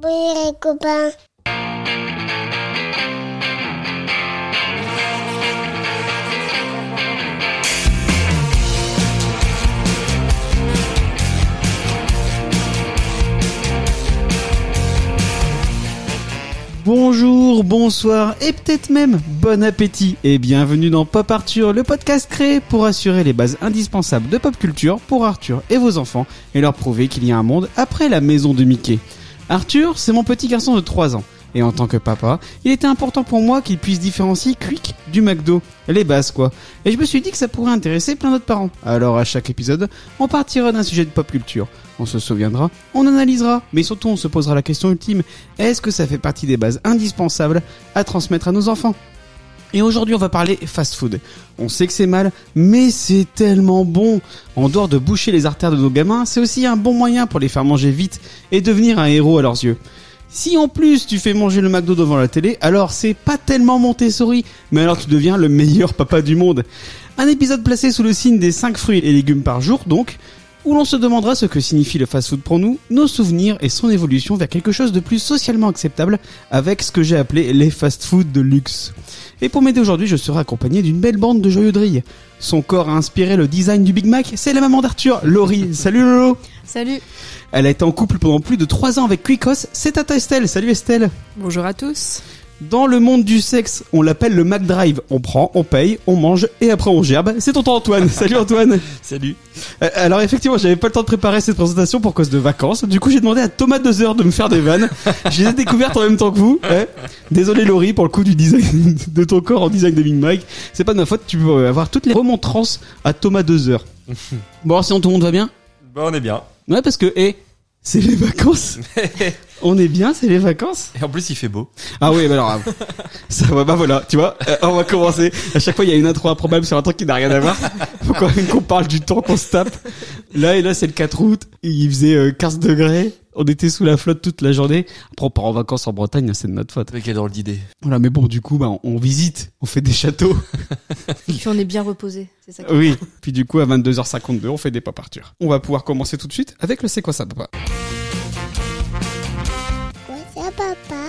Oui, les copains. Bonjour, bonsoir et peut-être même bon appétit et bienvenue dans Pop Arthur, le podcast créé pour assurer les bases indispensables de pop culture pour Arthur et vos enfants et leur prouver qu'il y a un monde après la maison de Mickey. Arthur, c'est mon petit garçon de 3 ans et en tant que papa, il était important pour moi qu'il puisse différencier Quick du McDo, les bases quoi. Et je me suis dit que ça pourrait intéresser plein d'autres parents. Alors à chaque épisode, on partira d'un sujet de pop culture. On se souviendra, on analysera, mais surtout on se posera la question ultime, est-ce que ça fait partie des bases indispensables à transmettre à nos enfants et aujourd'hui, on va parler fast food. On sait que c'est mal, mais c'est tellement bon. En dehors de boucher les artères de nos gamins, c'est aussi un bon moyen pour les faire manger vite et devenir un héros à leurs yeux. Si en plus tu fais manger le McDo devant la télé, alors c'est pas tellement Montessori, mais alors tu deviens le meilleur papa du monde. Un épisode placé sous le signe des 5 fruits et légumes par jour, donc, où l'on se demandera ce que signifie le fast-food pour nous, nos souvenirs et son évolution vers quelque chose de plus socialement acceptable avec ce que j'ai appelé les fast-food de luxe. Et pour m'aider aujourd'hui, je serai accompagné d'une belle bande de joyeux drilles. Son corps a inspiré le design du Big Mac, c'est la maman d'Arthur, Laurie. Salut Lolo Salut Elle a été en couple pendant plus de 3 ans avec Quicos, c'est Tata Estelle. Salut Estelle Bonjour à tous Dans le monde du sexe, on l'appelle le Mac Drive. On prend, on paye, on mange et après on gerbe. C'est tonton Antoine. Salut Antoine Salut. Euh, Alors effectivement, j'avais pas le temps de préparer cette présentation pour cause de vacances. Du coup, j'ai demandé à Thomas Dozer de me faire des vannes. Je les ai découvertes en même temps que vous. Ouais. Désolé Laurie pour le coup du design de ton corps en design de Big Mike. C'est pas de ma faute. Tu peux avoir toutes les remontrances à Thomas Dozer. Bon, alors, sinon tout le monde va bien Bon, Bah, on est bien. Ouais, parce que eh, c'est les vacances. On est bien, c'est les vacances. Et en plus, il fait beau. Ah oui, bah alors euh, ça va, bah voilà, tu vois, euh, on va commencer. À chaque fois, il y a une intro improbable sur un truc qui n'a rien à voir. Faut quand même qu'on parle du temps qu'on se tape. Là et là, c'est le 4 août, il faisait euh, 15 degrés, on était sous la flotte toute la journée. Après, on part en vacances en Bretagne, c'est de notre faute. Mais quelle drôle d'idée. Voilà, mais bon, du coup, bah, on, on visite, on fait des châteaux. Puis on est bien reposé, c'est ça Oui. Puis du coup, à 22h52, on fait des pas partir. On va pouvoir commencer tout de suite avec le C'est quoi ça, papa Quoi ça, papa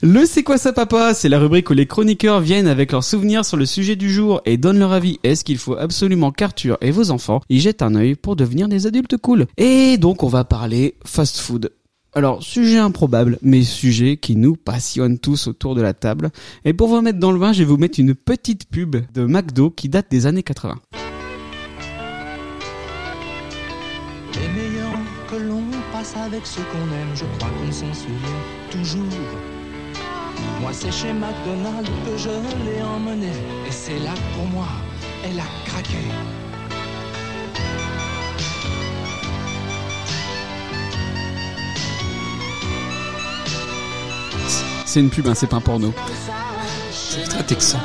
Le C'est quoi ça papa C'est la rubrique où les chroniqueurs viennent avec leurs souvenirs sur le sujet du jour et donnent leur avis. Est-ce qu'il faut absolument qu'Arthur et vos enfants y jettent un œil pour devenir des adultes cool Et donc on va parler fast food. Alors, sujet improbable, mais sujet qui nous passionne tous autour de la table. Et pour vous mettre dans le bain, je vais vous mettre une petite pub de McDo qui date des années 80. Les meilleurs que l'on passe avec ceux qu'on aime, je crois qu'on s'en souvient toujours. Moi, c'est chez McDonald's que je l'ai emmené, et c'est là que pour moi, elle a craqué. C'est une pub, hein, c'est pas un porno. C'est très texan.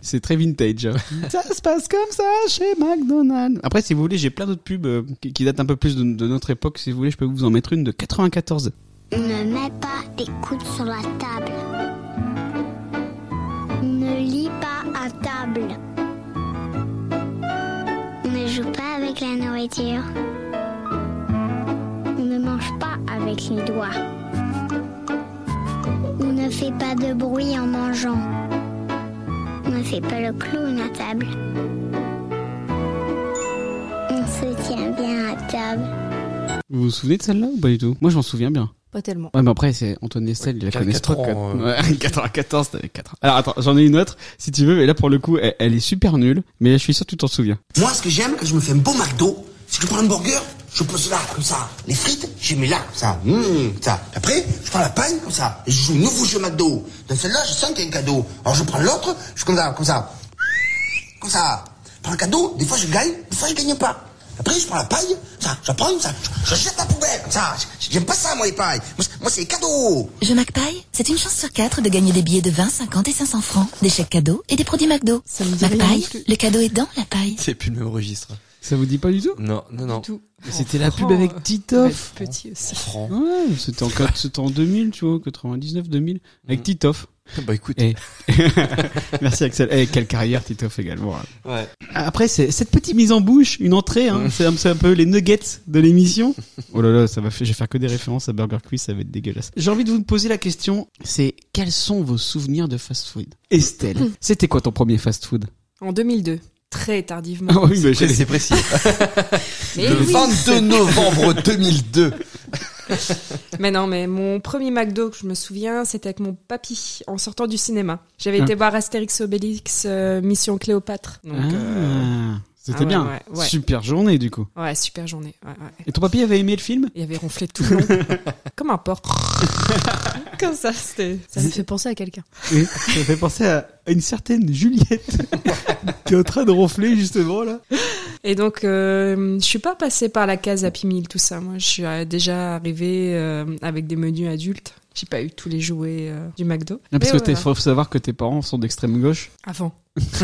C'est très vintage. ça se passe comme ça chez McDonald's. Après, si vous voulez, j'ai plein d'autres pubs euh, qui, qui datent un peu plus de, de notre époque. Si vous voulez, je peux vous en mettre une de 94. Ne mets pas les coudes sur la table. Ne lis pas à table. Ne joue pas avec la nourriture. On ne mange pas avec les doigts. On ne fait pas de bruit en mangeant. On ne fait pas le clown à table. On se tient bien à table. Vous vous souvenez de celle-là ou pas du tout Moi, je m'en souviens bien. Pas tellement. Ouais, mais après, c'est Antoine Estelle, il la Quatre- connaît quatre pas, ans, euh. quoi. Ouais, 94, t'avais 4 ans. Alors, attends, j'en ai une autre, si tu veux. Et là, pour le coup, elle, elle est super nulle. Mais je suis sûr que tu t'en souviens. Moi, ce que j'aime quand je me fais un beau McDo, c'est que je prends un burger, je pose là, comme ça. Les frites, je les mets là, comme ça. Mmh, ça. Après, je prends la paille, comme ça. Et je joue nouveau jeu McDo. Dans celle-là, je sens qu'il y a un cadeau. Alors, je prends l'autre, je suis comme ça, comme ça. Comme ça. Je prends le cadeau, des fois, je gagne, des fois, je gagne pas. Après, je prends la paille, comme ça, je prends, comme ça, je, je jette la poubelle, comme ça. J'aime pas ça, moi, les pailles. Moi, c'est- moi, c'est les cadeaux. Je McPie, c'est une chance sur quatre de gagner des billets de 20, 50 et 500 francs, des chèques cadeaux et des produits McDo. Ça me dit rien non McPie, plus. le cadeau est dans la paille. C'est plus le même registre. Ça vous dit pas du tout Non, non, non. Tout. C'était la pub Oh. avec Titoff. Petit En aussi. franc. Ouais, c'était en, quatre- c'était en 2000, tu vois, 99, 2000, avec Mm. Titoff. Bah écoute. Et- Merci Axel. Eh, quelle carrière Titoff également. hein. Ouais. Après, c'est cette petite mise en bouche, une entrée, hein, Mm. c'est un, c'est un peu les nuggets de l'émission. Oh là là, ça va, faire- je vais faire que des références à Burger Quiz, ça va être dégueulasse. J'ai envie de vous poser la question, c'est quels sont vos souvenirs de fast-food Estelle, Mm. c'était quoi ton premier fast-food En 2002, très tardivement. Ah oui, mais C'est j'ai- c'est précis. Mais Le oui. 22 novembre 2002. Mais non, mais mon premier McDo que je me souviens, c'était avec mon papy en sortant du cinéma. J'avais Ah. été voir Astérix et Obélix, euh, Mission Cléopâtre. Donc, euh, Ah, c'était ah ouais, bien. ouais, ouais. Super journée du coup. ouais, super journée. Ouais, ouais. Et ton papy avait aimé le film Il avait ronflé tout le long, comme un porc. comme ça, c'était. Ça me fait penser à quelqu'un. Oui, ça me fait penser à une certaine Juliette qui est en train de ronfler justement là. Et donc, euh, je suis pas passée par la case Happy Meal, tout ça. Moi, je suis euh, déjà arrivée euh, avec des menus adultes. J'ai pas eu tous les jouets euh, du McDo. parce Mais que il voilà. faut savoir que tes parents sont d'extrême gauche. Avant.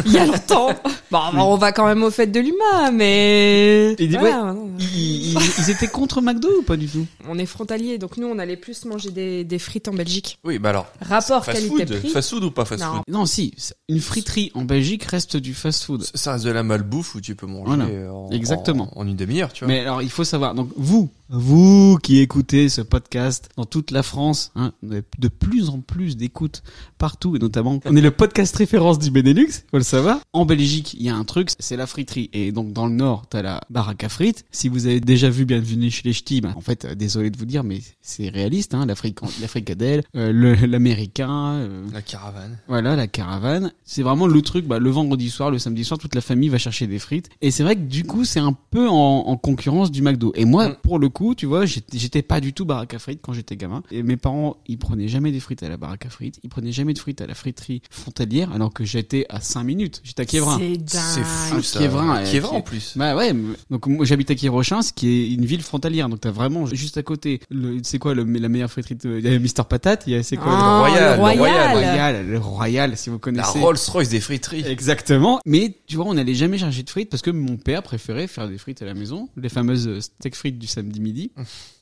Il y a longtemps. Bon, bah, on va quand même aux fêtes de l'humain, mais. Il dit, Voilà, non. Ils, ils étaient contre McDo ou pas du tout On est frontalier, donc nous, on allait plus manger des, des frites en Belgique. Oui, bah alors. Rapport Fast food. qualité-prix. Fast food ou pas fast Non. food Non, si, c'est- une friterie en Belgique reste du fast-food. Ça- Ça reste de la malbouffe où tu peux manger Voilà. euh, en, Exactement. en, en une demi-heure, tu vois. Mais alors, il faut savoir, donc vous, vous qui écoutez ce podcast dans toute la France, hein, on a de plus en plus d'écoutes partout, et notamment, on est le podcast référence du Benelux, faut le savoir. En Belgique, il y a un truc, c'est la friterie. Et donc, dans le Nord, t'as la baraque à frites. Si vous avez déjà vu Bienvenue chez les Ch'tis, bah, en fait, euh, désolé de vous dire, mais c'est réaliste, hein, la, fric- la fricadelle, euh, le- l'américain, euh, La caravane. Voilà, la caravane. C'est vraiment le truc, bah, le vendredi soir, le samedi soir, toute la famille va chercher des frites. Et c'est vrai que du coup, c'est un peu en, en concurrence du McDo. Et moi, Mm. pour le coup, tu vois, j'étais j'étais pas du tout baraque à frites quand j'étais gamin. Et mes parents, ils prenaient jamais des frites à la baraque à frites. Ils prenaient jamais de frites à la friterie frontalière, alors que j'étais à 5 minutes. J'étais à Kievrin. C'est dingue. C'est fou Ah, ça. Kievrin, eh, Kievrin qui- en plus. Bah ouais, mais- donc moi j'habite à Kirochin, ce qui est une ville frontalière, donc t'as vraiment juste à côté, le- c'est quoi le- la meilleure friterie de- Il y a Mister Patate, il y a c'est quoi Ah, Royal, le le Royal. Royal. le Royal, le Royal, si vous La connaissez. Rolls-Royce des friteries. Exactement. Mais tu vois, on n'allait jamais chercher de frites parce que mon père préférait faire des frites à la maison, les fameuses euh, steak frites du samedi midi.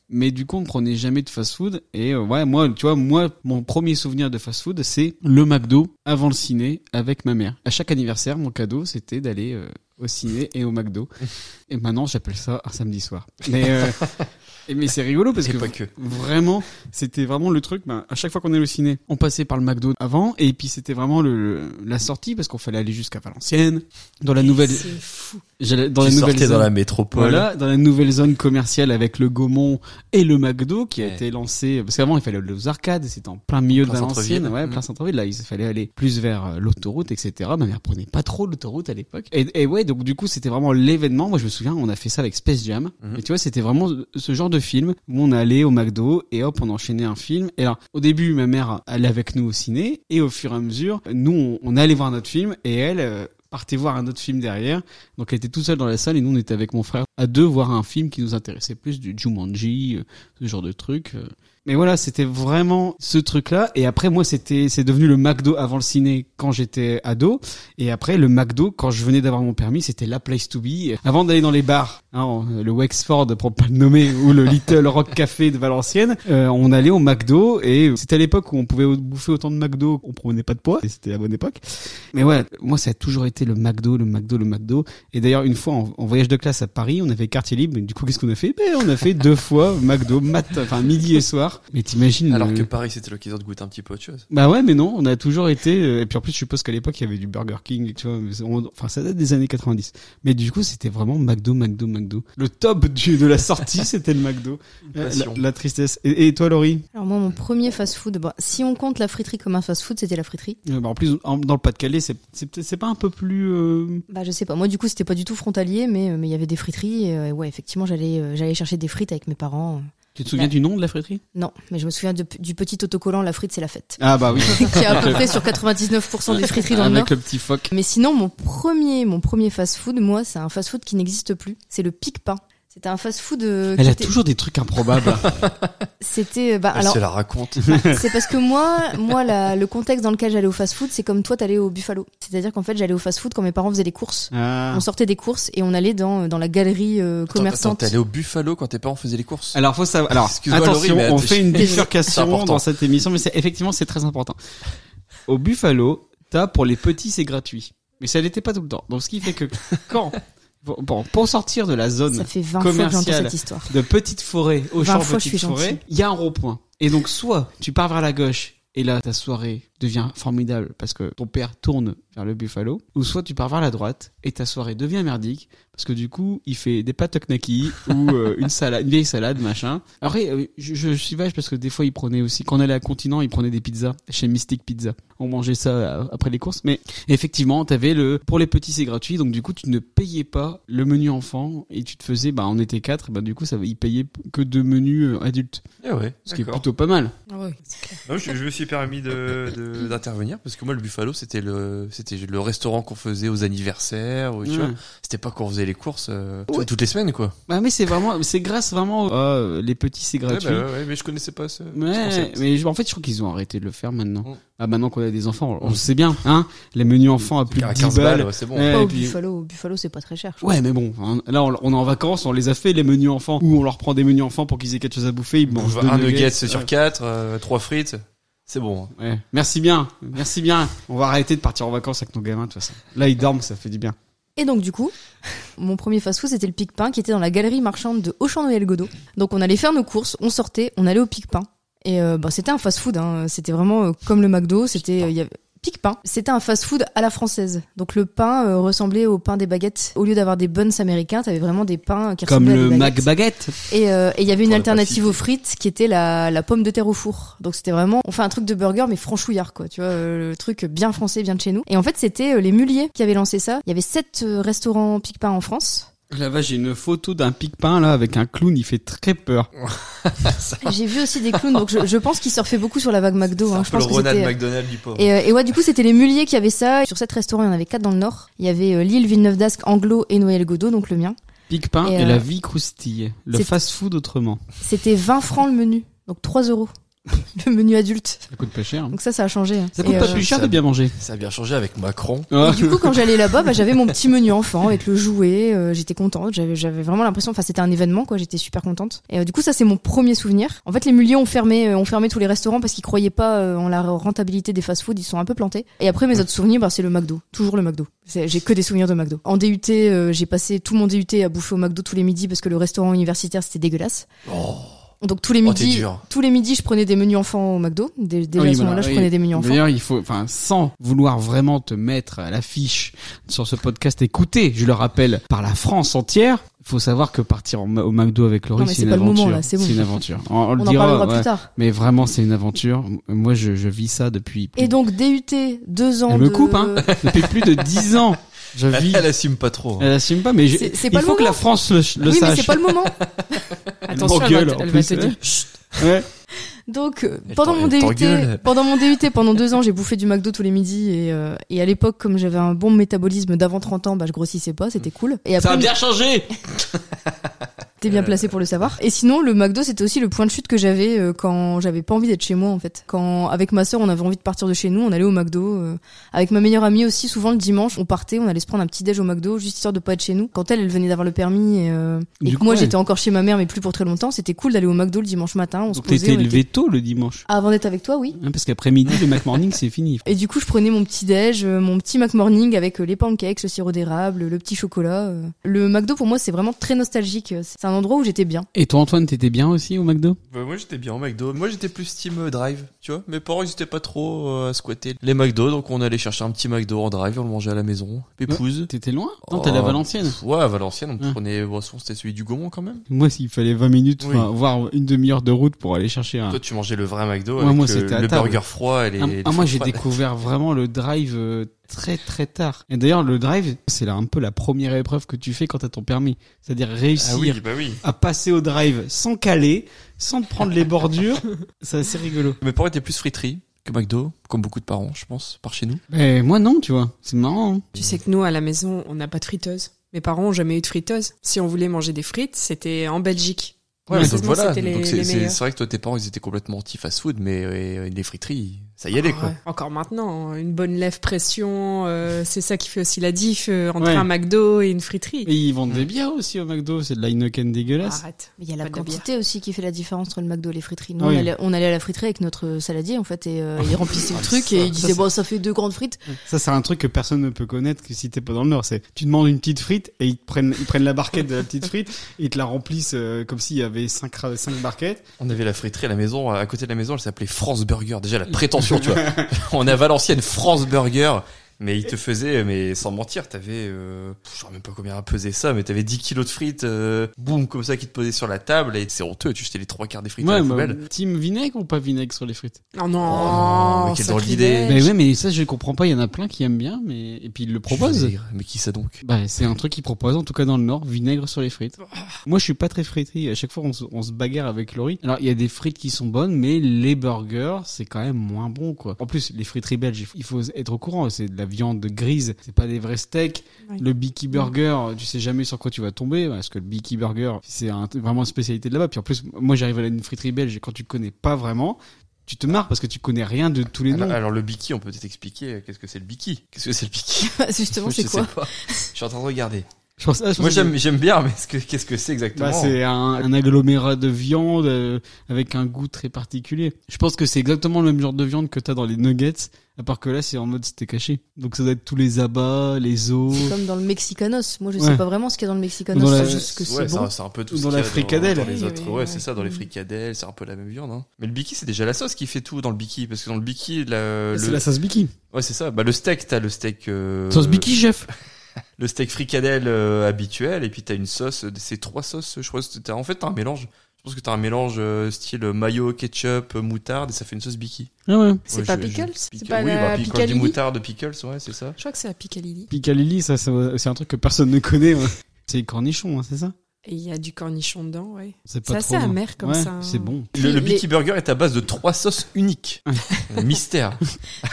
Mais du coup, on prenait jamais de fast-food. Et euh, ouais, moi, tu vois, moi, mon premier souvenir de fast-food, c'est le McDo avant le ciné avec ma mère. À chaque anniversaire, mon cadeau, c'était d'aller euh, au ciné et au McDo. Et maintenant, j'appelle ça un samedi soir. Mais euh, et- mais c'est rigolo parce Et que pas que. Vraiment, c'était vraiment le truc. Ben, à chaque fois qu'on allait au ciné, on passait par le McDo avant, et puis c'était vraiment le, le- la sortie parce qu'on fallait aller jusqu'à Valenciennes, dans la nouvelle, C'est fou. j'allais- dans tu la nouvelle sortais zone, dans la métropole. voilà, dans la nouvelle zone commerciale avec le Gaumont et le McDo qui a Ouais. été lancé. Parce qu'avant, il fallait aller aux arcades, et c'était en plein milieu Plein de Valenciennes, centre-ville. ouais, plein Mm. centre-ville. Là, il fallait aller plus vers euh, l'autoroute, etc. Ma mère prenait pas trop l'autoroute à l'époque. Et, et ouais, donc du coup, c'était vraiment l'événement. Moi, je me souviens, on a fait ça avec Space Jam. Mhm. Et tu vois, c'était vraiment ce genre de film où on allait au McDo et hop, on enchaînait un film. Et alors, au début, ma mère allait avec nous au ciné et au fur et à mesure, nous, on, on allait voir notre film et elle euh, partait voir un autre film derrière. Donc, elle était toute seule dans la salle et nous, on était avec mon frère à deux voir un film qui nous intéressait plus, du Jumanji, euh, ce genre de truc. euh. Mais voilà, c'était vraiment ce truc-là. Et après, moi, c'était, c'est devenu le McDo avant le ciné quand j'étais ado. Et après, le McDo, quand je venais d'avoir mon permis, c'était la place to be. Avant d'aller dans les bars, hein, on- le Wexford, pour pas le nommer, ou le Little Rock Café de Valenciennes, euh, on allait au McDo. Et c'était à l'époque où on pouvait bouffer autant de McDo, on prenait pas de poids. Et c'était la bonne époque. Mais ouais, moi, ça a toujours été le McDo, le McDo, le McDo. Et d'ailleurs, une fois, en, en voyage de classe à Paris, on avait quartier libre. Mais du coup, qu'est-ce qu'on a fait Ben, on a fait deux fois McDo, mat, enfin midi et soir. Mais t'imagines Alors le- que Paris, c'était l'occasion de goûter un petit peu autre chose. Bah ouais, mais non, on a toujours été. euh, Et puis en plus, je suppose qu'à l'époque, il y avait du Burger King. Tu vois, mais c'est- on- enfin, ça date des années 90. Mais du coup, c'était vraiment McDo, McDo, McDo. Le top du, de la sortie, c'était le McDo. Euh, La, passion. la tristesse. Et, et toi, Laurie Alors moi, mon premier fast-food, bah, si on compte la friterie comme un fast-food, c'était la friterie. Euh, bah, En plus, en- dans le Pas-de-Calais, c'est c'est peut-être- c'est pas un peu plus. euh, Bah je sais pas. Moi, du coup, c'était pas du tout frontalier, mais euh, mais il y avait des friteries. Et, euh, ouais, effectivement, j'allais euh, j'allais chercher des frites avec mes parents. Tu te souviens Bah. du nom de la friterie Non, mais je me souviens de- du petit autocollant la frite, c'est la fête. Ah bah oui. qui est à peu près sur 99% des friteries dans le Nord. Avec le petit phoque. Mais sinon, mon premier, mon premier fast-food, moi, c'est un fast-food qui n'existe plus. C'est le pique-pain. C'était un fast-food. euh, Elle qui a était- toujours Ah, des trucs improbables. C'était bah, Elle alors se la raconte. c'est parce que moi moi la- le contexte dans lequel j'allais au fast-food c'est comme toi t'allais au Buffalo. C'est-à-dire qu'en fait j'allais au fast-food quand mes parents faisaient les courses. Ah. On sortait des courses et on allait dans dans la galerie euh, Attends, commerçante. t'es allé au Buffalo quand tes parents faisaient les courses Alors faut savoir. Alors Excuse-moi, attention, Laurie, mais on t'es- fait une c'est bifurcation important. dans cette émission, mais c'est effectivement c'est très important. Au Buffalo, t'as pour les petits c'est gratuit, mais ça l'était pas tout le temps. Donc ce qui fait que quand bon, bon, pour sortir de la Ça zone fait 20 fois que j'entends commerciale. cette histoire. de petite forêt au 20 champ fois, je petite suis forêt, gentille. il y a un rond-point. Et donc soit tu pars vers la gauche et là ta soirée devient formidable parce que ton père tourne vers le Buffalo, ou soit tu pars vers la droite et ta soirée devient merdique parce que du coup il fait des pâtes knaki ou euh, une salade, une vieille salade machin. Après euh, je, je suis vache parce que des fois il prenait aussi quand on allait à Continent il prenait des pizzas chez Mystic Pizza. On mangeait ça euh, après les courses, mais effectivement t'avais le pour les petits c'est gratuit donc du coup tu ne payais pas le menu enfant et tu te faisais bah on était quatre bah du coup ça ils payaient que deux menus euh, adultes Eh ouais, ce qui est d'accord. plutôt pas mal. Non, je, je me suis permis de- de- d'intervenir parce que moi, le Buffalo, c'était le, c'était le restaurant qu'on faisait aux anniversaires. ou tu vois. Ouais. C'était pas qu'on faisait les courses euh, tu vois, toutes les semaines, quoi. Bah mais c'est vraiment c'est grâce vraiment à les petits c'est gratuit. Ouais, bah, ouais, ouais, mais je connaissais pas ce. ce Ouais, concept. mais je- en fait, je crois qu'ils ont arrêté de le faire maintenant. Mm. Ah, maintenant qu'on a des enfants, on le sait bien, hein. Les menus enfants à plus Car de à 10 15 balles. balles, ouais, c'est bon. Ouais, Pas et au puis- Buffalo. Au Buffalo c'est pas très cher. je crois. Ouais, mais bon, hein, là, on, on est en vacances, on les a fait, les menus enfants, où on leur prend des menus enfants pour qu'ils aient quelque chose à bouffer, ils mangent deux un nugget nuggets. sur quatre, euh, trois frites, c'est bon. Ouais. Merci bien, merci bien. On va arrêter de partir en vacances avec nos gamins, de toute façon. Là, ils dorment, ça fait du bien. Et donc du coup, mon premier fast-food c'était le Pic-Pain qui était dans la galerie marchande de Auchan Noël Godot. Donc on allait faire nos courses, on sortait, on allait au Pic-Pain. Et euh, bah, c'était un fast-food, hein. c'était vraiment euh, comme le McDo, c'était euh, il y avait Pic-Pain. C'était un fast-food à la française. Donc le pain euh, ressemblait au pain des baguettes. Au lieu d'avoir des buns américains, t'avais vraiment des pains qui Comme ressemblaient à le des baguettes. Mac Baguette. Et euh, et il y avait une Pour la alternative facilité. aux frites qui était la, la pomme de terre au four. Donc c'était vraiment, on fait un truc de burger mais franchouillard quoi, tu vois, euh, le truc bien français, bien de chez nous. Et en fait c'était euh, les Muliers qui avaient lancé ça. Il y avait sept euh, restaurants pique-pain en France. Là, vache, j'ai une photo d'un pic-pain, là, avec un clown, il fait très peur. J'ai vu aussi des clowns, donc je, je pense qu'ils surfaient beaucoup sur la vague McDo. C'est hein. un Je peu le pense que Ronald c'était. McDonald du pauvre. Et, euh, et ouais, du coup, c'était les Muliers qui avaient ça. Sur sept restaurants, il y en avait quatre dans le Nord. Il y avait euh, Lille, Villeneuve d'Ascq, Anglo et Noël Godot, donc le mien. Pic-pain et, Et, euh, la vie croustille. Le c'est- fast-food autrement. C'était 20 francs le menu, donc 3 euros le menu adulte. Ça coûte pas cher. hein. Donc ça, ça a changé. hein. Ça Et, coûte pas euh, plus cher ça- de bien manger. Ça a bien changé avec Macron. Ah. Et du coup, quand j'allais là-bas, bah, j'avais mon petit menu enfant avec le jouet. euh, j'étais contente. J'avais, j'avais vraiment l'impression. Enfin, c'était un événement, quoi. J'étais super contente. Et euh, du coup, ça, c'est mon premier souvenir. En fait, les muliers ont fermé, euh, ont fermé tous les restaurants parce qu'ils croyaient pas euh, en la rentabilité des fast-foods. Ils sont un peu plantés. Et après, mes autres souvenirs, bah, c'est le McDo. Toujours le McDo. C'est- j'ai que des souvenirs de McDo. En DUT, euh, j'ai passé tout mon DUT à bouffer au McDo tous les midis parce que le restaurant universitaire, c'était dégueulasse. Oh, Donc tous les Oh, t'es midis, dur. tous les midis, je prenais des menus enfants au McDo. Dé- Déjà Ah Oui, à ce voilà, moment-là, je oui. prenais des menus enfants. D'ailleurs, il faut, enfin, sans vouloir vraiment te mettre à l'affiche sur ce podcast écouté, je le rappelle, par la France entière, il faut savoir que partir en- au McDo avec Laurie, Non, mais c'est c'est une pas le aventure. moment, là, c'est bon. une aventure. On, on le On en dira, parlera ouais. plus tard. Mais vraiment, c'est une aventure. M- Moi, je, je vis ça depuis. Et donc euh, DUT, deux ans Elle me de- coupe, hein. depuis plus de dix ans. Je elle, vis. elle assume pas trop. hein. Elle assume pas, mais je- C'est- c'est il pas le faut que moment. la France le, le oui, mais sache. c'est pas le moment. Attention, elle, m'engueule, va, en te- elle va plus, te dire. Ouais. Donc euh, Elle pendant t'en- mon elle DUT, t'engueule. pendant mon DUT, pendant deux ans, j'ai bouffé du McDo tous les midis et, euh, et à l'époque, comme j'avais un bon métabolisme d'avant 30 ans, bah je grossissais pas, c'était cool. Et Ça a après, bien changé. t'es Euh, bien placé pour le savoir. Et sinon, le McDo, c'était aussi le point de chute que j'avais euh, quand j'avais pas envie d'être chez moi en fait. Quand avec ma sœur, on avait envie de partir de chez nous, on allait au McDo. euh, avec ma meilleure amie aussi, souvent le dimanche, on partait, on allait se prendre un petit déj au McDo juste histoire de pas être chez nous. Quand elle, elle venait d'avoir le permis et, euh, et Du que coup, moi ouais. j'étais encore chez ma mère, mais plus pour très longtemps, c'était cool d'aller au McDo le dimanche matin. On se Donc, posait. t'étais on était- levé tôt le dimanche. Ah, Avant d'être avec toi, oui. Hein, parce qu'après-midi, le McMorning, c'est fini. Et du coup, je prenais mon petit déj, euh, mon petit McMorning avec euh, les pancakes, le sirop d'érable, le petit chocolat. euh. Le McDo pour moi, c'est vraiment très nostalgique. euh. C'est un endroit où j'étais bien. Et toi, Antoine, t'étais bien aussi au McDo Bah, moi, j'étais bien au McDo. Moi, j'étais plus team euh, drive. Tu vois, mes parents, ils étaient pas trop euh, à squatter les McDo, donc on allait chercher un petit McDo en drive, on le mangeait à la maison. Épouse. T'étais loin Non, t'allais à Oh. Valenciennes. Ouais, à Valenciennes, on Ouais. prenait boisson, c'était celui du Gaumont quand même. Moi, s'il fallait 20 minutes, Oui. enfin, voire une demi-heure de route pour aller chercher un... Toi, tu mangeais le vrai McDo Ouais, avec moi, le, c'était à le table. burger froid et les. Ah, les ah, moi, j'ai fries. découvert vraiment le drive euh, très très tard. Et d'ailleurs, le drive, c'est là un peu la première épreuve que tu fais quand t'as ton permis. C'est-à-dire réussir Ah oui, bah oui. à passer au drive sans caler, sans te prendre les bordures. C'est assez rigolo. Mes parents étaient plus friterie que McDo, comme beaucoup de parents, je pense, par chez nous. Mais moi, non, tu vois. C'est marrant. hein. Tu sais que nous, à la maison, on n'a pas de friteuse. Mes parents ont jamais eu de friteuse. Si on voulait manger des frites, c'était en Belgique. Ouais, Mais donc heureusement, voilà. c'était les- Donc c'est les c'est- meilleurs. c'est vrai que toi, tes parents, ils étaient complètement anti-fast food, mais euh, les friteries, ça y allait, Ah quoi. ouais. Encore maintenant, hein. une bonne lève pression, euh, c'est ça qui fait aussi la diff euh, entre Ouais. un McDo et une friterie. Et ils vendent des bières aussi au McDo, c'est de la Heineken dégueulasse. Arrête. Mais il y a la Pas de quantité aussi qui fait la différence entre le McDo et les friteries. Nous, Oui. Ah. on, allait, on allait à la friterie avec notre saladier, en fait, et euh, il remplissait le truc ça, et il ça, disait, c'est- bon, ça fait deux grandes frites. Ah. Ça, c'est un truc que personne ne peut connaître que si t'es pas dans le Nord. C'est, tu demandes une petite frite et ils te prennent, ils prennent la barquette de la petite frite et ils te la remplissent euh, comme s'il y avait cinq, ra- cinq barquettes. On avait la friterie à la maison, à côté de la maison, elle s'appelait France Burger. Déjà, la prétention, tu vois. On a Valenciennes France Burger. Mais il te faisait, mais sans mentir, t'avais, euh, je sais même pas combien a pesé ça, mais t'avais 10 kilos de frites, euh, boum, comme ça, qui te posaient sur la table, et c'est honteux, tu jetais les trois quarts des frites à la mais poubelle. bah, team vinaigre ou pas vinaigre sur les frites? Oh Oh, non, mais quelle ça drôle crie d'idée. d'elle. Mais ouais, mais ça, je comprends pas. Il y en a plein qui aiment bien, mais, et puis ils le proposent. Mais qui ça donc? Bah, c'est un truc qu'ils proposent, en tout cas dans le Nord, vinaigre sur les frites. Moi, je suis pas très friterie. À chaque fois, on se, on se bagarre avec Laurie. Alors, il y a des frites qui sont bonnes, mais les burgers, c'est quand même moins bon, quoi. En plus, les friteries belges, il faut- il faut être au courant. C'est de la viande grise. C'est pas des vrais steaks. Oui. Le Biki Burger, tu sais jamais sur quoi tu vas tomber, parce que le Biki Burger, c'est un- vraiment une spécialité de là-bas. Puis en plus, moi, j'arrive à une friterie belge et quand tu connais pas vraiment, tu te marres parce que tu connais rien de tous les noms. Alors, alors le biki, on peut peut-être expliquer euh, qu'est-ce que c'est le biki. Qu'est-ce que c'est le biki Bah, Justement, Je c'est sais quoi? pas. Je suis en train de regarder. Je pense- ah, je Moi pense que- j'aime j'aime bien, mais ce que- qu'est-ce que c'est exactement Bah, c'est un, un agglomérat de viande euh, avec un goût très particulier. Je pense que c'est exactement le même genre de viande que t'as dans les nuggets, à part que là c'est en mode c'était caché. Donc ça doit être tous les abats, les os, C'est comme dans le Mexicanos. Moi, je sais Ouais. pas vraiment ce qu'il y a dans le Mexicanos. Dans la- C'est juste que c'est Euh, Ouais, bon. un- c'est un peu tout ce Dans qu'il y a la fricadelle. Dans, les Oui, autres. oui, ouais, oui. c'est ça, dans les fricadelles, c'est un peu la même viande. Hein. Mais le biki, c'est déjà la sauce qui fait tout dans le biki, parce que dans le biki, la, c'est le- la sauce biki. ouais, c'est ça. Bah le steak, t'as le steak, euh, Sauce biki, chef. le steak fricadelle euh, habituel, et puis t'as une sauce. euh, C'est trois sauces, je crois. que t'as- En fait, t'as un mélange. Je pense que t'as un mélange euh, style mayo, ketchup, moutarde, et ça fait une sauce biki. Ah ouais. C'est Ouais, pas je- je- pickles pickle- C'est pas oui, la bah, pickle, je dis picalili moutarde, pickles, ouais, c'est ça. Je crois que c'est la picalili. Picalili, ça, ça, c'est un truc que personne ne connaît. ouais. C'est les cornichons, hein, c'est ça Et il y a du cornichon dedans, ouais. C'est C'est pas assez trop bon. amer comme Ouais, ça. C'est bon. Le, le Les- Biki Burger est à base de trois sauces uniques. Mystère.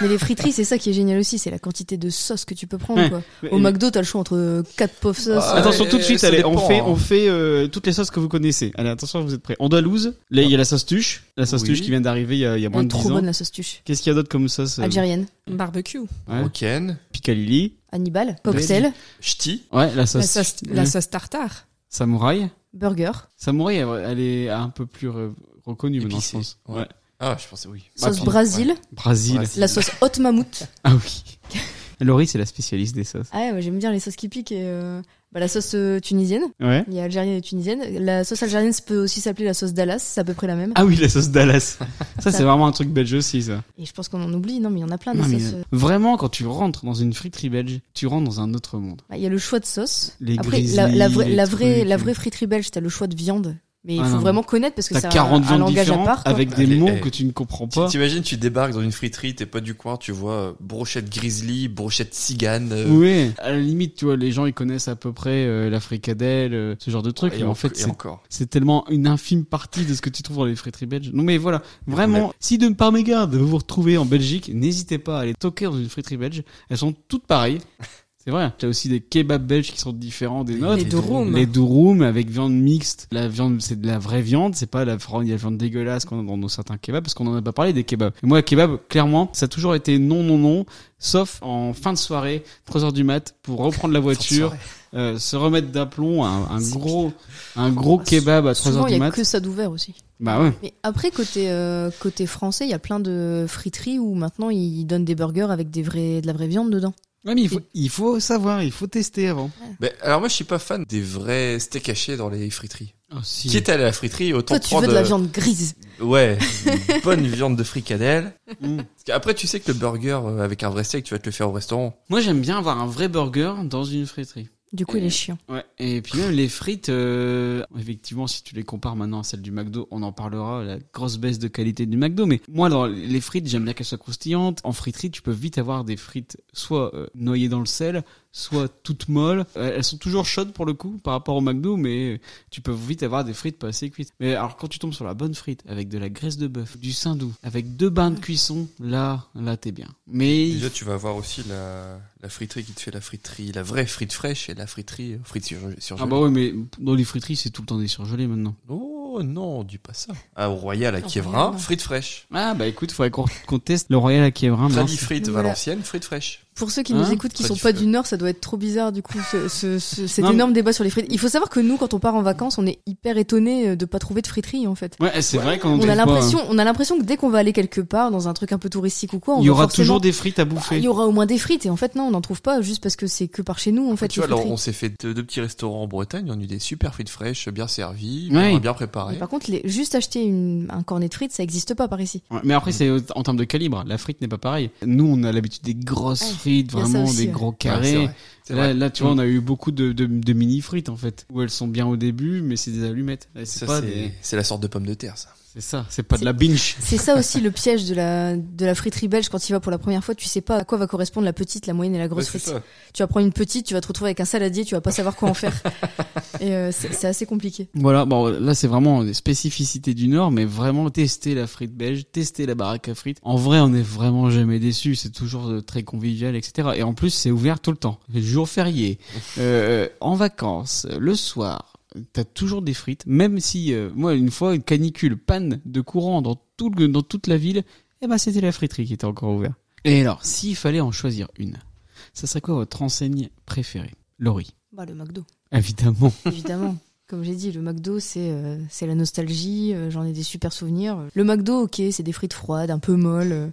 Mais les friteries, c'est ça qui est génial aussi. C'est la quantité de sauce que tu peux prendre, Ouais. Bah, quoi. Au McDo, t'as le choix entre euh, quatre pauvres sauces. Ah, euh, Attention ouais, tout de suite, ça allez, on dépend, fait, hein. on fait euh, toutes les sauces que vous connaissez. Allez, attention, vous êtes prêts. Andalouse, là il y a la sauce tuche, la sauce Oui. tuche qui vient d'arriver il y a, il y a Elle moins est de 10 euh, trop ans. bonne, Ah, la sauce tuche. Qu'est-ce qu'il y a d'autre comme sauce euh, Algérienne. Barbecue. ouais. Roken, Picalili. Hannibal. Cocktail. ch'ti. Ouais, la La sauce. sauce, ouais. la sauce tartare. Samouraï. Burger. Bah, Samouraï, elle, elle est un peu plus re- reconnue maintenant, je Épicée. pense. Ouais. Ah, je pensais oui. Bah, Sauce puis- Brasil. Brésil. Brésil. La sauce haute mammouth. Ah oui. Laurie, c'est la spécialiste des sauces. Ah ouais, moi, j'aime bien les sauces qui piquent. Et, euh, bah, la sauce euh, tunisienne. Ouais. Il y a algérienne et tunisienne. La sauce algérienne peut aussi s'appeler la sauce Dallas. C'est à peu près la même. Ah oui, la sauce Dallas. ça, c'est vraiment un truc belge aussi, ça. Et je pense qu'on en oublie. Non, mais il y en a plein des Non, mais, sauces. euh, euh. Vraiment, quand tu rentres dans une friterie belge, tu rentres dans un autre monde. Bah, Il y a le choix de sauce. Les Après, grizzlies, la, la vraie, les la, vraie, trucs, la euh. vraie friterie belge, t'as le choix de viande. Mais il Ah faut non. vraiment connaître parce que T'as c'est un, 40 un viandes langage à différentes part. quoi. avec des Allez, mots eh. que tu ne comprends pas. Tu- T'imagines, tu débarques dans une friterie, t'es pas du coin, tu vois euh, brochette grizzly, brochette cigane. euh, Oui, à la limite, tu vois, les gens ils connaissent à peu près euh, la fricadelle, euh, ce genre de truc. et mais en en- fait, et c'est encore. C'est tellement une infime partie de ce que tu trouves dans les friteries belges. Non mais voilà, vraiment, si de par mégarde vous vous retrouvez en Belgique, n'hésitez pas à aller toquer dans une friterie belge. Elles sont toutes pareilles. C'est vrai. T'as aussi des kebabs belges qui sont différents des nôtres. Les durum. Les durum avec viande mixte. La viande, c'est de la vraie viande. C'est pas la viande, la viande dégueulasse qu'on a dans nos certains kebabs parce qu'on en a pas parlé des kebabs. Et moi, kebab, clairement, ça a toujours été non, non, non. Sauf en fin de soirée, 3 heures du mat, pour reprendre la voiture, euh, se remettre d'aplomb, un, un C'est gros, un gros Ah, kebab à 3 Souvent, heures il du y a mat. que ça d'ouvert aussi. Bah ouais. Mais après, côté, euh, côté français, il y a plein de friteries où maintenant ils donnent des burgers avec des vrais, de la vraie viande dedans. Ouais, mais il faut, il faut savoir, il faut tester avant. Mais alors moi, je suis pas fan des vrais steaks hachés dans les friteries. Ah si. Qui est allé à la friterie, autant Toi, tu prendre veux de la euh, viande grise. Ouais, une bonne viande de fricadelle. Mm. Parce qu'après, tu sais que le burger euh, avec un vrai steak, tu vas te le faire au restaurant. Moi, j'aime bien avoir un vrai burger dans une friterie. Du coup, il est chiant. Ouais. Et puis même les frites, euh, effectivement, si tu les compares maintenant à celles du McDo, on en parlera, la grosse baisse de qualité du McDo. Mais moi, dans les frites, j'aime bien qu'elles soient croustillantes. En friterie, tu peux vite avoir des frites soit euh, noyées dans le sel, soit toutes molles. Euh, Elles sont toujours chaudes pour le coup par rapport au McDo, mais euh, tu peux vite avoir des frites pas assez cuites. Mais alors quand tu tombes sur la bonne frite avec de la graisse de bœuf, du sein doux, avec deux bains de cuisson, là, là t'es bien. Mais Déjà, tu vas avoir aussi la, la friterie qui te fait la friterie, la vraie frite fraîche et la friterie euh, frite sur, ah bah oui, mais dans les friteries c'est tout le temps des surgelés maintenant. Oh non, dis pas ça. Ah, au Royal à Kievrin, Royal. frite fraîche. Ah bah écoute, faudrait qu'on qu'on teste le Royal à Kievrin. Tradie Ah, mince. frite Voilà. valencienne, frite fraîche. Pour ceux qui Hein nous écoutent qui Pas sont du pas feu. du Nord, ça doit être trop bizarre du coup ce, ce- ce- cet Non, mais- énorme débat sur les frites. Il faut savoir que nous, quand on part en vacances, on est hyper étonné de pas trouver de friterie en fait. Ouais, eh, c'est vrai qu'on euh, On a trouve pas, hein. l'impression, on a l'impression que dès qu'on va aller quelque part dans un truc un peu touristique ou quoi, on Il y va aura forcément- toujours des frites à Bah, il bouffer. y aura au moins des frites et en fait non, on n'en trouve pas juste parce que c'est que par chez nous en fait. tu les vois, alors, friteries. on s'est fait deux, deux petits restaurants en Bretagne, on a eu des super frites fraîches, bien servies, Ouais. bien, bien Mais préparées. par contre, les- juste acheter une- un cornet de frites, ça existe pas par ici. Ouais, mais après, c'est euh, en termes de calibre. La frite n'est pas pareille. Nous, on a l'habitude des grosses Ouais, frites, il y a Ah, ça vraiment aussi, des ouais. gros Ouais, c'est carrés. vrai. C'est là, vrai. là, tu vois, Mm. on a eu beaucoup de, de, de mini frites en fait, où elles sont bien au début, mais c'est des allumettes. Et C'est Ça, pas c'est des- c'est la sorte de pomme de terre, ça. c'est ça, c'est pas de la binge. C'est ça aussi le piège de la de la friterie belge quand tu y vas pour la première fois, tu sais pas à quoi va correspondre la petite, la moyenne et la grosse Ouais, c'est frite. ça. Tu vas prendre une petite, tu vas te retrouver avec un saladier, tu vas pas savoir quoi en faire. Et euh, c'est c'est assez compliqué. Voilà, bon, là, c'est vraiment des spécificités du Nord, mais vraiment tester la frite belge, tester la baraque à frites. En vrai, on est vraiment jamais déçu. C'est toujours euh, très convivial, etc. Et en plus, c'est ouvert tout le temps. Les jours fériés, euh, en vacances, le soir, t'as toujours des frites. Même si, euh, moi, une fois, une canicule, panne de courant dans tout le, dans toute la ville, eh ben, c'était la friterie qui était encore ouverte. Et alors, s'il fallait en choisir une, ça serait quoi votre enseigne préférée? Laurie. Bah le McDo. Évidemment. Évidemment. Comme j'ai dit, le McDo, c'est euh, c'est la nostalgie. euh, J'en ai des super souvenirs. Le McDo, ok, c'est des frites froides, un peu molles. euh,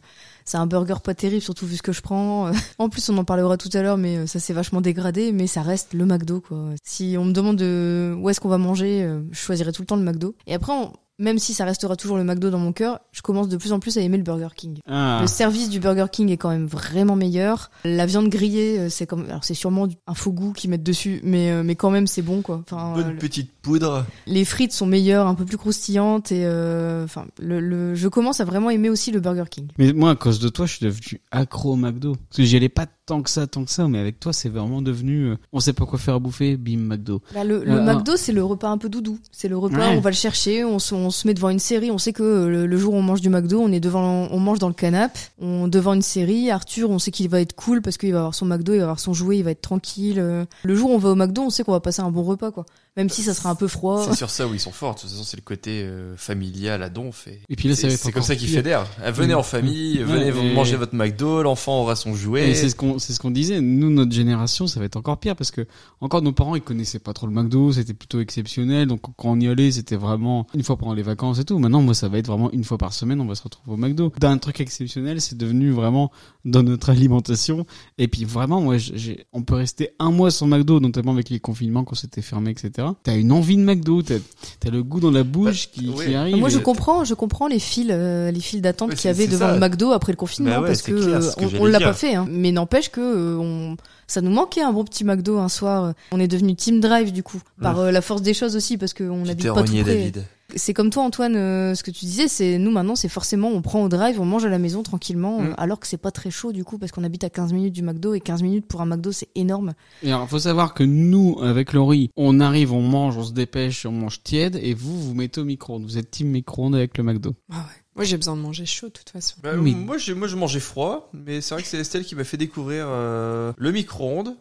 c'est un burger pas terrible, surtout vu ce que je prends. euh. en plus, on en parlera tout à l'heure, mais euh, ça s'est vachement dégradé. Mais ça reste le McDo, quoi. Si on me demande euh, où est-ce qu'on va manger, euh, je choisirais tout le temps le McDo. Et après, on- même si ça restera toujours le McDo dans mon cœur, je commence de plus en plus à aimer le Burger King. Ah. Le service du Burger King est quand même vraiment meilleur. La viande grillée, euh, c'est comme, alors c'est sûrement du- un faux goût qu'ils mettent dessus, mais euh, mais quand même c'est bon quoi. Enfin, euh, Bonne le- petite poudre. les frites sont meilleures, un peu plus croustillantes et euh, enfin le, le- je commence à vraiment aimer aussi le Burger King. Mais moi, à cause de toi, je suis devenu accro au McDo. Parce que j'y allais pas tant que ça, tant que ça, mais avec toi, c'est vraiment devenu, euh, on sait pas quoi faire à bouffer, bim, McDo. Là, Bah, le, le Euh, McDo c'est le repas un peu doudou, c'est le repas Ouais. on va le chercher, on se, on se met devant une série, on sait que euh, le, le jour où on mange du McDo, on est devant, on mange dans le canapé, on devant une série. Arthur, on sait qu'il va être cool parce qu'il va avoir son McDo, il va avoir son jouet, il va être tranquille. euh. Le jour où on va au McDo, on sait qu'on va passer un bon repas quoi, même si ça sera un peu froid. C'est sur ça où ils sont forts. De toute façon, c'est le côté euh, familial à donf. Et... Et puis là, ça va C'est être c'est comme encore ça qu'ils pire. Mm. fédèrent. Ah, venez en famille, Ouais, venez mais- manger votre McDo, l'enfant aura son jouet. Et c'est ce qu'on c'est ce qu'on disait. Nous, notre génération, ça va être encore pire parce que encore nos parents, ils connaissaient pas trop le McDo, c'était plutôt exceptionnel. Donc quand on y allait, c'était vraiment une fois pendant les vacances et tout. Maintenant, moi, ça va être vraiment une fois par semaine, on va se retrouver au McDo. D'un truc exceptionnel, c'est devenu vraiment dans notre alimentation. Et puis vraiment, moi, j'ai- j'ai- on peut rester un mois sans McDo, notamment avec les confinements quand c'était fermé, etc. T'as une envie de McDo, t'as t'as le goût dans la bouche qui, ouais. qui arrive. Moi, je et- comprends, je comprends les files, euh, les files d'attente Ouais, qu'il y c'est- avait c'est devant ça. le McDo après le confinement, Bah ouais, parce c'est que, clair, euh, c'est ce que on- on, j'allais l'a dire. pas fait. Hein. Mais n'empêche que euh, on, ça nous manquait un bon petit McDo un soir. On est devenu Team Drive du coup, par euh, la force des choses aussi, parce qu'on Tu t'es n'habite pas tout renié, près. David. C'est comme toi, Antoine, euh, ce que tu disais, c'est nous maintenant, c'est forcément on prend au drive, on mange à la maison tranquillement, Mm. euh, alors que c'est pas très chaud du coup, parce qu'on habite à 15 minutes du McDo et 15 minutes pour un McDo, c'est énorme. Et alors, faut savoir que nous, avec Laurie, on arrive, on mange, on se dépêche, on mange tiède, et vous, vous mettez au micro-ondes. Vous êtes team micro-ondes avec le McDo. Ah ouais. Moi, j'ai besoin de manger chaud, de toute façon. Bah, Oui. Moi, j'ai- moi, je mangeais froid, mais c'est vrai que c'est Estelle qui m'a fait découvrir euh, le micro-ondes.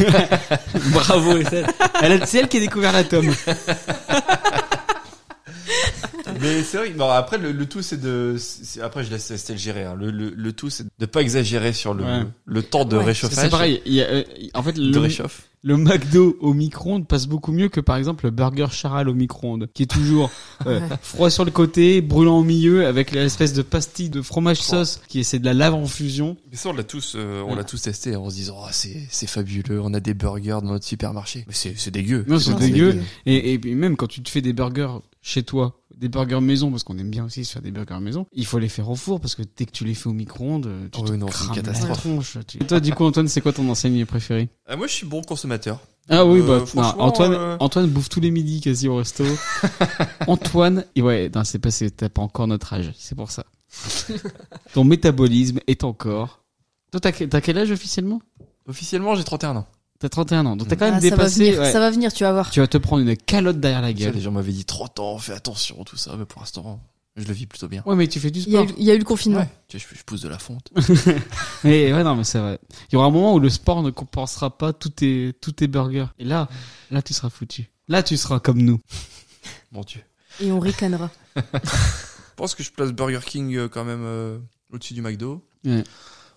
Bravo, Estelle. Elle a- C'est elle qui a découvert l'atome. mais c'est vrai. que- bon, après, le, le tout, c'est de. c'est- Après, je laisse Estelle gérer. hein. Le, le, le tout, c'est de pas exagérer sur le, Ouais. le temps de Ouais, Parce que réchauffage. C'est pareil. il y a, euh, en fait, De le, réchauffe. le McDo au micro-ondes passe beaucoup mieux que par exemple le burger charal au micro-ondes, qui est toujours euh, froid sur le côté, brûlant au milieu, avec l'espèce de pastille de fromage sauce, qui est c'est de la lave en fusion. Mais ça, on l'a tous, euh, on l'a tous testé en se disant, oh, c'est, c'est fabuleux, on a des burgers dans notre supermarché. Mais c'est, c'est dégueu. Non, c'est Non, dégueu. Et, et puis même quand tu te fais des burgers chez toi, des burgers maison, parce qu'on aime bien aussi se faire des burgers maison, il faut les faire au four parce que dès que tu les fais au micro-ondes, euh, tu Oh te oui, non, c'est une crames la catastrophe. tronche. tu- Et toi, du coup, Antoine, c'est quoi ton enseigne préférée Ah, moi, je suis bon consommateur. Ah oui, Euh, bah non, franchement, Antoine, euh, Antoine bouffe tous les midis quasi au resto. Antoine, et ouais, non, c'est pas, c'est- t'as pas encore notre âge, c'est pour ça. ton métabolisme est encore. Toi, t'as, que- t'as quel âge officiellement Officiellement, j'ai 31 ans. T'as 31 ans, donc Mmh. t'as quand même Ah, ça, va dépassé. venir, ouais. ça va venir, tu vas voir. Tu vas te prendre une calotte derrière la Tu sais, gueule. Les gens m'avaient dit 30 ans, fais attention, tout ça, mais pour l'instant, je le vis plutôt bien. Ouais, mais tu fais du Il y, a sport. eu, il y a eu le confinement. Ouais. Tu sais, je, je pousse de la fonte. Mais ouais, non, mais c'est vrai. Il y aura un moment où le sport ne compensera pas tous tes, tous tes burgers. Et là, là, tu seras foutu. Là, tu seras comme nous. Mon dieu. Et on ricanera. Je pense que je place Burger King euh, quand même euh, au-dessus du McDo. Ouais.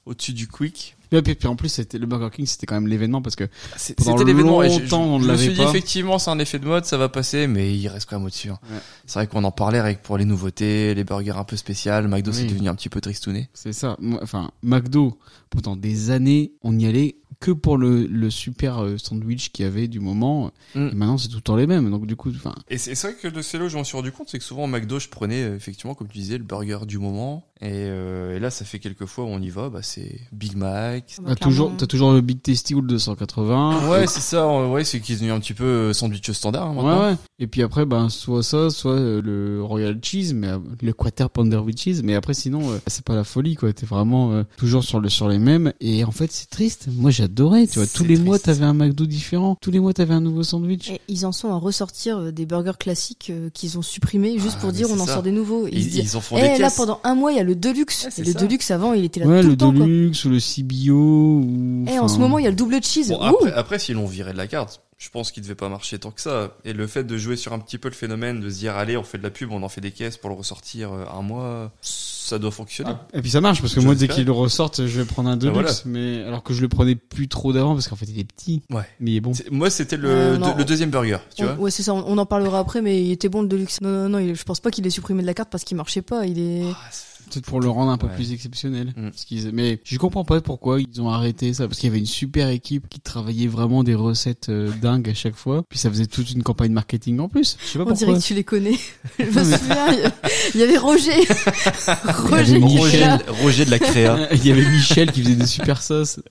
Au-dessus du Quick. Et puis, puis en plus, c'était, le Burger King, c'était quand même l'événement parce que C'est- Pendant C'était l'événement. et je- longtemps, on ne je, je me suis l'avait dit, pas. effectivement, c'est un effet de mode, ça va passer, mais il reste quand même au-dessus. hein. Ouais. C'est vrai qu'on en parlait avec pour les nouveautés, les burgers un peu spéciales. le McDo, c'est Oui. devenu un petit peu tristouné. c'est ça. Moi, Enfin, McDo, pendant des années, on y allait que pour le, le super euh, sandwich qu'il y avait du moment. Mm. Et maintenant, c'est tout le temps les mêmes. Donc, du coup, enfin, Et c'est c'est vrai que de ce là je m'en suis rendu compte, c'est que souvent au McDo, je prenais euh, effectivement, comme tu disais, le burger du moment. Et, euh, et là, ça fait quelques fois où on y va, bah, c'est Big Mac. t'as toujours, t'as toujours le Big Tasty ou le 280. Ouais, c'est ça, euh, ouais, c'est qui est devenu un petit peu euh, sandwich standard hein, Ouais, maintenant. ouais. Et puis après, ben, soit ça, soit euh, le Royal Cheese, mais euh, le Quarter Pounder with Cheese. Mais après, sinon, euh, c'est pas la folie, quoi. T'es vraiment euh, toujours sur, le, sur les mêmes. Et en fait, c'est triste. Moi, j'adorais. Tu vois, tous C'est les mois, triste. t'avais un McDo différent. Tous les mois, t'avais un nouveau sandwich. Et ils en sont à ressortir euh, des burgers classiques euh, qu'ils ont supprimés juste Ah, pour mais dire c'est on en ça. sort des nouveaux. Et ils, se Ils, disent, ils en font eh, des là caisses. pendant un mois il y a le Deluxe. Ah, c'est Et le ça. Deluxe avant il était là ouais, tout le le temps. quoi. Deluxe ou le CBO ou. Eh, en ce enfin, moment il y a le double cheese. Bon, Ouh. après, après, si l'on virait de la carte, je pense qu'il devait pas marcher tant que ça. Et le fait de jouer sur un petit peu le phénomène, de se dire, allez, on fait de la pub, on en fait des caisses pour le ressortir euh, un mois, ça doit fonctionner. Ah, Et puis ça marche parce que Je moi sais dès pas. qu'ils le ressortent, je vais prendre un Deluxe, Ben voilà. mais alors que je le prenais plus trop d'avant parce qu'en fait il est petit. Ouais. Mais il est bon. C'est- Moi, c'était le, Euh, de- non. le deuxième burger, tu On- vois. ouais, c'est ça, on, on en parlera après, mais il était bon le Deluxe. Non, non, non, il- je pense pas qu'il ait supprimé de la carte parce qu'il marchait pas. Il est. Ah, c'est- Peut-être pour le rendre un peu Ouais. plus exceptionnel. Mm. Parce qu'ils- Mais je comprends pas pourquoi ils ont arrêté ça parce qu'il y avait une super équipe qui travaillait vraiment des recettes euh, dingues à chaque fois. Puis ça faisait toute une campagne marketing en plus. Je sais pas On dirait pourquoi. que tu les connais. je me souviens, il y a- il y avait Roger. Roger avait qui Michel. était là. Roger, Roger de la créa. il y avait Michel qui faisait des super sauces.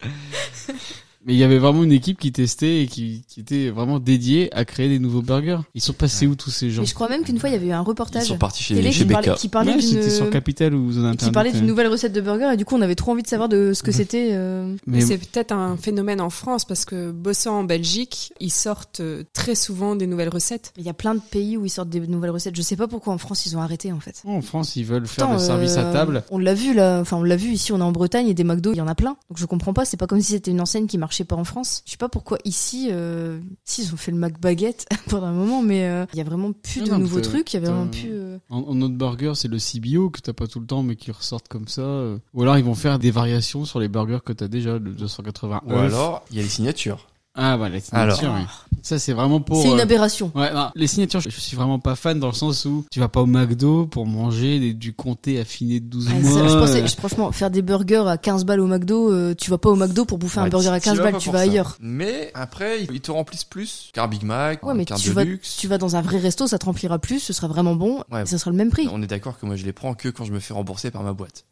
Mais il y avait vraiment une équipe qui testait et qui, qui était vraiment dédiée à créer des nouveaux burgers. Ils sont passés où tous ces gens Mais je crois même qu'une fois il y avait eu un Ils reportage sont partis télé chez, chez qui parlait, Becca. qui parlait Ouais, d'une c'était sur Capital ou Zone qui Internet. parlait d'une euh. nouvelle recette de burger et du coup on avait trop envie de savoir de ce que c'était. euh. Mais C'est peut-être un phénomène en France parce que bossant en Belgique, ils sortent euh, très souvent des nouvelles recettes. Il y a plein de pays où ils sortent des nouvelles recettes. Je sais pas pourquoi en France ils ont arrêté en fait. En France, ils veulent faire Pourtant, le service euh, à table. On l'a vu là, enfin on l'a vu ici, on est en Bretagne et des McDo, il y en a plein. Donc je comprends pas, c'est pas comme si c'était une enseigne qui marchait pas en France. Je sais pas pourquoi ici, euh, si ils ont fait le McBaguette pendant un moment, mais euh, il y a vraiment plus Ah de non, nouveaux t'as- trucs, il y avait t'as- vraiment plus. euh, En, en autre burger, c'est le CBO que t'as pas tout le temps, mais qui ressortent comme ça. euh. Ou alors, ils vont faire des variations sur les burgers que t'as déjà, le 280. Ou alors, il y a les signatures. Ah, bah, les signatures, Alors. oui. Ça, c'est vraiment pour... Ah, C'est une euh, aberration. Ouais, non, les signatures, je, je suis vraiment pas fan dans le sens où tu vas pas au McDo pour manger des- du comté affiné de 12 Ouais, mois. ça, Ah, je pensais, euh. je- franchement, faire des burgers à 15 balles au McDo, euh, tu vas pas au McDo pour bouffer un Ouais, burger à tu- tu 15 vas balles, pas tu pour vas ça. ailleurs. Mais après, ils ils te remplissent plus qu'un Big Mac, Ouais, mais qu'un tu vas, Deluxe. tu vas dans un vrai resto, ça te remplira plus, ce sera vraiment bon, Ouais. et ça sera le même prix. On est d'accord que moi, je les prends que quand je me fais rembourser par ma boîte.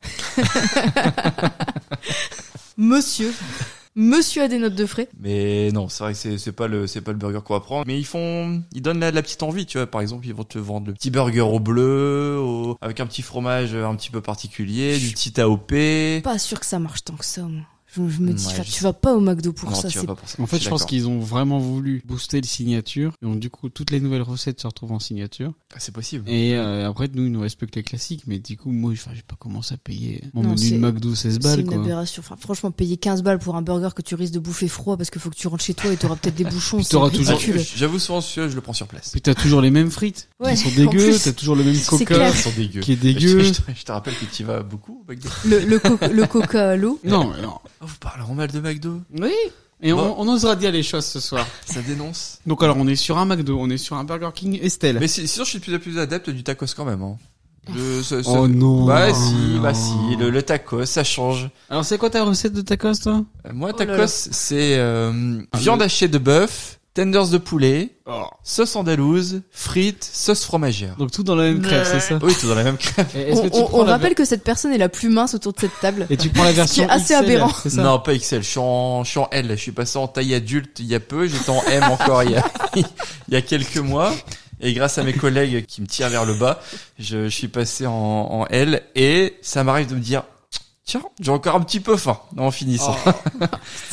Monsieur, monsieur a des notes de frais. Mais non, c'est vrai que c'est- c'est pas le c'est pas le burger qu'on va prendre. Mais ils font, ils donnent la, la petite envie, tu vois. Par exemple, ils vont te vendre le petit burger au bleu, au- avec un petit fromage euh, un petit peu particulier, du petit AOP. Pas sûr que ça marche tant que ça, moi. Je, je me dis, Ouais, enfin, je tu sais. vas pas au McDo pour Non, ça, tu vas c'est pas pour ça. En fait, suis je pense d'accord. qu'ils ont vraiment voulu booster les signatures. Et donc, du coup, toutes les nouvelles recettes se retrouvent en signature. Ah, c'est possible. Et euh, après, nous, il nous reste plus que les classiques, mais du coup, moi, je enfin, j'ai pas commencé à payer mon Non, menu de c'est- McDo 16 C'est balles, une quoi. aberration. Enfin, franchement, payer 15 balles pour un burger que tu risques de bouffer froid parce qu'il faut que tu rentres chez toi et t'auras peut-être des bouchons. Puis c'est t'auras toujours- Ah, ridicule. J'avoue souvent, celui-là, je le prends sur place. Puis t'as toujours les mêmes frites, Ouais, qui sont en dégueux, plus. t'as toujours le même C'est coca, clair. sont dégueux. qui est Je, dégueu. je te- je te rappelle que tu vas beaucoup au McDo. Le, le, co- le coca à l'eau. Non, mais non. Oh, vous parlez en mal de McDo. Oui. Et on, Bon. on osera dire les choses ce soir. Ça dénonce. Donc alors, on est sur un McDo, on est sur un Burger King Estelle. Mais si- sinon, je suis de plus en plus adepte du tacos quand même. Hein. Je- ce- ce- Oh non. Bah si, bah Non. si. Le, le tacos, ça change. Alors, c'est quoi ta recette de tacos, toi Euh, Moi, Oh là tacos, là. c'est euh, viande hachée de bœuf, tenders de poulet, sauce andalouse, frites, sauce fromagère. Donc tout dans la même crêpe, c'est ça Oui, tout dans la même crème. Et On, est-ce que tu on- prends on la- rappelle que cette personne est la plus mince autour de cette table. Et tu prends la version est assez XL, aberrant. c'est ça Non, pas XL, je suis en, je suis en L. Je suis passé en taille adulte il y a peu, j'étais en M encore il y, a, il y a quelques mois. Et grâce à mes collègues qui me tirent vers le bas, je, je suis passé en, en L. Et ça m'arrive de me dire, Tiens, j'ai encore un petit peu faim en finissant.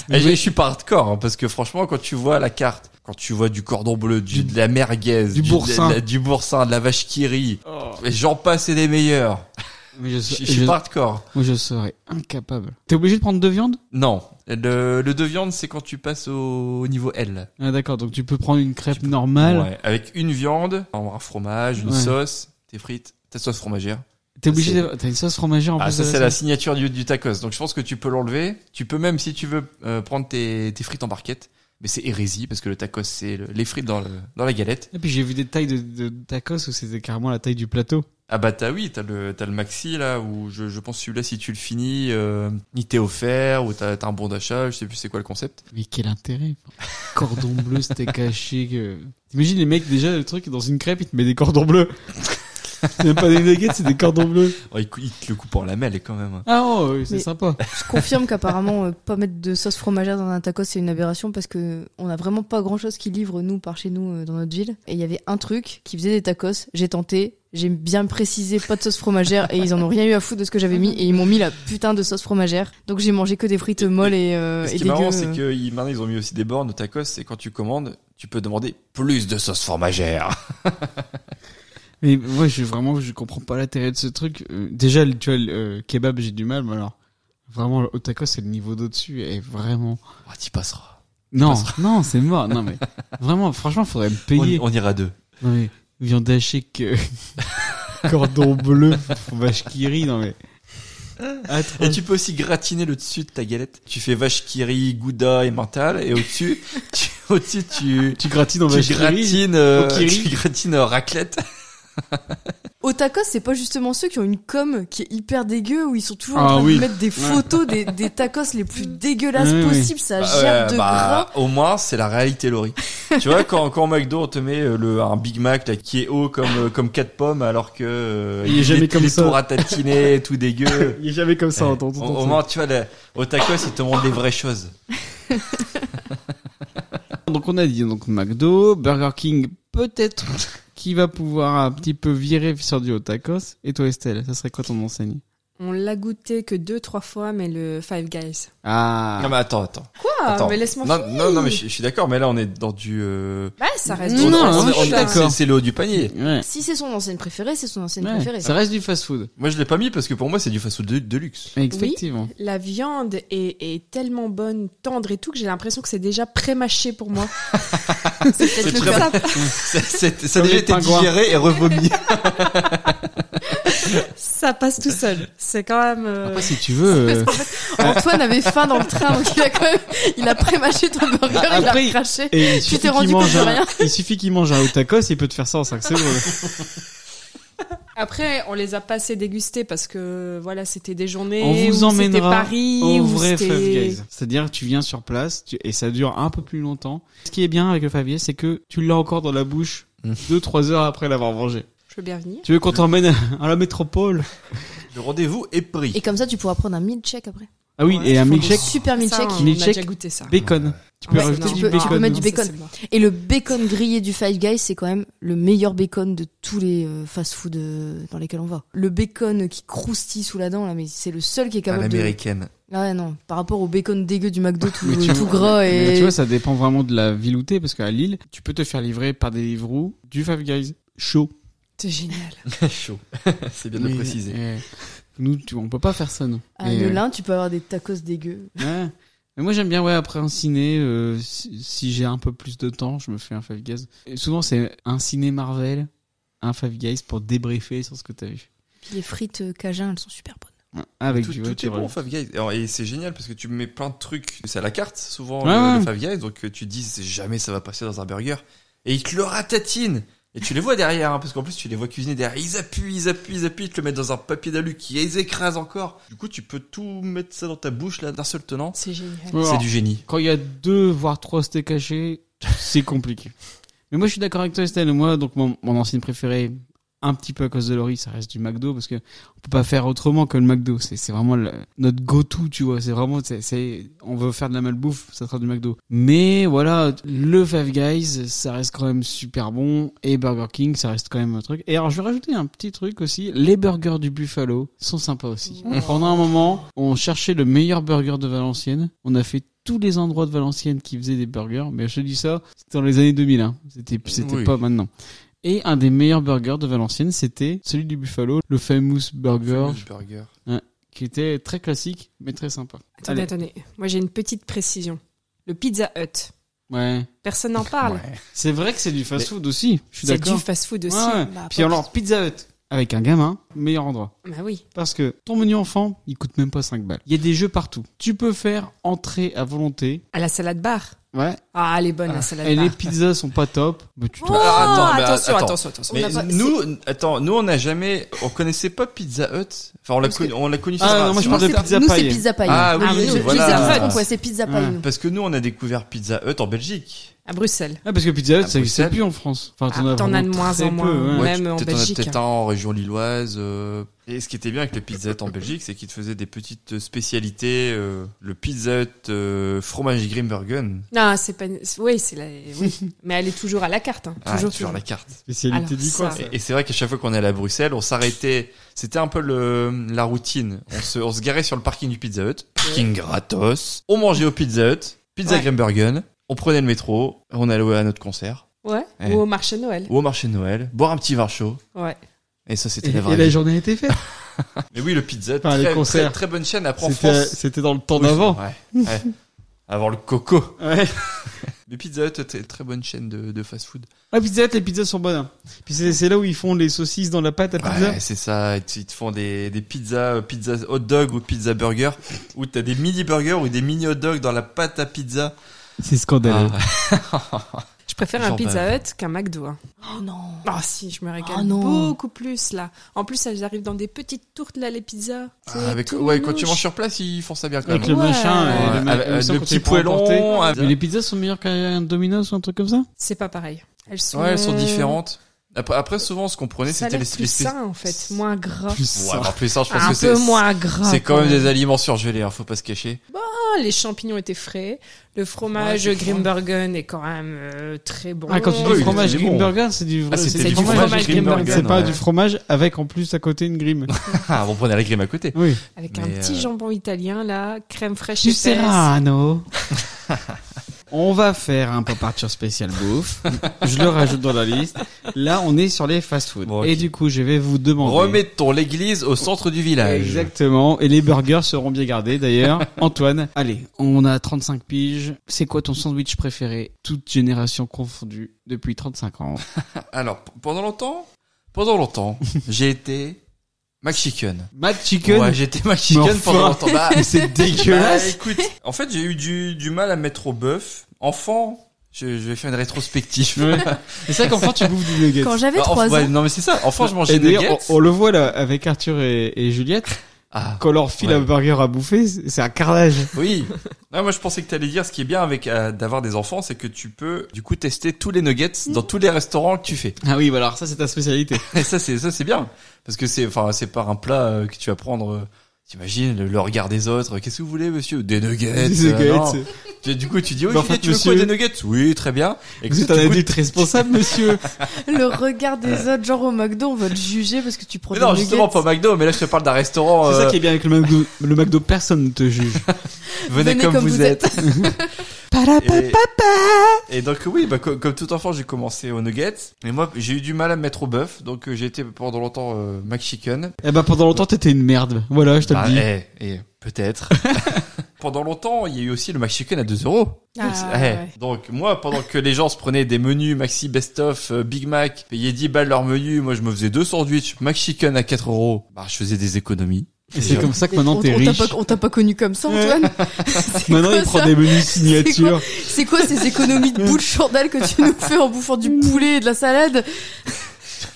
Mais Et je oui. je suis pas hardcore, hein, parce que franchement, quand tu vois la carte, quand tu vois du cordon bleu, du, de la merguez, du de boursin. la- du boursin, de la vache qui rit, et j'en passe et des meilleurs. Mais je, Je, je je, suis pas hardcore. moi, je serais incapable. T'es obligé de prendre deux viandes Non, le, le de viande, c'est quand tu passes au, au niveau L. Ah d'accord, donc tu peux prendre une crêpe normale. Ouais, avec une viande, un fromage, une Ouais. sauce, tes frites, ta sauce fromagère. T'es obligé c'est- d'avoir- T'as une sauce fromagère en Ah, plus ça, de c'est la sauce. signature du, du tacos. Donc, je pense que tu peux l'enlever. Tu peux même, si tu veux, euh, prendre tes, tes frites en barquette. Mais c'est hérésie, parce que le tacos, c'est le- les frites dans, le, dans la galette. Et puis j'ai vu des tailles de, de tacos où c'était carrément la taille du plateau. Ah bah, t'as oui, t'as le, t'as le maxi, là, où je, je pense celui-là, si tu le finis, euh, il t'est offert, ou t'as t'as un bon d'achat, je sais plus c'est quoi le concept. Mais quel intérêt Cordon bleu, c'était caché. Que... T'imagines les mecs déjà le truc dans une crêpe, ils te mettent des cordons bleus. c'est même pas des nuggets, c'est des cordons bleus. Oh, il, cou- il te le coupe en lamelles, quand même. Ah oh, oui, c'est Mais- sympa. Je confirme qu'apparemment, euh, pas mettre de sauce fromagère dans un tacos, c'est une aberration parce que on a vraiment pas grand chose qui livre, nous, par chez nous, euh, dans notre ville. Et il y avait un truc qui faisait des tacos. J'ai tenté, j'ai bien précisé pas de sauce fromagère et ils en ont rien eu à foutre de ce que j'avais mis et ils m'ont mis la putain de sauce fromagère. Donc j'ai mangé que des frites molles et, euh, Ce et qui est marrant, dégueu, c'est euh. que ils- maintenant, ils ont mis aussi des bornes au tacos, c'est quand tu commandes, tu peux demander plus de sauce fromagère. Mais moi, je vraiment, je comprends pas l'intérêt de ce truc. Euh, déjà, le- tu vois, le euh, kebab, j'ai du mal, mais alors vraiment, le tacos, c'est le niveau d'au-dessus, et vraiment. Oh, Ah, t'y passeras. Non, non, c'est mort. Non mais vraiment, franchement, faudrait me payer. On, on ira deux. Non mais viande hachée que cordon bleu, vache qui rit. Non mais. Et tu peux aussi gratiner le dessus de ta galette. Tu fais vache kiri, gouda et mental, et au-dessus, tu, au-dessus, tu, tu gratines en tu vache qui rit. gratines, euh, au kiri. tu gratines euh, raclette. Au tacos, c'est pas justement ceux qui ont une com qui est hyper dégueu où ils sont toujours en Ah train oui. de mettre des photos des, des tacos les plus dégueulasses Oui, oui. possibles. Ça Bah, gerbe ouais, de bah, gras. au moins, c'est la réalité, Laurie. tu vois, quand, quand au McDo, on te met euh, le, un Big Mac, là, qui est haut comme, euh, comme quatre pommes, alors que, euh, Il est jamais comme il ça. tout ratatiné, tout dégueu. Il est jamais comme ça, entends. Au, au moins, tu vois, le- au tacos, ils te montrent des vraies choses. Donc on a dit donc McDo, Burger King, peut-être qui va pouvoir un petit peu virer sur du haut tacos. Et toi Estelle, ça serait quoi ton enseigne On l'a goûté que deux, trois fois, mais le Five Guys. Ah. Non, mais attends, attends. Ah, attends. mais laisse-moi non, finir. non, non, mais je, je suis d'accord, mais là, on est dans du, euh, Ouais, ça reste Bah Non, du non, fast non, je food, suis hein. d'accord. C'est c'est le haut du panier. Ouais. Si c'est son enseigne préférée, c'est son enseigne Ouais. préférée. Ça reste du fast-food. Moi, je l'ai pas mis parce que pour moi, c'est du fast-food de, de luxe. Effectivement. La viande est, est tellement bonne, tendre et tout que j'ai l'impression que c'est déjà pré-mâché pour moi. c'est C'est peut-être le très- cas. C'est- c'est- ça a Comme déjà les été pingouins. digéré et revomi. Ça passe tout seul. C'est quand même. euh, Après, si tu veux. euh, Antoine avait faim dans le train, donc il a quand même, il a prémâché ton burger, Ah, il après, a craché. Et il Tu suffit t'es qu'il rendu mange compte de un- rien. Ah, Il suffit qu'il mange un hot tacos, il peut te faire ça en 5 secondes. Après, on les a pas assez dégustés parce que voilà, c'était des journées. On vous où emmènera c'était Paris, Au où vrai c'était- Five Guys. C'est-à-dire que tu viens sur place tu- et ça dure un peu plus longtemps. Ce qui est bien avec le Five Guys, c'est que tu l'as encore dans la bouche Mm. 2-3 heures après l'avoir mangé. Je veux bien venir. Tu veux qu'on t'emmène à la métropole Le rendez-vous est pris. Et comme ça, tu pourras prendre un milkshake après. Ah oui, Ouais, et ils un font des milkshake Super Ça, milkshake. on Milkshake. a déjà goûté ça. bacon. Tu peux Ouais, rajouter non, du tu peux- bacon. tu peux mettre du bacon. Ça, c'est mort. Et le bacon grillé du Five Guys, c'est quand même le meilleur bacon de tous les euh, fast-food euh, dans lesquels on va. Le bacon qui croustille sous la dent, là, mais c'est le seul qui est À capable de... l'américaine. Ah ouais, non, par rapport au bacon dégueu du McDo tout, Mais tu tout vois- gras et... Mais tu vois, ça dépend vraiment de la ville où t'es, parce qu'à Lille, tu peux te faire livrer par des Deliveroo du Five Guys chaud. C'est génial. Chaud. c'est bien de le Mais, préciser. euh, Nous, tu, on peut pas faire ça, nous. À Et, euh, Melun, Ah, tu peux avoir des tacos dégueux. Ouais. Mais moi j'aime bien ouais après un ciné euh, si, si j'ai un peu plus de temps je me fais un Five Guys. Et souvent c'est un ciné Marvel, un Five Guys pour débriefer sur ce que t'as vu. Puis les frites euh, cajun, elles sont super bonnes. Ouais, Avec tout du tout est voiture. bon, Five Guys. Alors, Et c'est génial parce que tu mets plein de trucs. C'est à la carte, souvent, Ouais, ouais. le, le Five Guys. Donc, euh, tu te dis, c'est jamais ça va passer dans un burger. Et ils te le ratatinent. Et tu les vois derrière, hein, parce qu'en plus, tu les vois cuisiner derrière. Ils appuient, ils appuient, ils appuient. Ils te le mettent dans un papier d'alu qui les écrase encore. Du coup, tu peux tout mettre ça dans ta bouche, là, d'un seul tenant. C'est génial. Alors, C'est du génie. Quand il y a deux voire trois steaks hachés, c'est compliqué. Mais moi je suis d'accord avec toi Estelle. Moi donc mon, mon ancienne préférée un petit peu à cause de Laurie, ça reste du McDo parce que on peut pas faire autrement que le McDo. C'est c'est vraiment le- notre go-to, tu vois. C'est vraiment, c'est- c'est, on veut faire de la malbouffe, ça sera du McDo. Mais voilà, le Five Guys, ça reste quand même super bon. Et Burger King, ça reste quand même un truc. Et alors, je vais rajouter un petit truc aussi. Les burgers du Buffalo sont sympas aussi. Pendant un moment, on cherchait le meilleur burger de Valenciennes. On a fait tous les endroits de Valenciennes qui faisaient des burgers. Mais je te dis ça, c'était dans les années 2000. Hein. C'était, c'était Oui. pas maintenant. Et un des meilleurs burgers de Valenciennes, c'était celui du Buffalo, le famous burger, Famous burger. qui était très classique, mais très sympa. Allez. Attendez, attendez. Moi, j'ai une petite précision. Le Pizza Hut. Ouais. Personne n'en parle. C'est vrai que c'est du fast-food aussi. Je suis C'est du d'accord. fast-food aussi. Ouais, ouais. Bah, Puis alors, Pizza Hut, avec un gamin, meilleur endroit. Bah oui. Parce que ton menu enfant, il coûte même pas 5 balles. Il y a des jeux partout. Tu peux faire entrer à volonté. À la salade bar. Ouais. Ah, elle est bonne, la salade Et bar. les pizzas sont pas top. Mais tu te- Oh, Ah, attends, mais attention, attends. attention, attention. Mais On n'a pas- nous, n- attends, nous on n'a jamais, on connaissait pas Pizza Hut. Enfin, on l'a connu, on l'a connu. Ah, sur non, un- moi, je sur Nous, parle un- de c'est- pizza nous, paille. c'est pizza paille. Ah oui, Ah, oui, mais je- je voilà. Mm. sais qu'ils se c'est trompent, ouais, c'est pizza paille. Ouais. Parce que nous, on a découvert Pizza Hut en Belgique. À Bruxelles. Ah, parce que Pizza Hut, À ça existe Bruxelles. plus en France. Enfin, Ah, t'en vraiment as de moins très en moins. peu, ouais. Ouais. Mm. Même tu- en peut-être en- Belgique. Peut-être un en région lilloise. euh, Et ce qui était bien avec le Pizza Hut en Belgique, c'est qu'ils te faisaient des petites spécialités. euh, le Pizza Hut euh, fromage Grimbergen. Non, c'est pas. Oui, c'est la. Oui. mais elle est toujours à la carte. Hein. Ah, toujours, sur toujours. la carte. Spécialité Alors, dit quoi ça. ça Et, et c'est vrai qu'à chaque fois qu'on allait à Bruxelles, on s'arrêtait. C'était un peu le, la routine. On se, on se garait sur le parking du Pizza Hut. Parking gratos. On mangeait au Pizza Hut. Pizza Ouais. Grimbergen. On prenait le métro. On allait à notre concert. Ouais. Ouais. Ou au marché Noël. Ou au marché de Noël. Boire un petit vin chaud. Ouais. Et ça, c'était Et, la et vraie la vie. journée a été faite. Mais oui, le Pizza Hut. Enfin, les très, concerts. très, très bonne chaîne. Après, en C'était France. c'était dans le temps Oui, d'avant. Ouais. ouais. Avant le coco. Ouais. Le Pizza Hut, très, très bonne chaîne de, de fast food. Ouais, Pizza Hut, les pizzas sont bonnes. hein. Puis c'est c'est là où ils font les saucisses dans la pâte à pizza. Ouais, c'est ça. Ils te- ils te font des, des pizzas, euh, pizza hot dog ou pizza burger, où t'as des mini burgers ou des mini hot dogs dans la pâte à pizza. Ah, C'est scandaleux. Je préfère Genre, un Pizza bah, Hut qu'un McDo. hein. Oh non. Ah si, je me régale Ah non. beaucoup plus là. En plus, elles arrivent dans des petites tourtes là, les pizzas. C'est Ah, avec, tout ouais, quand mouche. tu manges sur place, ils font ça bien quand euh, Avec même. le Ouais. machin, et Ah. Ouais, le, ma- avec- le avec sang le quand petit t'es pas poêlon, emporté. avec- Mais les pizzas sont meilleures qu'un Domino's ou un truc comme ça C'est pas pareil. Elles sont. Ouais, elles Mmh. sont différentes. Après, après souvent, ce qu'on prenait, Ça a c'était l'air les, les plus sain en fait, moins gras. Plus Ouais, bah, ça. alors plus ça, je pense Un que peu c'est, moins gras. c'est quand même des aliments surgelés, hein, faut pas se cacher. Ah, les champignons étaient frais. Le fromage Ouais, c'est Grimbergen est quand même euh, très bon. Ah, quand tu dis Oui, il fromage était bon. Grimberger, c'est du vrai. Ah, c'était c'est du fromage Grimbergen, C'est pas ouais. du fromage avec en plus à côté une grime. Ah, on prenait la crème à côté. oui. Avec un Mais, petit euh, jambon italien là, crème fraîche Du épaisse. Serrano. On va faire un pop partir spécial bouffe. Je le rajoute dans la liste. Là, on est sur les fast-food. Bon, ok. Et du coup, je vais vous demander. Remettons l'église au centre du village. Exactement. Et les burgers seront bien gardés d'ailleurs. Antoine, allez, on a 35 piges. C'est quoi ton sandwich préféré Toute génération confondue depuis 35 ans. Alors, p- pendant longtemps, pendant longtemps, j'ai été McChicken. Mac Chicken Ouais, j'étais McChicken Mais enfin. pendant longtemps. Bah, Mais c'est Bah, dégueulasse. écoute, en fait, j'ai eu du, du mal à me mettre au bœuf. Enfant, je, je vais faire une rétrospective. Ouais. C'est ça qu'enfant tu bouffes du nuggets. Quand j'avais Bah, trois enf- ouais, ans, non, mais c'est ça. Enfant, je mangeais Et des d'ailleurs, oh, nuggets. on, on le voit là avec Arthur et, et Juliette. Ah, Quand leur file Ouais. un burger à bouffer, c'est c'est un carnage. oui. Ah, moi, je pensais que t'allais dire ce qui est bien avec euh, d'avoir des enfants, c'est que tu peux, du coup, tester tous les nuggets Mm. dans tous les restaurants que tu fais. Ah oui, voilà, alors ça c'est ta spécialité. Et ça, c'est ça, c'est bien, parce que c'est, enfin, c'est pas un plat euh, que tu vas prendre. euh, T'imagines le, le regard des autres. Qu'est-ce que vous voulez, monsieur Des nuggets. Des euh, nuggets. non. Tu- Du coup, tu dis, oh, Mais en Juliette, fait, tu veux quoi, monsieur- des nuggets Oui, très bien. Et que Vous êtes tu un goûtes- adulte responsable, monsieur. le regard des autres, genre au McDo, on va te juger parce que tu prends Mais des non, justement, nuggets. pas McDo, mais là, je te parle d'un restaurant. C'est ça euh, qui est bien avec le McDo. Le McDo, personne ne te juge. Venez, comme, vous, êtes. Et- Et, donc oui, bah, co- comme tout enfant, j'ai commencé aux nuggets. Mais moi, j'ai eu du mal à me mettre au bœuf, donc euh, j'ai été pendant longtemps euh, McChicken. Eh ben pendant longtemps t'étais une merde. Voilà, je te Bah, le dis. eh, eh, peut-être. pendant longtemps, il y a eu aussi le McChicken à 2 euros. Ah, Eh, ouais. Donc moi, pendant que les gens se prenaient des menus Maxi Best of, euh, Big Mac, payaient 10 balles leur menu, moi je me faisais deux sandwichs McChicken à 4 euros. Bah, je faisais des économies. Et c'est comme ça que maintenant On- t'es on t'a riche. pas- On t'a pas connu comme ça, Antoine. C'est Maintenant quoi il prend ça des menus signatures. C'est quoi ces économies de bouts de chandelle que tu nous fais en bouffant du poulet et de la salade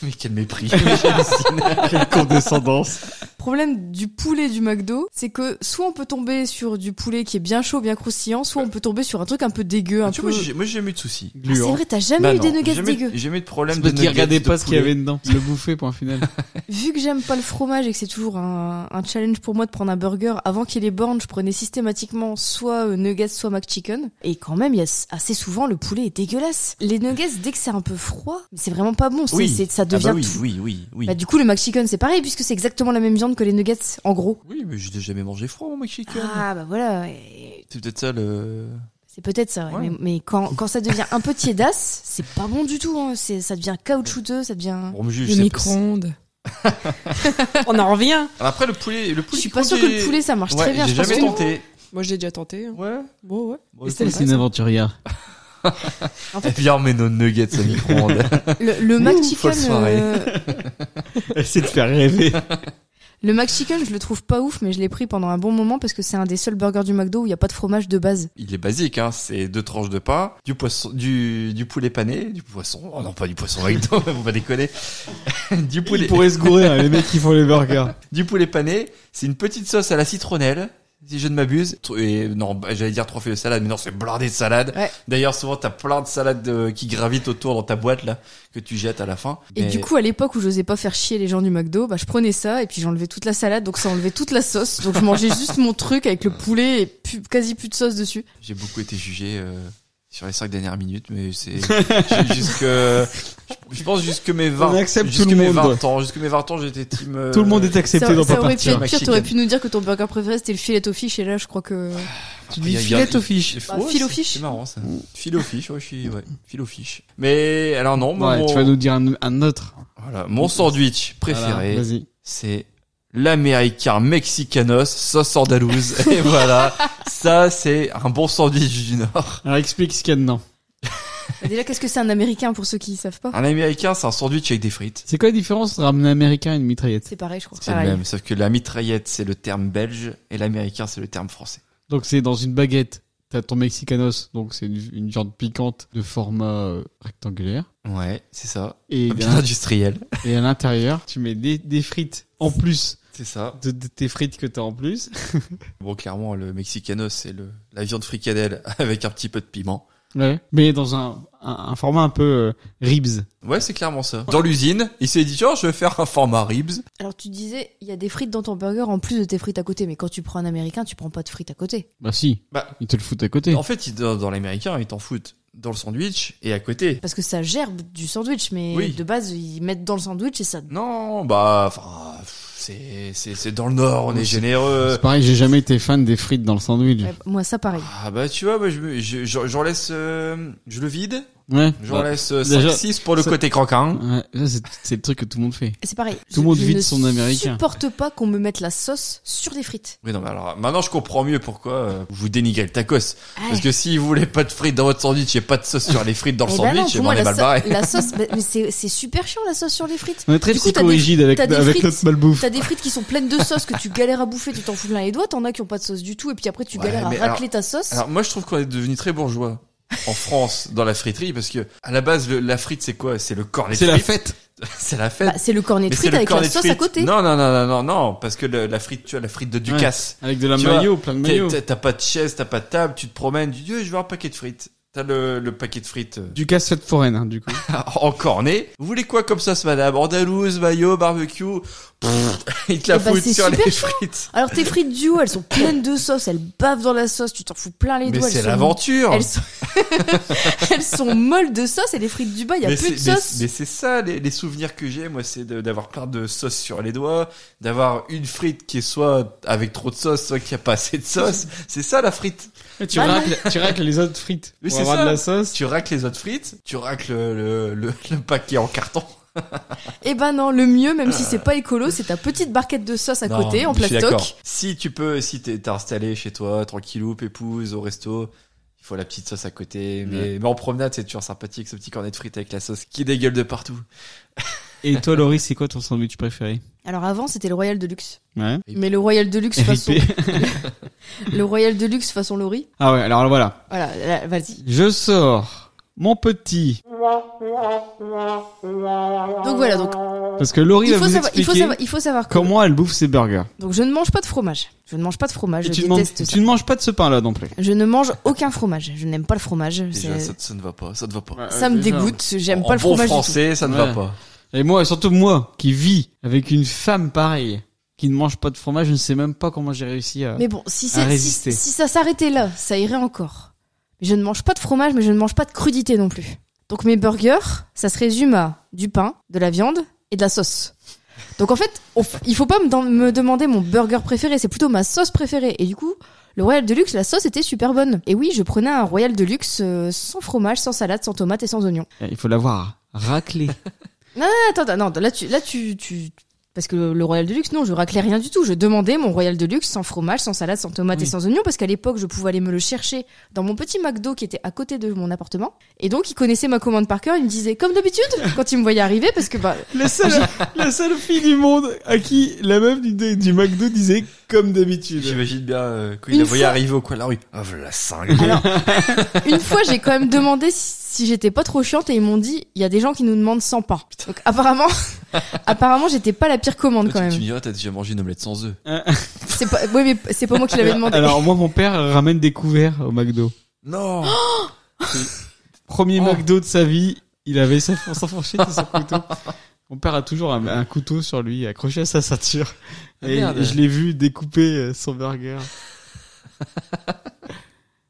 Mais quel mépris. Ah, Quelle condescendance. problème du poulet du McDo, c'est que soit on peut tomber sur du poulet qui est bien chaud, bien croustillant, soit on peut tomber sur un truc un peu dégueu, un Tu peu. vois, moi, j'ai- moi, j'ai jamais eu de soucis. Ah, hein. c'est vrai, t'as jamais Bah eu des non, nuggets j'ai jamais- dégueux. J'ai jamais eu de problème C'est de parce qu'il nuggets. regardait de pas ce qu'il y poulet. avait dedans. Le bouffait, point final. Vu que j'aime pas le fromage et que c'est toujours un, un challenge pour moi de prendre un burger, avant qu'il y ait les bornes, je prenais systématiquement soit euh, nuggets, soit McChicken. Et quand même, il y a s- assez souvent, le poulet est dégueulasse. Les nuggets, dès que c'est un peu froid, c'est vraiment pas bon. C'est- Oui. c'est- ça Ah devient bah oui, tout. oui, oui, oui. Bah, du coup, le McChicken, c'est pareil, puisque c'est exactement la même viande que les nuggets, en gros. Oui, mais je n'ai jamais mangé froid, mon McChicken. Ah, bah voilà. et- C'est peut-être ça le. C'est peut-être ça, ouais. Ouais. mais, mais quand, quand ça devient un peu tiédasse, c'est pas bon du tout. Hein. C'est- Ça devient caoutchouteux, ça devient... Bon, je- je Le sais pas. micro-ondes. On en revient. Après, le poulet. Le Je poulet suis pas sûr que le poulet, ça marche très bien. J'ai Je pense jamais que- tenté. Moi, je l'ai déjà tenté. hein. Ouais. Bon, ouais. Bon, Estelle, c'est une aventurière. Eh bien, mais nos nuggets à micro-ondes. Le, le folle McChicken, soirée. euh, Essaye de faire rêver. le McChicken, je le trouve pas ouf, mais je l'ai pris pendant un bon moment parce que c'est un des seuls burgers du McDo où il y a pas de fromage de base. Il est basique, hein. C'est deux tranches de pain, du poisson, du, du poulet pané, du poisson. Oh non, pas du poisson McDo, faut pas déconner. du poulet, Ils pourraient se gourer, hein, les mecs qui font les burgers. du poulet pané. C'est une petite sauce à la citronnelle. Si je ne m'abuse. Tr- Et non, bah, j'allais dire trois feuilles de salade, mais non, c'est blindé de salade. Ouais. D'ailleurs, souvent, t'as plein de salades euh, qui gravitent autour dans ta boîte, là, que tu jettes à la fin. Et Mais- du coup, à l'époque où j'osais pas faire chier les gens du McDo, bah, je prenais ça et puis j'enlevais toute la salade, donc ça enlevait toute la sauce. Donc je mangeais juste mon truc avec le poulet et pu- quasi plus de sauce dessus. J'ai beaucoup été jugé euh, sur les cinq dernières minutes, mais c'est j'ai- jusque je pense jusque mes 20 On accepte jusque tout le mes monde. 20 ans, jusque mes 20 ans, j'étais team euh, Tout le monde est Ça, accepté dans ça pas aurait pu hein. partir. être pire, t'aurais pu nous dire que ton burger préféré c'était le filet au fish et là je crois que... Tu Il y dis a- filet il y a- aux fiches. Bah, fil aux c'est- fiches. C'est marrant ça. Mm. Fil au fiche, ouais, je suis ouais, fil au fiche. Mais alors non, mon, Ouais, tu vas nous dire un, un autre. voilà, mon sandwich préféré, Voilà, Vas-y. c'est l'américain mexicanos sauce andalouse et voilà, ça c'est un bon sandwich du nord. Alors explique ce qu'il y a dedans. Bah, Déjà, qu'est-ce que c'est un américain pour ceux qui savent pas Un américain, c'est un sandwich avec des frites. C'est quoi la différence entre un américain et une mitraillette C'est pareil, je crois. C'est le Pareil. même, sauf que la mitraillette c'est le terme belge et l'américain c'est le terme français. Donc c'est dans une baguette. T'as ton mexicanos, donc c'est une, une viande piquante de format euh, rectangulaire. Ouais, c'est ça. Et, Bien à- industriel. et à l'intérieur, tu mets des, des frites en plus C'est ça. de, de tes frites que t'as en plus. Bon, clairement, le mexicano, c'est le, la viande fricadelle avec un petit peu de piment. Ouais. Mais dans un, un, un format un peu euh, ribs. Ouais, c'est clairement ça. Dans l'usine, il s'est dit, tiens, je vais faire un format ribs. Alors tu disais, il y a des frites dans ton burger en plus de tes frites à côté, mais quand tu prends un américain, tu prends pas de frites à côté. Bah si. Bah. Ils te le foutent à côté. En fait, il- dans, dans l'américain, ils t'en foutent dans le sandwich et à côté. Parce que ça gerbe du sandwich, mais Oui. de base, ils mettent dans le sandwich et ça... Non, bah, enfin, pff, c'est, c'est, c'est dans le nord, on est généreux. C'est pareil, j'ai jamais été fan des frites dans le sandwich. Ouais, moi, ça pareil. Ah, bah, tu vois, moi, je, me- je- j'en j'en laisse, euh, je le vide. Ouais. J'en laisse euh, Bah, déjà, 5-6 pour le ça- côté croquant. Ouais, ça, c'est- c'est le truc que tout le monde fait. Et C'est pareil. Tout le monde Je- je vide ne son américain. supporte pas qu'on me mette la sauce sur des frites. Oui, non, mais alors, maintenant, je comprends mieux pourquoi euh, vous dénigrez le tacos. Parce Ouais. que si vous voulez pas de frites dans votre sandwich et pas de sauce sur les frites dans le Eh ben non, sandwich, pour eh ben on moi, est la, mal so- barré. la sauce, bah, mais c'est c'est super chiant la sauce sur les frites. On est très Du coup, t'as psychorigide avec, t'as des avec frites. notre malbouffe. T'as des frites qui sont pleines de sauce que tu galères à bouffer, tu t'en fous plein les doigts, t'en as qui ont pas de sauce du tout, et puis après tu Ouais, galères à mais racler alors- ta sauce. Alors moi je trouve qu'on est devenu très bourgeois en France dans la friterie parce que à la base le- la frite c'est quoi C'est le cornet de frites. fête. C'est la Bah, fête. c'est le cornet de Mais c'est frites le avec la cornet de sauce à frites. côté. Non non non non non non parce que le- la frite tu as la frite de Ducasse. Avec de la Tu maillot, plein de T'es- maillot. t'as- T'as pas de chaise, t'as pas de table, tu te promènes, tu dis Oh, je veux un paquet de frites. T'as le, le paquet de frites euh, Du casse fête foraine, hein, du coup. en cornet. Vous voulez quoi comme sauce, madame Andalouse, maillot, barbecue Pfff, Ils te la Eh ben, foutent c'est sur les super frites. Alors tes frites duo, elles sont pleines de sauce, elles bavent dans la sauce, tu t'en fous plein les Mais doigts. c'est elles sont- l'aventure. Elles sont... elles sont molles de sauce et les frites du bas, il y a mais plus de c'est- mais- sauce. Mais, c'est ça, les, les souvenirs que j'ai, moi, c'est de- d'avoir plein de sauce sur les doigts, d'avoir une frite qui est soit avec trop de sauce, soit qui a pas assez de sauce. c'est ça, la frite. tu, Ah, racles, tu racles les autres frites. Oui, pour c'est avoir ça. de la sauce. Tu racles les autres frites, tu racles le, le, le paquet en carton. Eh ben non, le mieux, même si c'est pas écolo, c'est ta petite barquette de sauce à Euh. Non, côté en je suis Bah, plastoc. d'accord. Si tu peux, si t'es t'es installé chez toi, tranquillou, épouse, au resto, il faut la petite sauce à côté. Mais, mais en promenade, c'est toujours sympathique, ce petit cornet de frites avec la sauce qui dégueule de partout. Et toi, Laurie, c'est quoi ton sandwich préféré Alors avant, c'était le Royal Deluxe. Ouais. Et- Mais le Royal Deluxe façon, RIP. le Royal Deluxe façon Laurie. Ah ouais, alors voilà. Voilà, là, vas-y. Je sors Mon petit. Donc voilà, donc Parce que Laurie il va faut, vous savoir, il, faut expliquer savoir, il faut savoir que- comment elle bouffe ses burgers. Donc je ne mange pas de fromage. Je ne mange pas de fromage. Et Je tu, ne manges, déteste ça. tu ne manges pas de ce pain-là non plus. Je ne mange aucun fromage. Je n'aime pas le fromage. Déjà, c'est- ça, ça ne va pas, ça ne va pas. Ça me dégoûte. J'aime En pas le bon fromage. du tout. français, ça ne Ouais. va pas. Et moi, et surtout moi, qui vis avec une femme pareille, qui ne mange pas de fromage, je ne sais même pas comment j'ai réussi à... Mais bon, si, euh, à c'est- résister. si, si ça s'arrêtait là, ça irait encore. Mais Je ne mange pas de fromage, mais je ne mange pas de crudité non plus. Donc mes burgers, ça se résume à du pain, de la viande et de la sauce. Donc en fait, on f- il faut pas me, dem- me demander mon burger préféré, c'est plutôt ma sauce préférée. Et du coup, le Royal Deluxe, la sauce était super bonne. Et oui, je prenais un Royal Deluxe euh, sans fromage, sans salade, sans tomate et sans oignon. Eh, Il faut l'avoir raclé. Attends, attends, non, là tu, là tu, tu, parce que le Royal Deluxe, non, je raclais rien du tout. Je demandais mon Royal Deluxe sans fromage, sans salade, sans tomate et Oui. sans oignon, parce qu'à l'époque, je pouvais aller me le chercher dans mon petit McDo qui était à côté de mon appartement. Et donc, il connaissait ma commande par cœur. Il me disait, comme d'habitude, quand il me voyait arriver, parce que bah, La seule, la seule fille du monde à qui la meuf du, du McDo disait comme d'habitude. J'imagine bien euh, quand Une il la voyait fois- arriver au coin de la rue. Ah, voilà, cinglée. une fois, j'ai quand même demandé si, si j'étais pas trop chiante et ils m'ont dit, il y a des gens qui nous demandent sans pain. Donc, apparemment, apparemment, j'étais pas la pire commande Toi, quand tu, tu me même. diras, t'as déjà mangé une omelette sans œufs. C'est pas, oui, mais c'est pas moi qui l'avais demandé. Alors moi, mon père ramène des couverts au McDo. Oh, Non Premier Oh. McDo de sa vie, il avait sa, sa fourchette et son couteau. Mon père a toujours un, un couteau sur lui, accroché à sa ceinture. Ah, Et merde. je l'ai vu découper euh, son burger.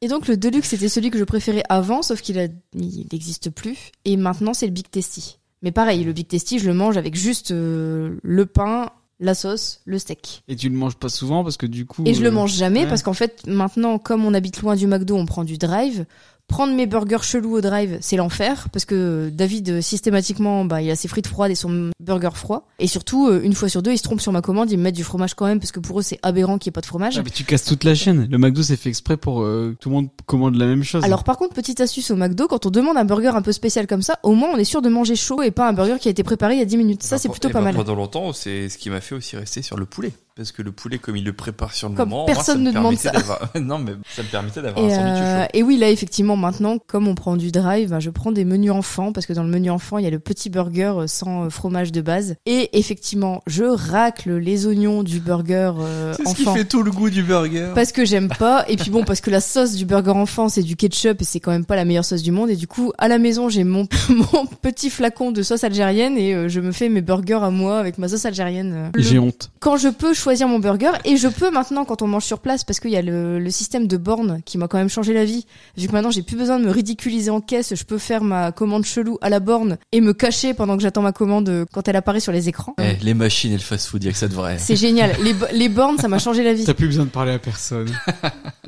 Et donc le Deluxe c'était celui que je préférais avant, sauf qu'il a- il n'existe plus. Et maintenant c'est le Big Tasty. Mais pareil, le Big Tasty, je le mange avec juste euh, le pain, la sauce, le steak. Et tu le manges pas souvent parce que du coup... Et je le euh, mange jamais ouais. parce qu'en fait maintenant, comme on habite loin du McDo, on prend du drive. Prendre mes burgers chelous au drive, c'est l'enfer parce que David euh, systématiquement, bah, il a ses frites froides et son burger froid. Et surtout, euh, une fois sur deux, il se trompe sur ma commande, il me met du fromage quand même parce que pour eux c'est aberrant qu'il n'y ait pas de fromage. Ah, mais tu casses toute la chaîne. Le McDo s'est fait exprès pour euh, que tout le monde commande la même chose. Alors par contre, petite astuce au McDo, quand on demande un burger un peu spécial comme ça, au moins on est sûr de manger chaud et pas un burger qui a été préparé il y a 10 minutes. Ça c'est Bah, plutôt eh pas ben, mal. Pendant longtemps, c'est ce qui m'a fait aussi rester sur le poulet. Parce que le poulet, comme il le prépare sur le Comme moment, personne ne moi, ça me demande permettait d'avoir- non, mais ça me permettait d'avoir un Et, sandwich au euh, chaud. et oui, là effectivement, maintenant, comme on prend du drive, ben, je prends des menus enfants parce que dans le menu enfant, il y a le petit burger euh, sans euh, fromage de base. Et effectivement, je racle les oignons du burger euh, enfant. tout le goût du burger. Parce que j'aime pas, et puis bon, parce que la sauce du burger enfant, c'est du ketchup, et c'est quand même pas la meilleure sauce du monde, et du coup, à la maison, j'ai mon, mon petit flacon de sauce algérienne, et euh, je me fais mes burgers à moi avec ma sauce algérienne. euh. J'ai honte. Quand je peux choisir mon burger, et je peux maintenant quand on mange sur place, parce qu'il y a le, le système de bornes qui m'a quand même changé la vie, vu que maintenant j'ai plus besoin de me ridiculiser en caisse, je peux faire ma commande chelou à la borne, et me cacher pendant que j'attends ma commande euh, quand elle apparaît sur les écrans. Eh, les machines et le fast-food, il y a que ça de vrai. C'est génial. Les, bo- les bornes, ça m'a changé la vie. T'as plus besoin de parler à personne.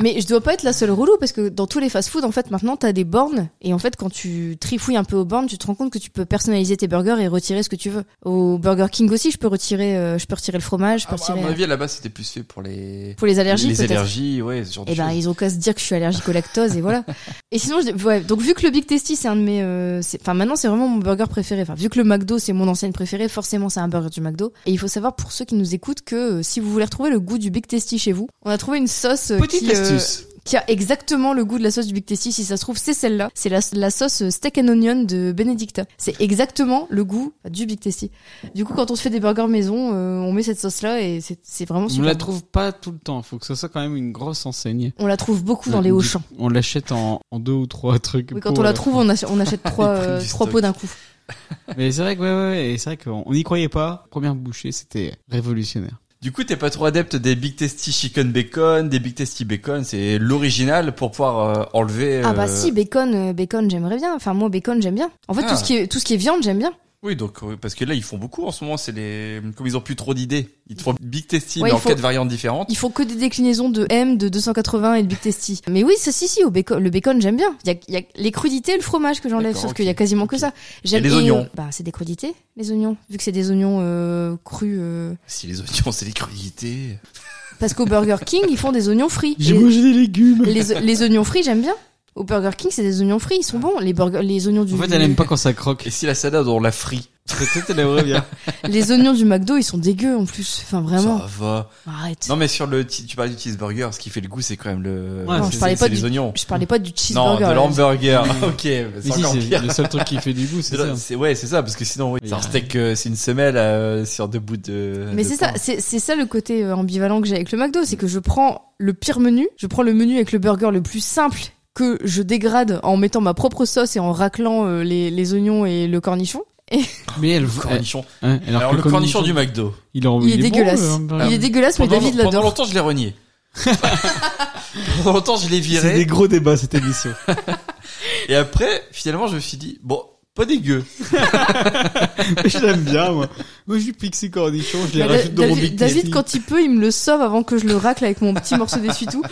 Mais je dois pas être la seule relou parce que dans tous les fast-food, en fait, maintenant, t'as des bornes. Et en fait, quand tu trifouilles un peu aux bornes, tu te rends compte que tu peux personnaliser tes burgers et retirer ce que tu veux. Au Burger King aussi, je peux retirer, euh, je peux retirer le fromage, je peux Ah, bah, à retirer. mon avis, là-bas, c'était plus fait pour les... Pour hein. les allergies, les peut-être. allergies, ouais, ce genre de Et ben, choses. ils ont qu'à se dire que je suis allergique au lactose et voilà. Et sinon, je- ouais, donc vu que le Big Tasty, c'est un de mes, euh, c'est- enfin maintenant c'est vraiment mon burger préféré. Enfin, vu que le McDo c'est mon ancienne préférée, forcément c'est un burger du McDo. Et il faut savoir pour ceux qui nous écoutent que euh, si vous voulez retrouver le goût du Big Tasty chez vous, on a trouvé une sauce euh, Petite qui, euh, astuce. qui a exactement le goût de la sauce du Big Tasty. Si ça se trouve, c'est celle-là. C'est la, la sauce steak and onion de Benedicta. C'est exactement le goût du Big Tasty. Du coup, quand on se fait des burgers maison, euh, on met cette sauce-là et c'est c'est vraiment On super. la bon. trouve pas tout le temps. Faut que ce soit quand même une grosse enseigne. On la trouve beaucoup dans les hauts champs. On l'achète en, en deux ou trois trucs. Oui, quand Euh, pour, on la euh, trouve, on, ach- on achète trois, prennent euh, du trois stock. pots d'un coup. Mais c'est vrai que ouais, ouais, ouais, et c'est vrai qu'on on n'y croyait pas. Première bouchée, c'était révolutionnaire. Du coup, t'es pas trop adepte des Big Tasty Chicken Bacon, des Big Tasty Bacon, c'est l'original pour pouvoir euh, enlever. Ah bah euh, si, bacon, euh, bacon, j'aimerais bien. Enfin, moi, bacon, j'aime bien. En fait, Ah. tout, ce qui est, tout ce qui est viande, j'aime bien. Oui, donc euh, parce que là, ils font beaucoup en ce moment. C'est les comme ils ont plus trop d'idées, ils te font Big Tasty Ouais, mais il en faut- quatre variantes différentes. Il faut que des déclinaisons de M, de 280 et de Big Tasty. Mais oui, ça, si, si, au bacon, le bacon, j'aime bien. Il y a, il y a les crudités et le fromage que j'enlève, D'accord, sauf ok, qu'il y a quasiment que ok. ça. J'aime les euh, oignons Bah, c'est des crudités, les oignons. Vu que c'est des oignons euh, crus. euh, Si les oignons, c'est les crudités. Parce qu'au Burger King, ils font des oignons frits. J'ai Et- mangé des légumes. les, o- les oignons frits, j'aime bien. Au Burger King, c'est des oignons frits, ils sont bons. Les, burgers, les oignons du. En fait, elle aime pas quand ça croque. Et si la salade, on la frit Peut-être elle aimerait bien. Les oignons du McDo, ils sont dégueux en plus. Enfin, vraiment. Ça va. Arrête. Non, mais sur le, ti- tu parles du cheeseburger, ce qui fait le goût, c'est quand même le. Ouais, Non, c'est- je parlais c'est pas les du- oignons. Je parlais pas du Non, cheeseburger. de là. l'hamburger. ok, c'est Mais si, encore c'est pire. le seul truc qui fait du goût, c'est C'est ça. ça, c'est- ouais, c'est ça, parce que sinon, oui, c'est un Mais, steak, euh, c'est une semelle euh, sur deux bouts de. Euh, Mais de c'est ça, pain. c'est c'est ça le côté euh, ambivalent que j'ai avec le McDo, c'est que je prends le pire menu, je prends le menu avec le burger le plus simple que je dégrade en mettant ma propre sauce et en raclant euh, les, les oignons et le cornichon. Mais elle Le voit. cornichon. hein, Alors, le cornichon du McDo. Il, en- Il, est, bon, dégueulasse. le hamburger. il est dégueulasse, mais Pendant, David pendant l'adore. longtemps, je l'ai renié. pendant longtemps, je l'ai C'est des viré. gros débats cette émission. Et après, finalement, je me suis dit, bon, pas dégueu. je l'aime bien, moi. Moi, je pique ces cornichons, je les Bah, Mais rajoute Da- dans mon David, Big Bah, David, Tasty. quand il peut, il me le sauve avant que je le racle avec mon petit morceau d'essuie-tout.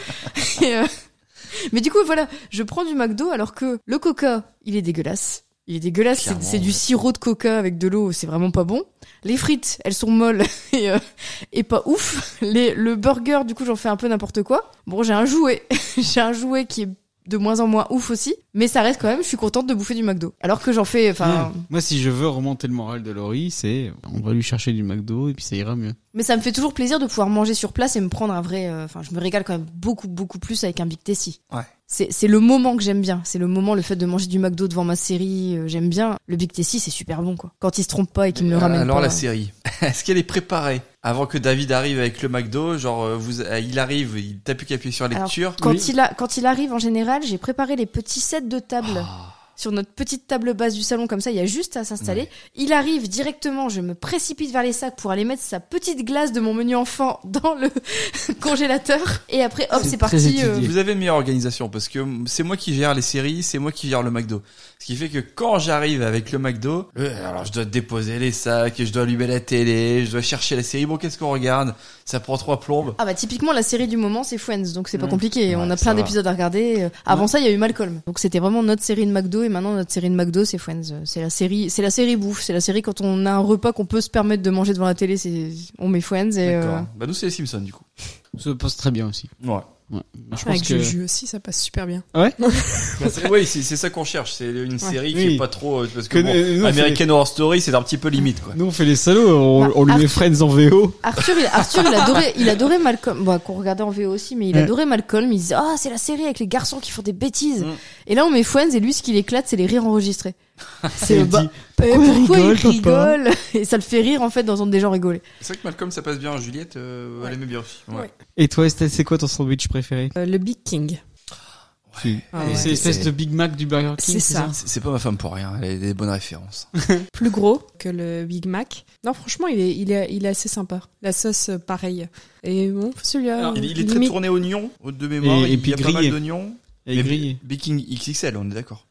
Et, euh, Mais du coup, voilà, je prends du McDo alors que le coca, il est dégueulasse. Il est dégueulasse, c'est- Clairement, c'est du ouais. sirop de coca avec de l'eau, c'est vraiment pas bon. Les frites, elles sont molles et, euh, et pas ouf. Les, le burger, du coup, j'en fais un peu n'importe quoi. Bon, j'ai un jouet, j'ai un jouet qui est de moins en moins ouf aussi, mais ça reste quand même, je suis contente de bouffer du McDo. Alors que j'en fais, Hmm. enfin, Mmh. Moi, si je veux remonter le moral de Laurie, c'est on va lui chercher du McDo et puis ça ira mieux. Mais ça me fait toujours plaisir de pouvoir manger sur place et me prendre un vrai. euh, Enfin, je me régale quand même beaucoup, beaucoup plus avec un Big Tessie. Ouais. C'est c'est le moment que j'aime bien. C'est le moment, le fait de manger du McDo devant ma série, euh, j'aime bien. Le Big Tessie, c'est super bon, quoi. Quand il se trompe pas et qu'il me le ramène Euh, Alors pas. la série, est-ce qu'elle est préparée avant que David arrive avec le McDo Genre, euh, vous, euh, il arrive, il t'as plus qu'à appuyer sur Alors, lecture. Quand, Oui. il a, quand il arrive, en général, j'ai préparé les petits sets de table. Sur notre petite table basse du salon, comme ça, il y a juste à s'installer. Il arrive directement, je me précipite vers les sacs pour aller mettre sa petite glace de mon menu enfant dans le congélateur. Et après, hop, C'est c'est très parti. euh, étudié. Vous avez une meilleure organisation parce que c'est moi qui gère les séries, c'est moi qui gère le McDo. Ce qui fait que quand j'arrive avec le McDo, euh, alors je dois déposer les sacs, je dois allumer la télé, je dois chercher la série. Bon, qu'est-ce qu'on regarde Ça prend trois plombes. Ah bah typiquement la série du moment c'est Friends donc c'est pas Mm. Ouais. compliqué on a Ouais, ça plein va. d'épisodes à regarder Euh, avant ça il y a eu Malcolm donc c'était vraiment notre série de McDo et maintenant notre série de McDo c'est Friends Euh, c'est la série c'est la série bouffe c'est la série quand on a un repas qu'on peut se permettre de manger devant la télé c'est on met Friends et D'accord. euh, Bah nous c'est les Simpsons du coup. Ça passe très bien aussi. Ouais. Ouais. Je pense Avec que Juju aussi, ça passe super bien. oui, c'est c'est ça qu'on cherche. C'est une série qui Oui. est pas trop euh, parce que, Que- bon, euh, nous, on fait American Horror Story, c'est un petit peu limite quoi. les- nous on fait les salauds, on, Bah, on lui met Arthur- Friends en VO. Arthur il, Arthur il adorait il adorait Malcolm bah qu'on regardait en VO aussi mais il Ouais. adorait Malcolm il disait ah c'est la série avec les garçons qui font des bêtises Mm. et là on met Friends et lui ce qu'il éclate c'est les rires enregistrés c'est Et euh, il bah, dit, euh, pourquoi il pourquoi il rigole, papa rigole et ça le fait rire en fait d'entendre des gens rigoler C'est vrai que Malcolm ça passe bien. Juliette, euh, elle aimait bien aussi. Ouais. Ouais. Et toi Estelle, c'est quoi ton sandwich préféré Euh, le Big King. Si. Ah Et ouais. C'est l'espèce C'est- de Big Mac du Burger King. C'est ça. C'est c'est pas ma femme pour rien. Elle a des bonnes références. Plus gros que le Big Mac. Non, franchement, il est, il est, il est assez sympa. La sauce, euh, pareil. Et bon, celui-là. il, il est limite- très tourné oignon au- de mémoire. Et- et puis il y a pas grillé. mal d'oignons. Et Mais grillé. Big King XXL, on est d'accord.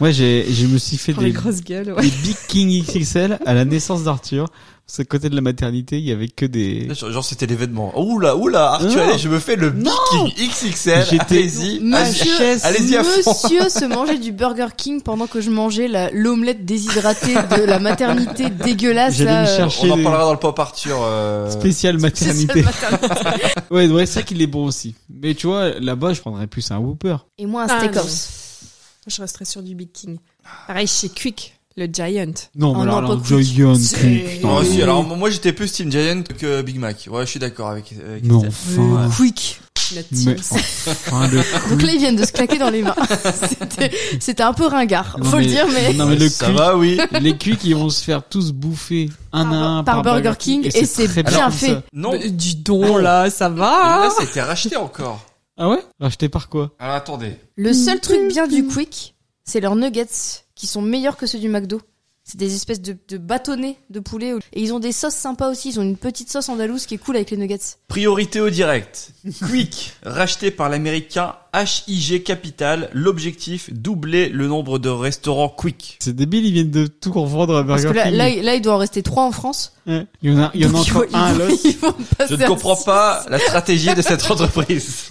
Moi j'ai, je me suis fait Oh, les des, grosses gueules, ouais. des Big King XXL à la naissance d'Arthur. Parce qu'à côté de la maternité, il y avait que des. Genre, genre, c'était l'événement. Oula, oula, Arthur, Non. allez, je me fais le Big Non. King XXL. J'étais- Allez-y, allez-y. Monsieur, allez-y à fond. monsieur se mangeait du Burger King pendant que je mangeais la- l'omelette déshydratée de la maternité dégueulasse. J'allais là, me euh, chercher On en des- parlera dans le pop Arthur. euh, Spécial spéciale maternité. maternité. ouais, ouais, c'est vrai qu'il est bon aussi. Mais tu vois, là-bas, je prendrais plus un Whooper. Et moi, un Ah, steakhouse. Je resterai sur du Big King. Pareil chez Quick, le Giant. Non, Oh mais alors, non, alors, pas quick. Giant C'est- Quick, non. Non, si, alors moi j'étais plus Team Giant que Big Mac. Ouais, je suis d'accord avec. avec Mais Christelle. enfin, Quick. Notre mais team. enfin, le Donc là, ils viennent de se claquer dans les mains. C'était- C'était un peu ringard, Non, faut le mais- dire, mais Non, mais le ça quick. va, oui. les culs qui vont se faire tous bouffer un à un par Burger King, et c'est très bien comme fait. ça. Non. Mais dis donc, là, ça va. Là, hein c'était racheté encore. Ah ouais Racheté par quoi Alors attendez. le seul truc bien du Quick, c'est leurs nuggets qui sont meilleurs que ceux du McDo. C'est des espèces de, de bâtonnets de poulet. Et ils ont des sauces sympas aussi. Ils ont une petite sauce andalouse qui est cool avec les nuggets. Priorité au direct. Quick, racheté par l'américain HIG Capital. L'objectif, doubler le nombre de restaurants Quick. C'est débile, ils viennent de tout revendre à Parce Burger que là, King. là, il- là, il doit en rester trois en France. Ouais. Il y en a, il y en a Donc, encore vont- un à ils vont- l'os. ils vont passer Je ne à comprends six. pas la stratégie de cette entreprise.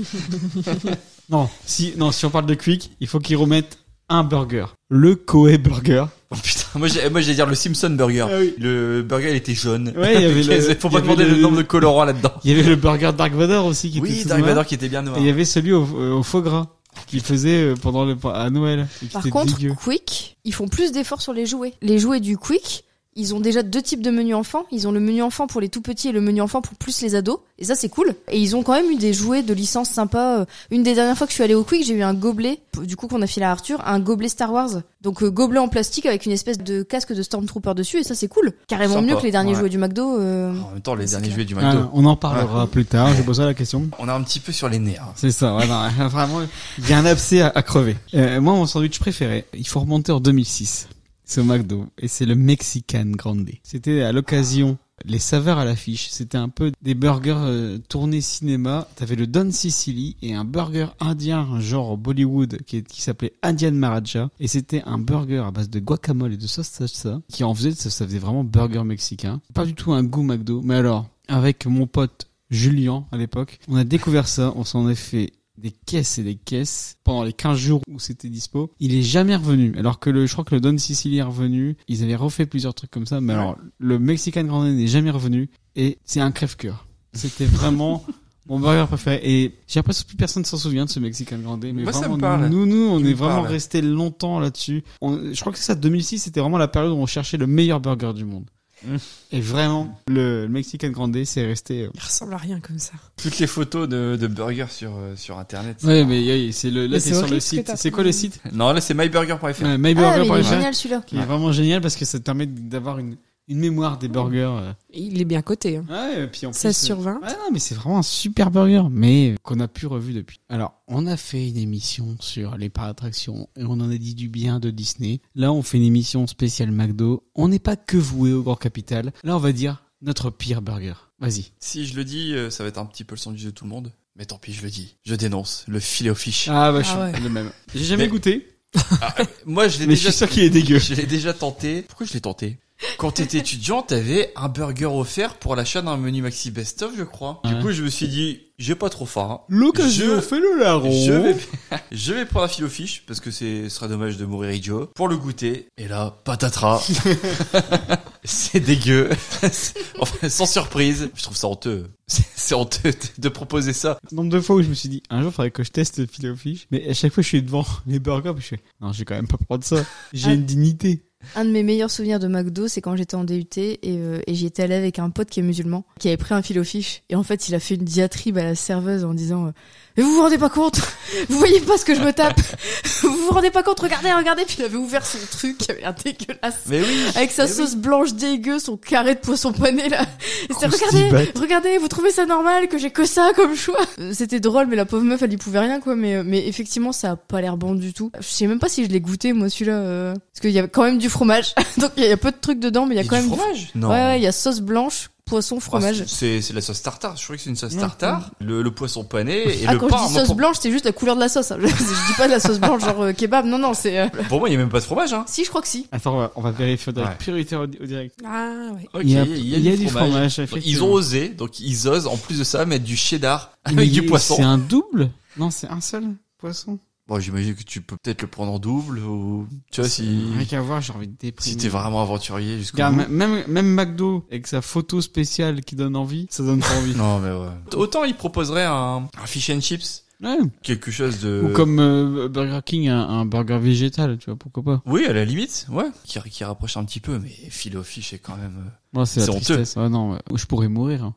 Non, si, non, si on parle de Quick, il faut qu'ils remettent un burger. Le Coe Burger. Oh putain, moi j'ai- moi, j'allais dire le Simpson Burger. Ah oui. Le burger il était jaune. Ouais, il y avait le- Faut il y pas avait demander le- le nombre de colorants là-dedans. Il y avait le burger Dark Vador aussi qui était Oui, tout Dark noir. Vador qui était bien noir. Et il y avait celui au, euh, au faux gras. qu'ils faisaient euh, pendant le à Noël. et qui Par étaient contre, dégueux. Quick, ils font plus d'efforts sur les jouets. Les jouets du Quick, ils ont déjà deux types de menus enfants. Ils ont le menu enfant pour les tout petits et le menu enfant pour plus les ados. Et ça, c'est cool. Et ils ont quand même eu des jouets de licence sympa. Euh, Une des dernières fois que je suis allée au Quick, j'ai eu un gobelet, p- du coup, qu'on a filé à Arthur, un gobelet Star Wars. Donc, euh, gobelet en plastique avec une espèce de casque de Stormtrooper dessus. Et ça, c'est cool. Carrément Sympa, mieux que les derniers ouais. jouets du McDo. euh. En même temps, les C'est derniers clair. jouets du Ah, McDo. on en parlera plus tard, je poserai la question. On a un petit peu sur les nerfs. hein. C'est ça, ouais, non, vraiment, il y a un abcès à, à crever. Euh, moi, mon sandwich préféré, il faut remonter en 2006. C'est au McDo et c'est le Mexican Grande. C'était à l'occasion, les saveurs à l'affiche, c'était un peu des burgers euh, tournés cinéma. T'avais le Don Sicily et un burger indien, un genre Bollywood, qui, est- qui s'appelait Indian Maharaja. Et c'était un burger à base de guacamole et de sauce salsa, qui en faisait, ça, ça faisait vraiment burger mexicain. Pas du tout un goût McDo, mais alors, avec mon pote Julien à l'époque, on a découvert ça, on s'en est fait des caisses et des caisses pendant les 15 jours où c'était dispo. Il est jamais revenu. Alors que le, je crois que le Don Sicily est revenu. Ils avaient refait plusieurs trucs comme ça. Mais alors, le Mexican Grande n'est jamais revenu. Et c'est un crève-cœur. C'était vraiment mon burger préféré. Et j'ai l'impression que plus personne s'en souvient de ce Mexican Grande. Mais Moi, ça vraiment, me parle. nous, nous, on Il est me vraiment parle. resté longtemps là-dessus. On- Je crois que c'est ça, 2006, c'était vraiment la période où on cherchait le meilleur burger du monde. Mm. Et vraiment, le, le Mexican Grande, c'est resté... euh, Il ressemble à rien comme ça. Toutes les photos de, de burgers sur, euh, sur internet. ça. Ouais, mais yeah, c'est le, là, Mais c'est c'est sur horrible le ce que site. t'as C'est quoi le trouvé. site? Non, là, c'est myburger.fr. Ouais, Ah, mais il est myburger.fr, génial, celui-là. qui est vraiment génial parce que ça te permet d'avoir une, une mémoire des burgers. Il est bien coté. Hein. euh. Ouais, et puis en plus. 16 euh, sur 20. Ouais, non, mais c'est vraiment un super burger, mais euh, qu'on a pu revu depuis. Alors, on a fait une émission sur les parcs d'attractions et on en a dit du bien de Disney. Là, on fait une émission spéciale McDo. On n'est pas que voué au Grand Capital. Là, on va dire notre pire burger. Vas-y. Si je le dis, euh, ça va être un petit peu le sandwich de tout le monde. Mais tant pis, je le dis. Je dénonce le filet aux fiches. Ah, bah, je Ah suis ouais. le même. J'ai jamais Mais- goûté. Moi, je l'ai Mais je déjà. suis sûr qu'il est dégueu. Je l'ai déjà tenté. Pourquoi je l'ai tenté Quand t'étais étudiant, t'avais un burger offert pour l'achat d'un menu Maxi Best of, je crois. Du Ouais. coup, je me suis dit, j'ai pas trop faim. L'occasion Je- fait le larron. Je vais, je vais prendre un fil au fiche parce que c'est- ce sera dommage de mourir idiot pour le goûter. Et là, patatras. c'est dégueu. enfin, sans surprise. Je trouve ça honteux. C'est c'est honteux de- de proposer ça. nombre de fois où je me suis dit un jour il faudrait que je teste le filet aux fiches mais à chaque fois je suis devant les burgers puis je fais non je vais quand même pas prendre ça j'ai Ah. une dignité Un de mes meilleurs souvenirs de McDo, c'est quand j'étais en DUT et, euh, et j'y étais allée avec un pote qui est musulman, qui avait pris un fil au fiche. Et en fait, il a fait une diatribe à la serveuse en disant euh, Mais vous vous rendez pas compte Vous voyez pas ce que je me tape Vous vous rendez pas compte Regardez, regardez Puis il avait ouvert son truc, qui avait l'air dégueulasse. Mais oui. Avec sa mais oui. Ah, sauce blanche dégueu, son carré de poisson pané là. Et c'est, regardez, Croustibate. regardez, vous trouvez ça normal que j'ai que ça comme choix Euh, C'était drôle, mais la pauvre meuf, elle y pouvait rien quoi. Mais, euh, mais effectivement, ça a pas l'air bon du tout. Je sais même pas si je l'ai goûté moi celui-là, euh, parce qu'il y a quand même du fromage. Donc il y, a- il y a peu de trucs dedans, mais il y a Et quand du même. fromage. Non. Ouais, ouais, il y a sauce blanche, poisson, Ah, fromage. c'est c'est de la sauce tartare. Je crois que c'est une sauce tartare. Le, le poisson pané et ah, le quand pain. je dis Moi, sauce pour, blanche, c'est juste la couleur de la sauce. hein. Je, je dis pas de la sauce blanche genre euh, kebab. Non, non, c'est. euh, pour moi, il n'y a même pas de fromage. Hein. Si, je crois que si. attends on va, on va vérifier on va être Ouais. prioritaire au, au direct Ah ouais. Ok, effectivement. Ah, Ils ont osé, donc ils osent en plus de ça mettre du cheddar Mais avec du il- poisson. c'est un double non c'est un seul poisson Bon, j'imagine que tu peux peut-être le prendre en double ou tu vois si rien qu'à voir j'ai envie de déprimer si t'es vraiment aventurier jusqu'au Regarde, bout. m- même même McDo avec sa photo spéciale qui donne envie ça donne pas envie Non mais ouais. Autant ils proposeraient un, un fish and chips, Ouais. quelque chose de ou comme euh, Burger King un, un burger végétal tu vois pourquoi pas oui à la limite, ouais, qui, qui rapproche un petit peu, mais filet au fish est quand même. euh, Moi, c'est la C'est honteux. tristesse. Ah non, ouais. je pourrais mourir. hein.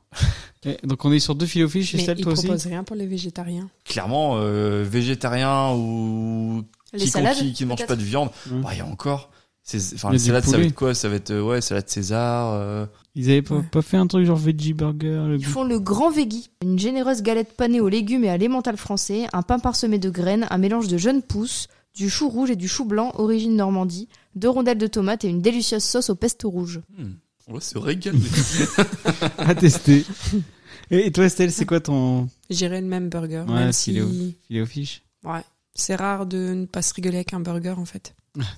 Eh, Donc, on est sur deux filet fiches, Mais Estelle, il toi aussi propose rien pour les végétariens. Clairement euh, végétarien ou Les quiconque salades, qui, qui ne mange peut-être pas de viande. Ouais. Bah il y a encore. C'est- Enfin, Mmh. Il y a la du salade, ça va poulet. être quoi Ça va être euh, ouais, salade César. euh, Ils avaient pas, Ouais. pas fait un truc genre veggie burger le Ils font le grand veggie, une généreuse galette panée aux légumes et à l'emmental français, un pain parsemé de graines, un mélange de jeunes pousses, du chou rouge et du chou blanc origine Normandie, deux rondelles de tomates et une délicieuse sauce au pesto rouge. hmm. Ouais, c'est régal. à tester. Et et toi, Estelle, c'est quoi ton J'irais le même burger. Ouais, même s'il est au- si... filet aux fiches Ouais. C'est rare de ne pas se rigoler avec un burger en fait.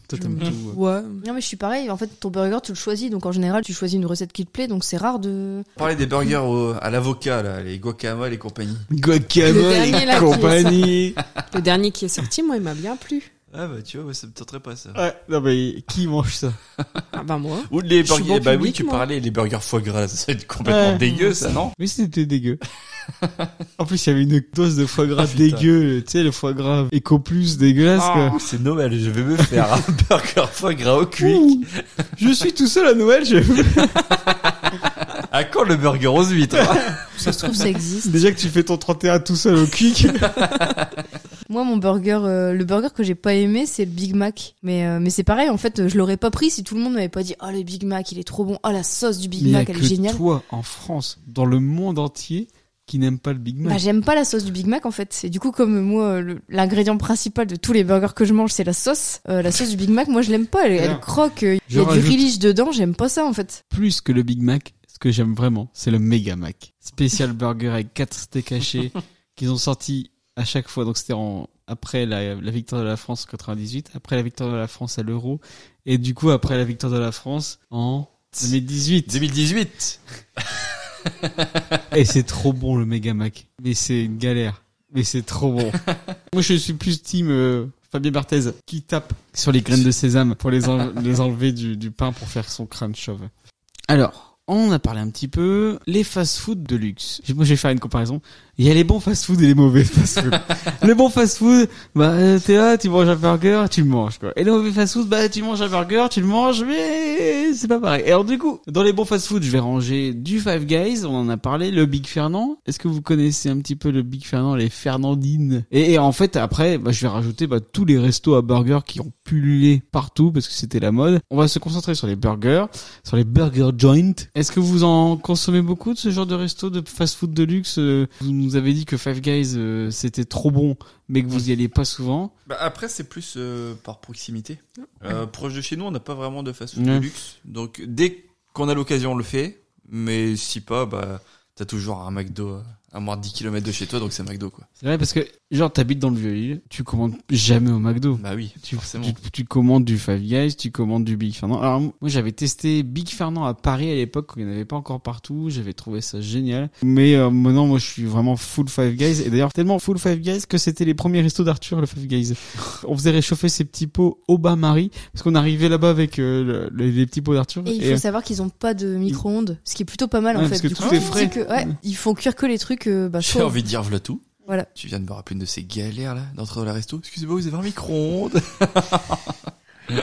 Toi, t'aimes Je- tout. hein. ouais. Ouais. Non mais je suis pareil, en fait ton burger tu le choisis, donc en général tu choisis une recette qui te plaît, donc c'est rare de... Parler des burgers au- à l'avocat là, les guacamole et compagnie. Le Guacamole dernier, et là, qui- compagnie. Le dernier qui est sorti, moi, il m'a bien plu. Ah bah tu vois, ouais, ça me tenterait pas ça. Ouais, non, mais qui mange ça Ah bah moi. Ou les Je suis burgers, bon bah oui, public, tu moi. parlais les burgers foie gras, ça va être complètement Ouais. dégueu ça, non Mais c'était dégueu. En plus, il y avait une dose de foie gras Ah, putain. dégueu, tu sais, le foie gras éco plus dégueulasse. Ah. quoi. C'est Noël, je vais me faire un burger foie gras au cuic. Je suis tout seul à Noël. Je... À quand le burger aux huîtres Ça se trouve, ça existe. Déjà que tu fais ton 31 tout seul au quick. Moi, mon burger, euh, le burger que j'ai pas aimé, c'est le Big Mac. Mais, euh, mais c'est pareil, en fait, euh, je l'aurais pas pris si tout le monde m'avait pas dit Oh, le Big Mac, il est trop bon. Oh, la sauce du Big Mais il y a Mac, elle est que géniale. toi, en France, dans le monde entier, qui n'aime pas le Big Bah, Mac. j'aime pas la sauce du Big Mac en fait. Et du coup, comme moi, le- l'ingrédient principal de tous les burgers que je mange, c'est la sauce. euh, la sauce du Big Mac, moi, je l'aime pas. Elle, elle Alors, croque. euh, Il je y a rajoute- du relish dedans. J'aime pas ça en fait. Plus que le Big Mac, ce que j'aime vraiment, c'est le Mega Mac. Spécial burger avec 4 steaks hachés qu'ils ont sorti à chaque fois. Donc c'était en... après la, la victoire de la France en 98, après la victoire de la France à l'Euro, et du coup après la victoire de la France en 2018. 2018 Et Eh, c'est trop bon le Mega Mac. Mais c'est une galère. Mais c'est trop bon. Moi je suis plus team euh, Fabien Barthez qui tape sur les graines de sésame pour les, en- les enlever du, du pain pour faire son crâne chauve. Alors, on a parlé un petit peu les fast-food de luxe. Moi je vais faire une comparaison. Il y a les bons fast-food et les mauvais fast-food. les bons fast-food, bah euh, t'es là, tu manges un burger, tu le manges quoi. Et les mauvais fast-food, bah tu manges un burger, tu le manges, mais c'est pas pareil. Et alors du coup, dans les bons fast-food, je vais ranger du Five Guys, on en a parlé, le Big Fernand. Est-ce que vous connaissez un petit peu le Big Fernand, les Fernandines et, et en fait après, bah, je vais rajouter bah, tous les restos à burgers qui ont pullulé partout parce que c'était la mode. On va se concentrer sur les burgers, sur les burger joints. Est-ce que vous en consommez beaucoup de ce genre de resto de fast-food de luxe euh, Vous nous avez dit que Five Guys euh, c'était trop bon, mais que vous y allez pas souvent. Bah après, c'est plus euh, par proximité. Euh, proche de chez nous, on n'a pas vraiment de fast-food Ouais. de luxe. Donc, dès qu'on a l'occasion, on le fait. Mais si pas, bah, t'as toujours un McDo euh, à moins de 10 km de chez toi, donc c'est McDo, quoi. C'est vrai parce que genre t'habites dans le Vieux-Lille, tu commandes jamais au McDo. Bah oui, Tu, forcément. tu- tu commandes du Five Guys, tu commandes du Big Fernand. Alors moi j'avais testé Big Fernand à Paris à l'époque quand il n'y en avait pas encore partout, j'avais trouvé ça génial. Mais euh, maintenant moi je suis vraiment full Five Guys et d'ailleurs tellement full Five Guys que c'était les premiers restos d'Arthur le Five Guys. On faisait réchauffer ses petits pots au bas Marie parce qu'on arrivait là-bas avec euh, le- les petits pots d'Arthur. Et il faut savoir qu'ils ont pas de micro-ondes, ce qui est plutôt pas mal euh, Ouais, en parce fait. que du tout coup, est c'est frais. que, ouais, ils font cuire que les trucs. euh, bah, J'ai chauds. envie de dire, voilà tout. Voilà. Tu viens de me rappeler une de ces galères, là, d'entrer dans la resto. Excusez-moi, vous avez un micro-ondes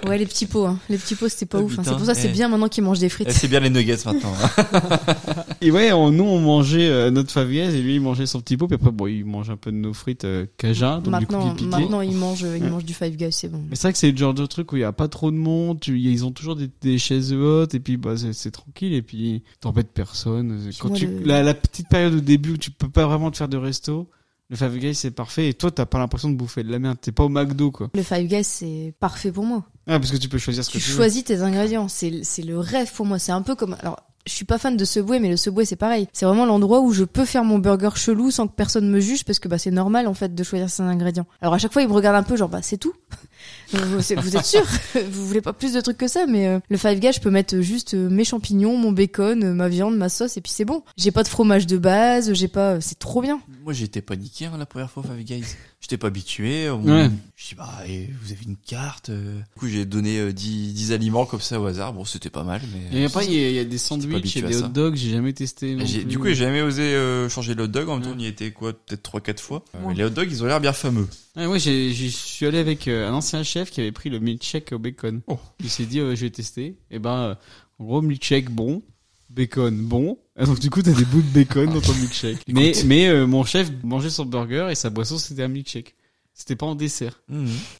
Ouais, les petits pots. hein. Les petits pots, c'était pas Ah, ouf. hein. putain, C'est pour ça, c'est eh. bien maintenant qu'ils mangent des Eh, frites. C'est bien les nuggets, maintenant. hein. Et ouais, on- nous on mangeait euh, notre faviaise et lui il mangeait son petit pot. Puis après, bon, il mange un peu de nos frites euh, cajun, donc Maintenant, du coup il piquait. maintenant, ils mangent, ils mangent du Five Guys, c'est bon. Mais c'est vrai que c'est le genre de truc où il y a pas trop de monde, tu- ils ont toujours des, des chaises hautes et puis bah c'est- c'est tranquille et puis t'embêtes personne. Quand Moi, tu le- la, la petite période au début où tu peux pas vraiment te faire de resto, le Five Guys c'est parfait et toi t'as pas l'impression de bouffer de la merde, t'es pas au McDo quoi. Le Five Guys, c'est parfait pour moi. Ah parce que tu peux choisir ce que Tu tu, veux. choisis tes ingrédients. C'est c'est le rêve pour moi. C'est un peu comme. Alors, je suis pas fan de Subway, mais le Subway, c'est pareil. C'est vraiment l'endroit où je peux faire mon burger chelou sans que personne me juge parce que bah, c'est normal, en fait, de choisir ses ingrédients. Alors, à chaque fois, ils me regardent un peu, genre, bah, c'est tout. vous, c'est- vous êtes sûr Vous voulez pas plus de trucs que ça Mais euh, le Five Guys, je peux mettre juste euh, mes champignons, mon bacon, euh, ma viande, ma sauce, et puis c'est bon. J'ai pas de fromage de base, j'ai pas. euh, C'est trop bien. Moi j'étais paniqué hein, la première fois au Five Guys. J'étais pas habitué. euh, On... Ouais. Je dis bah eh, vous avez une carte. euh. Du coup j'ai donné euh, 10, 10 aliments comme ça au hasard. Bon c'était pas mal Et mais. après il y, a- il y a des sandwichs habitué et à des ça. hot dogs, j'ai jamais testé. non Et j'ai- plus. Du coup, j'ai jamais osé euh, changer le hot dog. En même temps, on y était quoi, peut-être 3-4 fois. Euh, mais les hot dogs, ils ont l'air bien fameux. Ah ouais, j'ai- j'y suis allé avec euh, un ancien chef qui avait pris le milkshake au bacon. Il s'est dit, euh, je vais tester. Et ben, euh, en gros, milkshake bon, bacon bon. Et donc du coup, t'as des bouts de bacon dans ton milkshake. mais mais euh, mon chef mangeait son burger et sa boisson c'était un milkshake. C'était pas en dessert.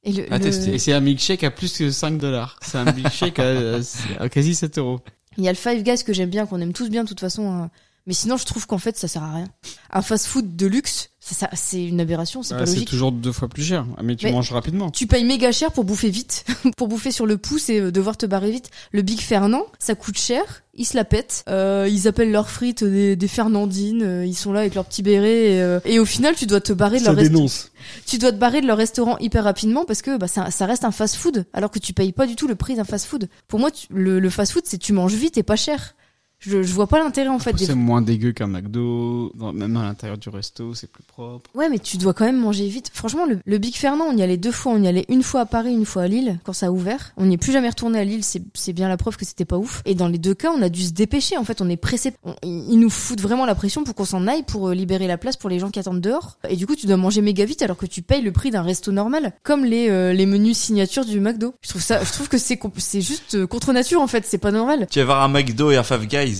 Et le, Ah, À le- tester. Et c'est un milkshake à plus que 5 dollars. C'est un milkshake à, à- à quasi 7 euros. Il y a le Five Guys que j'aime bien, qu'on aime tous bien de toute façon. hein. Mais sinon, je trouve qu'en fait, ça sert à rien. Un fast-food de luxe, ça, ça- c'est une aberration, c'est pas c'est logique. toujours deux fois plus cher. Ah, Mais tu Mais- manges rapidement. Tu payes méga cher pour bouffer vite, pour bouffer sur le pouce et euh, devoir te barrer vite. Le Big Fernand, ça coûte cher, ils se la pètent, euh, ils appellent leurs frites des, des Fernandines, euh, ils sont là avec leur petit béret et, euh, et au final, tu dois te barrer de leur restaurant. dénonce. Tu dois te barrer de leur restaurant hyper rapidement parce que bah, ça, ça reste un fast-food, alors que tu payes pas du tout le prix d'un fast-food. Pour moi, tu- le, le fast-food, c'est tu manges vite et pas cher. Je, je vois pas l'intérêt en fait. des- C'est moins dégueu qu'un McDo, dans- même à l'intérieur du resto, c'est plus propre. Ouais, mais tu dois quand même manger vite. Franchement, le, le Big Fernand, on y allait deux fois. On y allait une fois à Paris, une fois à Lille, quand ça a ouvert. On n'y est plus jamais retourné à Lille. C'est c'est bien la preuve que c'était pas ouf. Et dans les deux cas, on a dû se dépêcher. En fait, on est pressé. On- Ils nous foutent vraiment la pression pour qu'on s'en aille, pour euh, libérer la place pour les gens qui attendent dehors. Et du coup, tu dois manger méga vite alors que tu payes le prix d'un resto normal, comme les, euh, les menus signatures du McDo. Je trouve ça, je trouve que c'est compl- c'est juste euh, contre nature en fait. C'est pas normal. Tu vas voir un McDo et un Five Guys.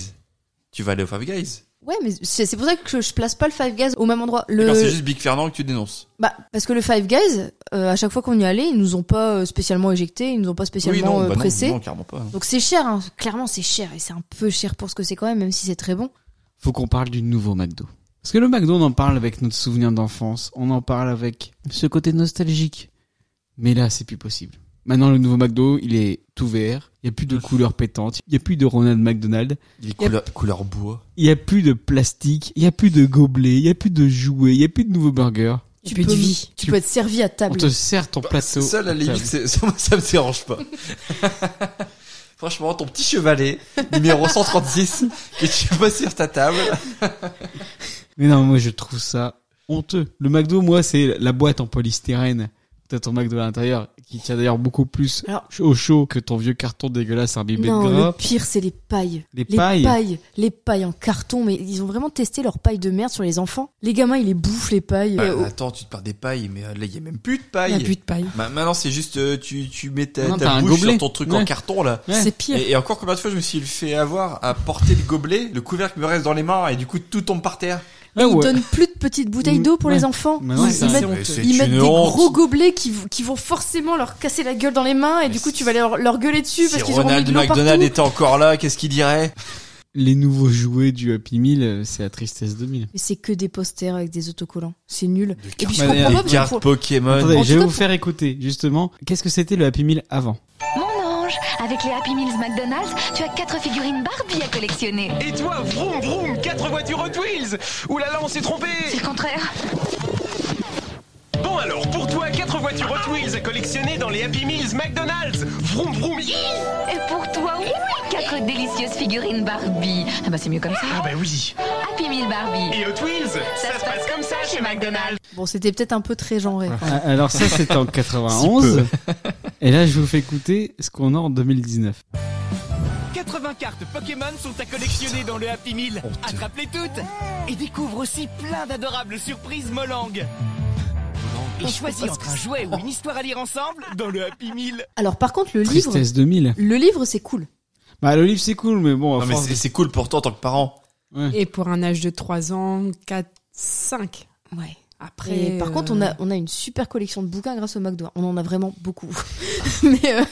Tu vas aller au Five Guys. Ouais, mais c'est c'est pour ça que je place pas le Five Guys au même endroit. Le... D'accord, C'est juste Big Fernand que tu dénonces. Bah, parce que le Five Guys, euh, à chaque fois qu'on y allait, ils nous ont pas euh, spécialement éjectés, ils nous ont pas Oui, spécialement non, euh, bah non, pressés. non, carrément pas. Donc c'est cher, hein. clairement c'est cher, et c'est un peu cher pour ce que c'est quand même, même si c'est très bon. Faut qu'on parle du nouveau McDo. Parce que le McDo, on en parle avec notre souvenir d'enfance, on en parle avec ce côté nostalgique. Mais là, c'est plus possible. Maintenant, le nouveau McDo, il est tout vert, il n'y a plus de couleurs pétantes, il n'y a plus de Ronald McDonald, Il est couleur, couleur bois. il n'y a plus de plastique, il n'y a plus de gobelets, il n'y a plus de jouets, il n'y a plus de nouveaux burgers. Tu plus peux, de vie. tu peux être servi à On table. te sert ton plateau. Bah, Ça, la à limite, table. c'est- ça, moi, ça me dérange pas. Franchement, ton petit chevalet, numéro 136, que tu vas sur ta table. Mais non, moi je trouve ça honteux. Le McDo, moi, c'est la boîte en polystyrène. T'as ton McDo à l'intérieur, qui tient d'ailleurs beaucoup plus Alors- au chaud que ton vieux carton dégueulasse imbibé Non, de le gras. pire c'est les pailles. Les Les pailles. pailles. les pailles en carton, mais ils ont vraiment testé leurs pailles de merde sur les enfants. Les gamins, ils les bouffent les pailles. Bah, Euh, attends, tu te perds des pailles, mais euh, là, il y a même plus de Il n'y pailles. a plus de paille. Ma- Maintenant, c'est juste, euh, tu, tu mets ta, Non, ta t'as un bouche gobelet. sur ton truc Ouais. en carton, là. Ouais. C'est pire. Et, et encore combien de fois je me suis fait avoir à porter le gobelet, le couvercle me reste dans les mains et du coup tout tombe par terre. Et Ah ils ouais. donnent plus de petites bouteilles d'eau pour Ouais. les enfants. Mais non, Ils- c'est ils un- mettent- Mais c'est Ils mettent une des honte. gros gobelets qui, v- qui vont forcément leur casser la gueule dans les mains et Mais du coup si- tu vas leur, leur gueuler dessus Si parce qu'ils auront mis Ronald de l'eau McDonald partout. était encore là, qu'est-ce qu'il dirait Les nouveaux jouets du Happy Meal, euh, c'est la tristesse 2000. Mais c'est que des posters avec des autocollants. C'est nul. Et puis cartes- je comprends pas Les parce que cartes pour- Pokémon. Attendez, en je tout vais cas, vous pour- faire écouter justement qu'est-ce que c'était le Happy Meal avant. Mon ange, avec les Happy Meals McDonald's, tu as quatre figurines Barbie à collectionner. Et toi, vroom vroom, quatre voitures Hot Wheels Ouh là là, on s'est trompé C'est le contraire. Bon alors, pour toi, quatre voitures Hot Wheels à collectionner dans les Happy Meals McDonald's Vroom vroom hi Et pour toi, oui, quatre délicieuses figurines Barbie. Ah bah c'est mieux comme Ah ça. bah oui Happy Meal Barbie. Et Hot Wheels, ça, se passe comme ça chez McDonald's Bon, c'était peut-être un peu très genré. Ah, Alors ça, c'était en 91. Et là, je vous fais écouter ce qu'on a en 2019. 80 cartes Pokémon sont à collectionner dans le Happy Meal Oh, Attrape-les toutes Et découvre aussi plein d'adorables surprises Molang Et choisis entre un jouet ou une histoire à lire ensemble dans le Happy Meal Alors par contre, le livre, Tristesse 2000. le livre c'est cool. Bah, le livre, c'est cool, mais bon, à Non, mais force c'est- c'est cool pour toi en tant que parent. Et pour un âge de 3 ans, 4, 5. Ouais. Après. Et par euh, contre, on a on a une super collection de bouquins grâce au McDo. On en a vraiment beaucoup. mais euh,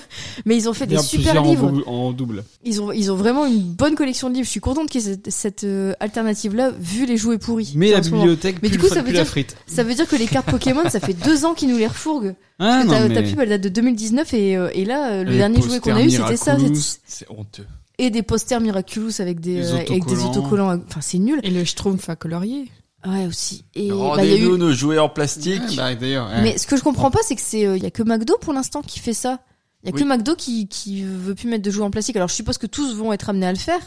mais ils ont fait de- il y a des super plusieurs en livres. dou- en double. Ils ont ils ont vraiment une bonne collection de livres. Je suis contente qu'il y ait cette, alternative là, vu les jouets pourris. Mais la en ce moment. bibliothèque, Mais plus le du coup, fun, ça veut plus la dire- frite. Ça veut dire que les cartes Pokémon, ça fait deux ans qu'ils nous les refourguent. Ah, Parce que non, ta, mais- ta pub, elle date de 2019 et, euh, et là, euh, le Les dernier jouet qu'on a eu, posters c'était ça. Miraculous. c'est- C'est honteux. Et des posters Miraculous avec des, Des euh, avec des autocollants. autocollants. Enfin, c'est nul. Et le schtroumpf à colorier. Ouais, aussi. Et bah, il y a Rendez-nous eu. Ah, nos jouets en plastique. Ouais, bah, d'ailleurs, ouais. Mais ce que je comprends pas, c'est que c'est, euh, il y a que McDo pour l'instant qui fait ça. Il y a que Oui. McDo qui, qui veut plus mettre de jouets en plastique. Alors, je suppose que tous vont être amenés à le faire.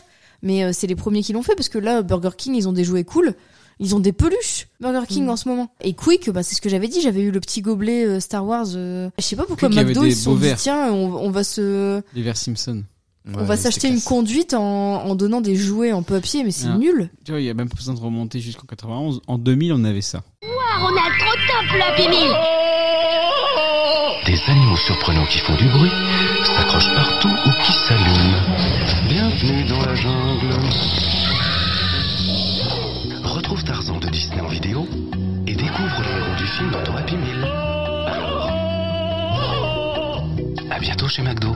Mais euh, c'est les premiers qui l'ont fait parce que là, Burger King, ils ont des jouets cool. Ils ont des peluches Burger King Mm. en ce moment. Et Quick, bah, c'est ce que j'avais dit. J'avais eu le petit gobelet euh, Star Wars. euh, Je sais pas pourquoi Quick, il y avait McDo des ils se sont beaux dit verres. tiens, on, on va se, L'hiver Simpson. Ouais, on va c'était s'acheter une classe. conduite en, en donnant des jouets en papier, mais c'est Ah. nul. Tu vois, il y a même pas besoin de remonter jusqu'en 91. En 2000, on avait ça. on a trop top le Happy Meal. Des animaux surprenants qui font du bruit, s'accrochent partout ou qui s'allument. Bienvenue dans la jungle. Retrouve Tarzan de Disney en vidéo et découvre le héros du film dans ton Happy Meal. Alors, à bientôt chez McDo.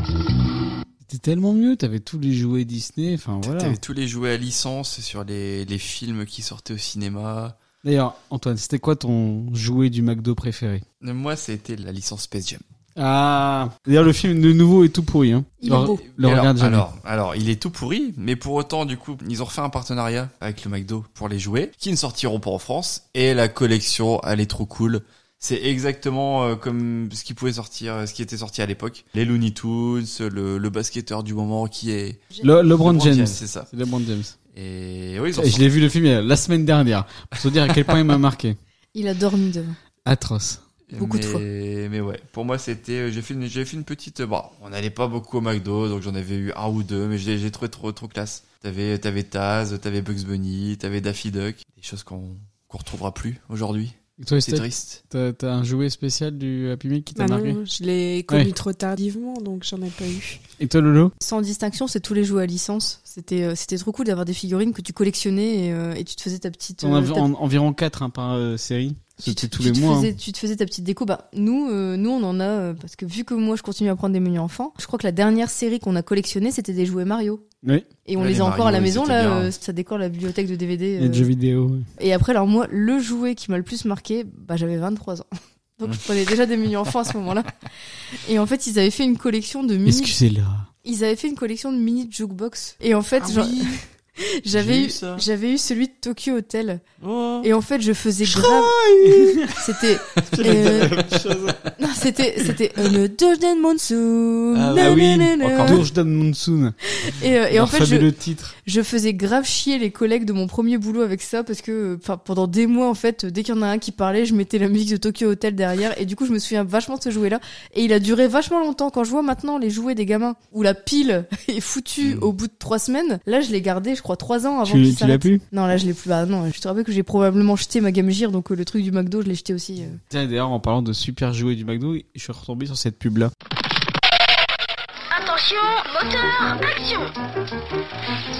C'était tellement mieux. T'avais tous les jouets Disney. Enfin, voilà. T'avais tous les jouets à licence sur les, les films qui sortaient au cinéma. D'ailleurs, Antoine, c'était quoi ton jouet du McDo préféré Euh, Moi, c'était la licence Space Jam. Ah D'ailleurs, le film de nouveau est tout pourri. Hein. Il Le- est beau. Le alors, regarde jamais. alors, alors, il est tout pourri, mais pour autant, du coup, ils ont refait un partenariat avec le McDo pour les jouets, qui ne sortiront pas en France, et la collection, elle est trop cool. C'est exactement euh, comme ce qui pouvait sortir, euh, ce qui était sorti à l'époque. Les Looney Tunes, le, le basketteur du moment qui est Le, LeBron James. c'est ça. C'est LeBron James. Et oui, ils ont Je l'ai vu le film euh, la semaine dernière. Pour se dire à quel point il m'a marqué. Il a dormi devant. Atroce. beaucoup de mais, fois. Mais ouais, pour moi c'était, euh, j'ai fait une, j'ai fait une petite, euh, bon, on n'allait pas beaucoup au McDo, donc j'en avais eu un ou deux, mais j'ai, j'ai trouvé trop, trop classe. T'avais, t'avais Taz, t'avais Bugs Bunny, t'avais Daffy Duck, des choses qu'on, qu'on retrouvera plus aujourd'hui. Et toi, C'est Estelle, triste. t'as t'as un jouet spécial du Happy Meal qui t'a Bah marqué non, je l'ai connu Ouais. trop tardivement, donc j'en ai pas eu. Et toi, Lolo Sans distinction, c'est tous les jouets à licence. C'était euh, c'était trop cool d'avoir des figurines que tu collectionnais et, euh, et tu te faisais ta petite. On euh, a ta- en- environ 4 par euh, série. tu te- C'était tous tu les te mois. hein. faisais- Tu te faisais ta petite déco. Bah, nous, euh, nous, on en a euh, parce que vu que moi, je continue à prendre des menus enfants. Je crois que la dernière série qu'on a collectionnée, c'était des jouets Mario. Oui. Et on Ouais, les, les a encore Mario, à la ils maison étaient là. bien. euh, ça décore la bibliothèque de DVD. hein. Et euh, de jeux vidéo. ouais. Et après, alors moi, le jouet qui m'a le plus marqué, bah, j'avais 23 ans. Donc je prenais déjà des menus enfants à ce moment-là. Et en fait, ils avaient fait une collection de mini. Excusez-la. Ils avaient fait une collection de mini jukebox. Et en fait, Ah genre- oui, j'avais j'ai eu, eu ça. j'avais eu celui de Tokyo Hotel. Oh. Et en fait, je faisais grave. C'était. euh, Non, c'était c'était une Jordan Monsoon. Ah, Oh, Na, bah na, oui, na, na. encore. Doge Dan Monsoon. Et, euh, et en Leur fait, je, fabuleux titre. je faisais grave chier les collègues de mon premier boulot avec ça parce que enfin pendant des mois en fait dès qu'il y en a un qui parlait je mettais la musique de Tokyo Hotel derrière et du coup je me souviens vachement de ce jouet là et il a duré vachement longtemps quand je vois maintenant les jouets des gamins où la pile est foutue Mm. au bout de trois semaines là je l'ai gardé je crois trois ans avant Tu, qu'il tu l'as s'arrête pu non là je l'ai plus bah non je te rappelle que j'ai probablement jeté ma Game Gear donc euh, le truc du McDo je l'ai jeté aussi euh. Tiens, d'ailleurs, en parlant de super jouets du McDo, je suis retombé sur cette pub-là. Attention, moteur, action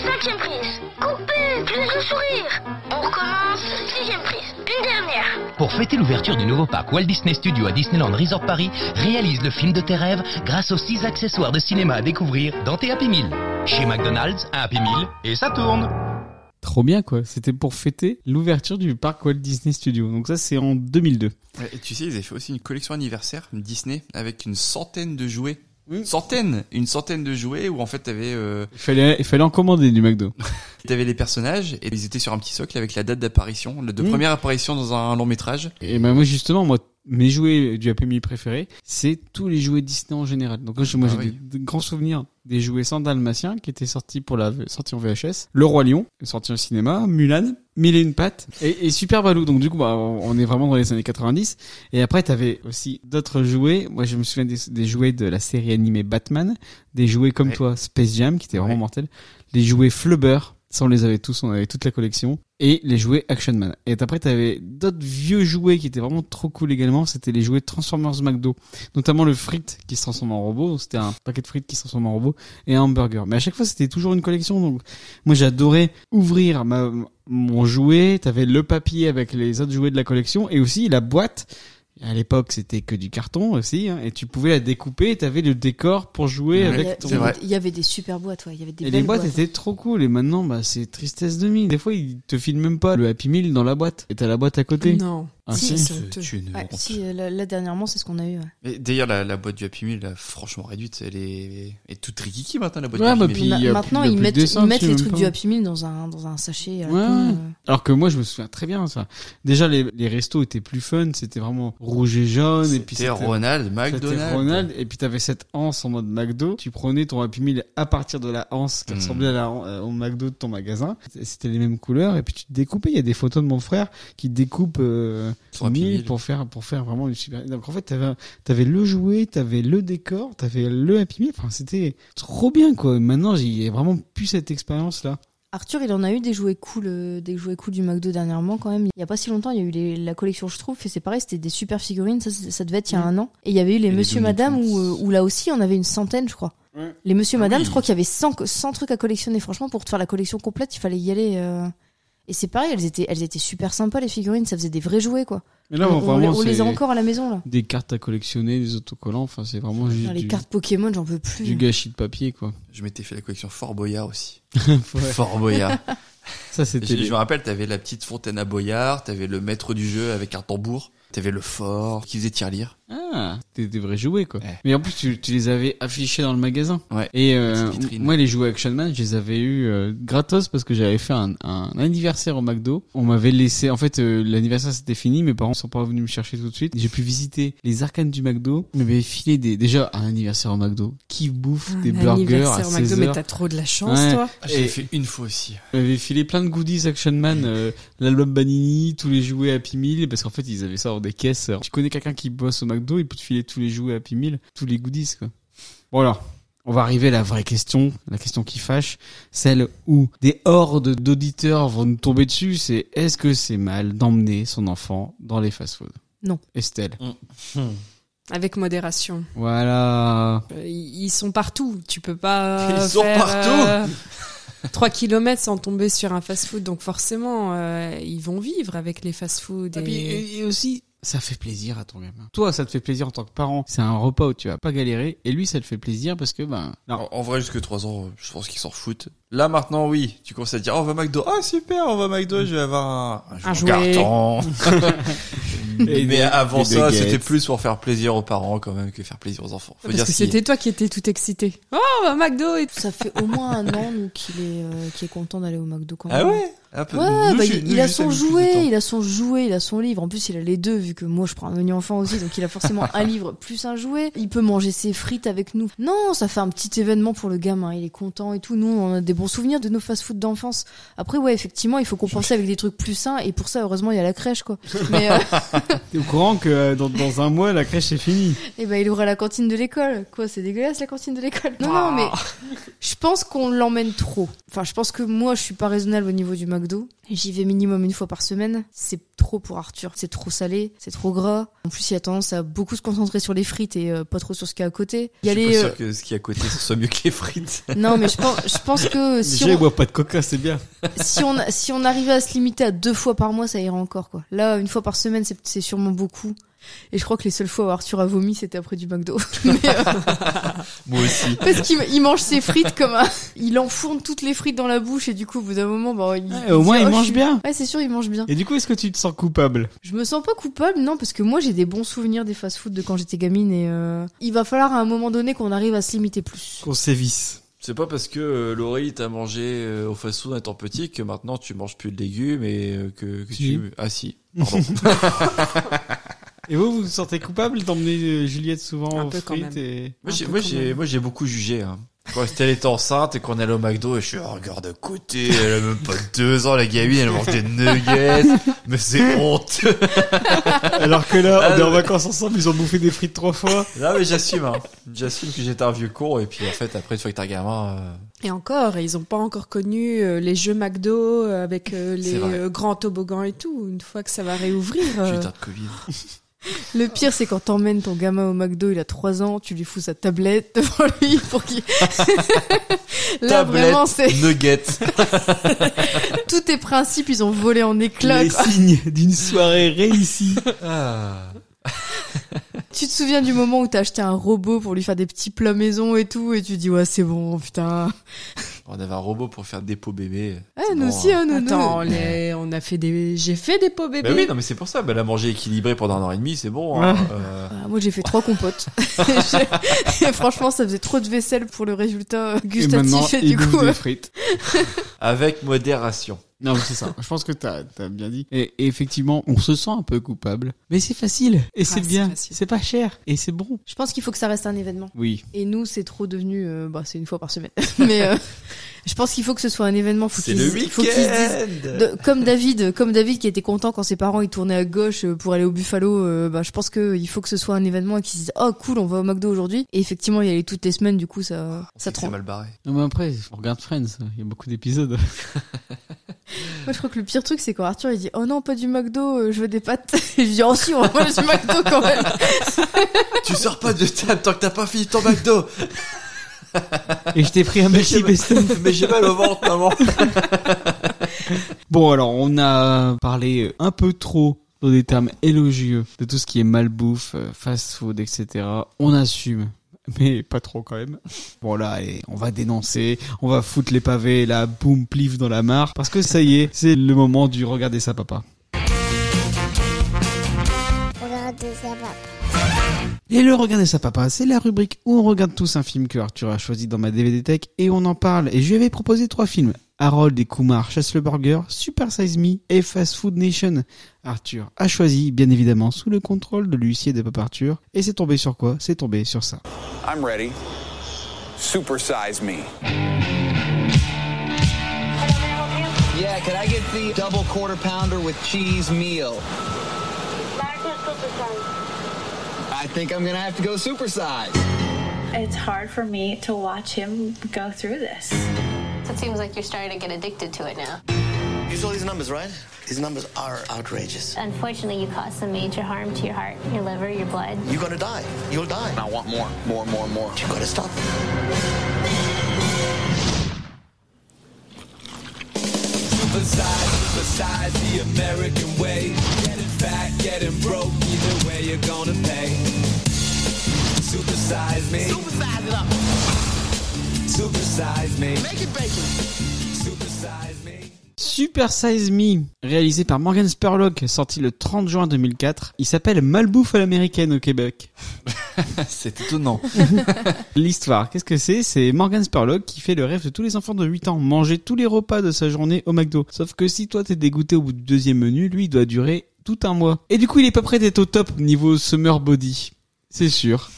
Cinquième prise. Coupez, plus le sourire. On recommence, sixième prise. Une dernière. Pour fêter l'ouverture du nouveau parc Walt Disney Studio à Disneyland Resort Paris, réalise le film de tes rêves grâce aux 6 accessoires de cinéma à découvrir dans tes Happy Meal. Chez McDonald's, un Happy Meal et ça tourne. Trop bien, quoi. C'était pour fêter l'ouverture du parc Walt Disney Studio. Donc ça, c'est en 2002. Ouais, Et tu sais, ils avaient fait aussi une collection anniversaire Disney avec une centaine de jouets. Oui. Une centaine, une centaine de jouets où en fait t'avais euh, Il fallait, il fallait en commander du McDo. t'avais les personnages et ils étaient sur un petit socle avec la date d'apparition, le- de Mm. première apparition dans un long métrage. Et ben moi, justement, moi, mes jouets du Happy Meal préférés, c'est tous les jouets Disney en général. Donc moi, j'ai moi, Ah j'ai oui. des, des grands souvenirs des jouets sans dalmatien qui étaient sortis pour la sortie en VHS, Le Roi Lion, sorti au cinéma, Mulan, Mille et une pattes et, et Super Baloo. Donc du coup, bah, on on est vraiment dans les années 90. Et après, t'avais aussi d'autres jouets. Moi, je me souviens des, des jouets de la série animée Batman, des jouets comme Ouais. toi, Space Jam, qui était vraiment Ouais. mortel, les jouets Flubber. Ça, on les avait tous, on avait toute la collection. Et les jouets Action Man. Et après, t'avais d'autres vieux jouets qui étaient vraiment trop cool également. C'était les jouets Transformers McDo. Notamment le frit qui se transforme en robot. Donc, C'était un paquet de frites qui se transforme en robot. Et un hamburger. Mais à chaque fois, c'était toujours une collection. Donc, moi, j'adorais ouvrir ma, mon jouet. T'avais le papier avec les autres jouets de la collection et aussi la boîte. À l'époque, c'était que du carton aussi, hein, et tu pouvais la découper. et T'avais le décor pour jouer Ouais, il, y a- avec ton. c'est il y vrai. avait, il y avait des super boîtes ouais, il y avait Et des les belles boîtes boîtes. étaient trop cool. Et maintenant, bah, c'est tristesse de mille. Des fois, ils te filent même pas le Happy Meal dans la boîte. Et t'as la boîte à côté. Non. Ah, Si, si. si. C'est honteux. une Ouais, honte. si euh, là, là, dernièrement c'est ce qu'on a eu ouais. Mais D'ailleurs, la, la boîte du Happy Meal, là, franchement réduite, elle est, elle est toute tricky maintenant, la boîte Ouais, du bah, Happy puis- Meal. Ma- il y a maintenant plus- il y a ils plus de mettent, dessin ils mettent dessus, les même trucs pas. du Happy Meal dans un dans un sachet à la Ouais. con, euh. Alors que moi, je me souviens très bien ça. Déjà, les, les restos étaient plus fun. C'était vraiment rouge et jaune. Et puis C'était Ronald, C'était McDonald. Ronald, et puis t'avais cette anse en mode McDo. Tu prenais ton Happy Meal à partir de la anse qui Mm. ressemblait à la, euh, au McDo de ton magasin. C'était les mêmes couleurs, et puis tu te découpais. Il y a des photos de mon frère qui découpe euh, Son Happy mille Meal. pour faire pour faire vraiment une super. Donc en fait, t'avais t'avais le jouet, t'avais le décor, t'avais le Happy Meal. Enfin, c'était trop bien quoi. Maintenant, j'ai vraiment plus cette expérience là. Arthur, il en a eu des jouets cool, euh, des jouets cool du McDo dernièrement quand même. Il y a pas si longtemps, il y a eu les- la collection je trouve, et c'est pareil, c'était des super figurines. Ça, c'est- ça devait être il y a un an. Et il y avait eu les Et les Monsieur Looney Madame Tunes. où, euh, où là aussi, on avait une centaine, je crois. Ouais. Les Monsieur Ah Madame, oui. je crois qu'il y avait 100, co- 100 trucs à collectionner. Franchement, pour te faire la collection complète, il fallait y aller. euh. Et c'est pareil, elles étaient, elles étaient super sympas les figurines. Ça faisait des vrais jouets quoi. Mais là, on, on les- vraiment, on les c'est a encore à la maison là. des cartes à collectionner, des autocollants. Enfin, c'est vraiment juste Putain, les du, cartes Pokémon, j'en peux plus. du gâchis de papier quoi. Je m'étais fait la collection Fort Boyard aussi. Ouais. Fort Boyard. Ça Et c'était. Je, les- je me rappelle, t'avais la petite fontaine à Boyard, t'avais le maître du jeu avec un tambour, t'avais le fort qui faisait tirelire. Ah, Ah. Des, des vrais jouets, quoi. Ouais. Mais en plus, tu, tu les avais affichés dans le magasin. Ouais. Et euh, Petite vitrine. moi, les jouets Action Man, je les avais eu euh, gratos parce que j'avais fait un, un anniversaire au McDo. On m'avait laissé. En fait, euh, l'anniversaire c'était fini. Mes parents sont pas venus me chercher tout de suite. J'ai pu visiter les arcanes du McDo. Ils m'avaient filé des. Déjà, un anniversaire au McDo. Qui bouffe des burgers à anniversaire au McDo, 16 mais heures t'as trop de la chance, Ouais. toi. Ah, je l'ai fait une fois aussi. Ils m'avaient filé plein de goodies Action Man, euh, l'album Banini, tous les jouets Happy Meal, parce qu'en fait ils avaient ça hors des caisses. Tu connais quelqu'un qui bosse au McDo, il peut te filer tous les jouets Happy Meal, tous les goodies quoi. Bon alors, on va arriver à la vraie question, la question qui fâche, celle où des hordes d'auditeurs vont nous tomber dessus, c'est est-ce que c'est mal d'emmener son enfant dans les fast-foods Non. Estelle. Avec modération. Voilà. Euh, Ils ils sont partout. Tu peux pas. Ils sont faire, partout. euh, 3 km sans tomber sur un fast-food. Donc forcément, euh, ils vont vivre avec les fast-food. Et, et- Ah, puis, euh, et- et aussi, ça fait plaisir à ton gamin. Toi, ça te fait plaisir en tant que parent. C'est un repas où tu vas pas galérer. Et lui, ça te fait plaisir parce que, ben, En, en vrai, jusque 3 ans, euh, je pense qu'ils s'en foutent. Là, maintenant, oui. Tu commences à dire, oh, on va à McDo. Ah, super, on va à McDo, je vais avoir un, Un jeu jouet. carton. Et Mais des- avant et des ça, guettes. c'était plus pour faire plaisir aux parents, quand même, que faire plaisir aux enfants. Faut Parce dire que si- c'était toi qui étais tout excité. Oh, bah, McDo et tout. Ça fait au moins un an nous, qu'il est, euh, qu'il est content d'aller au McDo quand Ah même. ouais? Un peu. Ouais, Nous, bah, ju- il, nous, il a juste un son peu plus de jouet, temps. il a son jouet, il a son livre. En plus, il a les deux, vu que moi je prends un menu enfant aussi, donc il a forcément un livre plus un jouet. Il peut manger ses frites avec nous. Non, ça fait un petit événement pour le gamin, il est content et tout. Nous, on a des bons souvenirs de nos fast-food d'enfance. Après, ouais, effectivement, il faut compenser avec des trucs plus sains, et pour ça, heureusement, il y a la crèche, quoi. Mais, euh, T'es au courant que euh, dans, dans un mois, la crèche est finie. Eh ben, il aura la cantine de l'école. Quoi, c'est dégueulasse la cantine de l'école. Non, non, mais je pense qu'on l'emmène trop. Enfin, je pense que moi, je suis pas raisonnable au niveau du McDo. J'y vais minimum une fois par semaine. C'est trop pour Arthur. C'est trop salé, c'est trop gras. En plus, il a tendance à beaucoup se concentrer sur les frites et euh, pas trop sur ce qu'il y a à côté. Il y Je a suis pas les, euh, sûr que ce qui est à côté, ce soit mieux que les frites. Non, mais je pense, je pense que si on, boit pas de coca, c'est bien. si on si on arrivait à se limiter à deux fois par mois, ça ira encore quoi. Là, une fois par semaine, c'est c'est sûrement beaucoup. Et je crois que les seules fois où Arthur a vomi, c'était après du McDo. Mais, euh, Moi aussi. Parce qu'il il mange ses frites comme un... Il enfourne toutes les frites dans la bouche et du coup, au bout d'un moment, bah, il... au dit, moins, Oh, il je mange suis- bien. Ouais, c'est sûr, il mange bien. Et du coup, est-ce que tu te sens coupable Je me sens pas coupable, non, parce que moi, j'ai des bons souvenirs des fast-food de quand j'étais gamine et euh, il va falloir à un moment donné qu'on arrive à se limiter plus. Qu'on sévisse. C'est pas parce que euh, Laurie t'a mangé euh, au fast-food en étant petit que maintenant tu manges plus de légumes et euh, que, que Si. tu. Ah si. Pardon. Et vous, vous vous sentez coupable d'emmener euh, Juliette souvent Un aux peu quand frites même. et... Moi, Un j'ai, peu moi, quand j'ai, même. moi, j'ai beaucoup jugé. Hein. Quand Estelle était enceinte et qu'on allait au McDo, et je suis, oh, regarde à côté, elle a même pas deux ans, la gamine, elle mange des nuggets, mais c'est honteux. Alors que là, on Ah, est en ouais. vacances ensemble, ils ont bouffé des frites trois fois. Non, mais j'assume, hein. J'assume que j'étais un vieux con, et puis en fait, après, une fois que t'as un gamin, euh, Et encore, ils ont pas encore connu euh, les jeux McDo euh, avec euh, C'est les vrai. euh, grands toboggans et tout. Une fois que ça va réouvrir, euh, putain de Covid. Le pire, c'est quand t'emmènes ton gamin au McDo, il a 3 ans, tu lui fous sa tablette devant lui pour qu'il... Là, Tablette, vraiment, c'est... nuggets. Tous tes principes, ils ont volé en éclats, Les quoi. signes d'une soirée réussie. Ah. Tu te souviens du moment où t'as acheté un robot pour lui faire des petits plats maison et tout, et tu dis, ouais, c'est bon, putain... On avait un robot pour faire des pots bébés. Ah, C'est nous bon, aussi, hein. hein, nous, Attends, on les- on a fait des, j'ai fait des pots bébés. Bah oui, non, mais c'est pour ça. Bah, elle a mangé équilibré pendant un an et demi, c'est bon. hein. Euh, nous. Ah, moi, j'ai fait trois compotes. J'ai- et franchement, ça faisait trop de vaisselle pour le résultat euh, Et maintenant, gustatif. Et, ils du coup, bouffent euh, des frites. avec modération. Non, mais c'est ça. Je pense que t'as as bien dit. Et, et effectivement, on se sent un peu coupable. Mais c'est facile. Et c'est Ah, c'est bien. facile. C'est pas cher. Et c'est bon. je pense qu'il faut que ça reste un événement. Oui. Et nous, c'est trop devenu, euh, bah, c'est une fois par semaine. Mais euh, je pense qu'il faut que ce soit un événement. Faut C'est qu'ils- le faut qu'ils se disent- week-end. de- comme David, comme David qui était content quand ses parents ils tournaient à gauche euh, pour aller au Buffalo, euh, bah, je pense que il faut que ce soit un événement et qu'ils se disent oh cool on va au McDo aujourd'hui et effectivement y aller toutes les semaines du coup ça On ça sait que C'est trompe. mal barré. Non, mais après, on regarde Friends. Il y a beaucoup d'épisodes. Moi, je crois que le pire truc, c'est quand Arthur, il dit, oh non, pas du McDo, euh, je veux des pâtes. Et je dis, oh si, on va manger du McDo quand même. Tu sors pas de table tant que t'as pas fini ton McDo. Et je t'ai pris un Mickey Beston. Mais j'ai mal au ventre, maman. Bon, alors, on a parlé un peu trop dans des termes élogieux de tout ce qui est malbouffe, euh, fast-food, etc. On assume. Mais pas trop quand même. Bon là, allez, on va dénoncer, on va foutre les pavés, là, boum, plif dans la mare. Parce que ça y est, c'est le moment du regarder ça papa. Regardez ça, papa. Et le regarder sa papa, c'est la rubrique où on regarde tous un film que Arthur a choisi dans ma DVD Tech et on en parle. Et je lui avais proposé trois films. Harold et Kumar chassent le burger, Super Size Me et Fast Food Nation. Arthur a choisi, bien évidemment, sous le contrôle de l'huissier de Papa Arthur. Et c'est tombé sur quoi C'est tombé sur ça. I'm ready. Supersize me. Yeah, could I get the double quarter pounder with cheese meal? I think I'm gonna have to go supersize. It's hard for me to watch him go through this. It seems like you're starting to get addicted to it now. You saw these numbers, right? These numbers are outrageous. Unfortunately, you caused some major harm to your heart, your liver, your blood. You're gonna die. You'll die. I want more, more, more, more. You gotta stop. Supersize, supersize the American way. Getting fat, getting broke, either way you're gonna pay. Supersize me. Supersize it up. Supersize me. Make it bacon. Supersize me. Super Size Me, réalisé par Morgan Spurlock, sorti le 30 juin 2004. Il s'appelle Malbouffe à l'américaine au Québec. C'est étonnant. L'histoire, qu'est-ce que c'est C'est Morgan Spurlock qui fait le rêve de tous les enfants de 8 ans, manger tous les repas de sa journée au McDo. Sauf que si toi t'es dégoûté au bout du deuxième menu, lui il doit durer tout un mois. Et du coup il est pas prêt d'être au top niveau summer body. C'est sûr.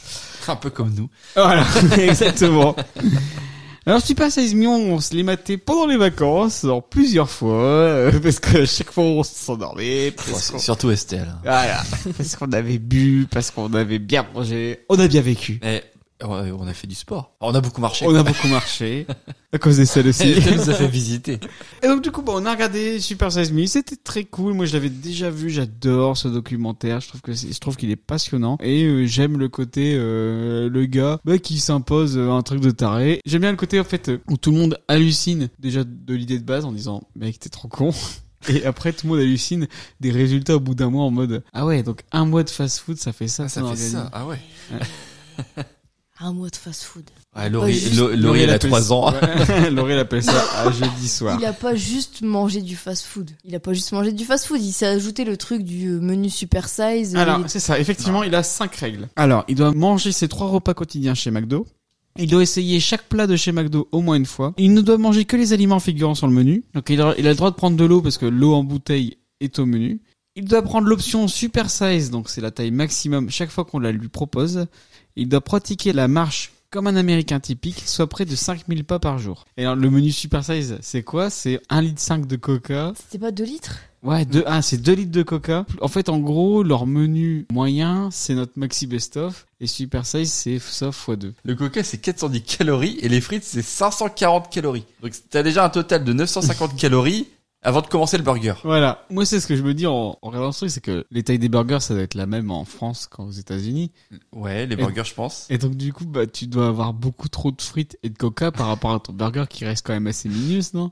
Un peu comme nous. Voilà, exactement. Alors Super Size Me, on se les matait pendant les vacances, en plusieurs fois, euh, parce que à chaque fois on s'endormait, parce qu'on- Surtout Estelle. voilà, parce qu'on avait bu, parce qu'on avait bien mangé, on a bien vécu, Mais on a- on a fait du sport. On a beaucoup marché. on a beaucoup marché, à cause des salles aussi. Estelle nous a fait visiter. Et donc du coup, bon, on a regardé Super Size Me, c'était très cool. Moi, je l'avais déjà vu, j'adore ce documentaire. Je trouve que c'est- je trouve qu'il est passionnant et euh, j'aime le côté euh, le gars bah, qui s'impose euh, un truc de taré. J'aime bien le côté en fait euh, où tout le monde hallucine déjà de l'idée de base en disant mec t'es trop con. Et après tout le monde hallucine des résultats au bout d'un mois en mode ah ouais donc un mois de fast food ça fait ça Ah, ça ton fait organisme. ça. Ah ouais. Un mois de fast-food. Ouais, Ouais, Ah, Laurie, Oh, juste- Lo- Laurie, elle a appelle- 3 ans. Ouais, Laurie elle appelle ça à jeudi soir. Il a pas juste mangé du fast-food. Il a pas juste mangé du fast-food. Il s'est ajouté le truc du euh, menu super size. euh, Alors, Et- c'est ça, effectivement, il a cinq règles. Alors, il doit manger ses trois repas quotidiens chez McDo. Il doit essayer chaque plat de chez McDo au moins une fois. Il ne doit manger que les aliments figurant sur le menu. Donc, il a, il a le droit de prendre de l'eau parce que l'eau en bouteille est au menu. Il doit prendre l'option super size, donc c'est la taille maximum chaque fois qu'on la lui propose. Il doit pratiquer la marche comme un américain typique, soit près de 5000 pas par jour. Et alors, le menu super size, c'est quoi? C'est 1,5 litre de coca, C'était pas 2 litres Ouais, deux, ah, c'est 2 litres de coca. En fait, en gros, leur menu moyen, c'est notre maxi best-of. Et Super Size, c'est ça x2. Le coca, c'est 410 calories et les frites, c'est 540 calories. Donc, t'as déjà un total de 950 calories avant de commencer le burger. Voilà. Moi, c'est ce que je me dis en, en regardant ce truc, c'est que les tailles des burgers, ça doit être la même en France qu'aux États-Unis. Ouais, les Et- burgers, je pense. Et donc, du coup, bah, tu dois avoir beaucoup trop de frites et de coca par rapport à ton burger qui reste quand même assez minus, non?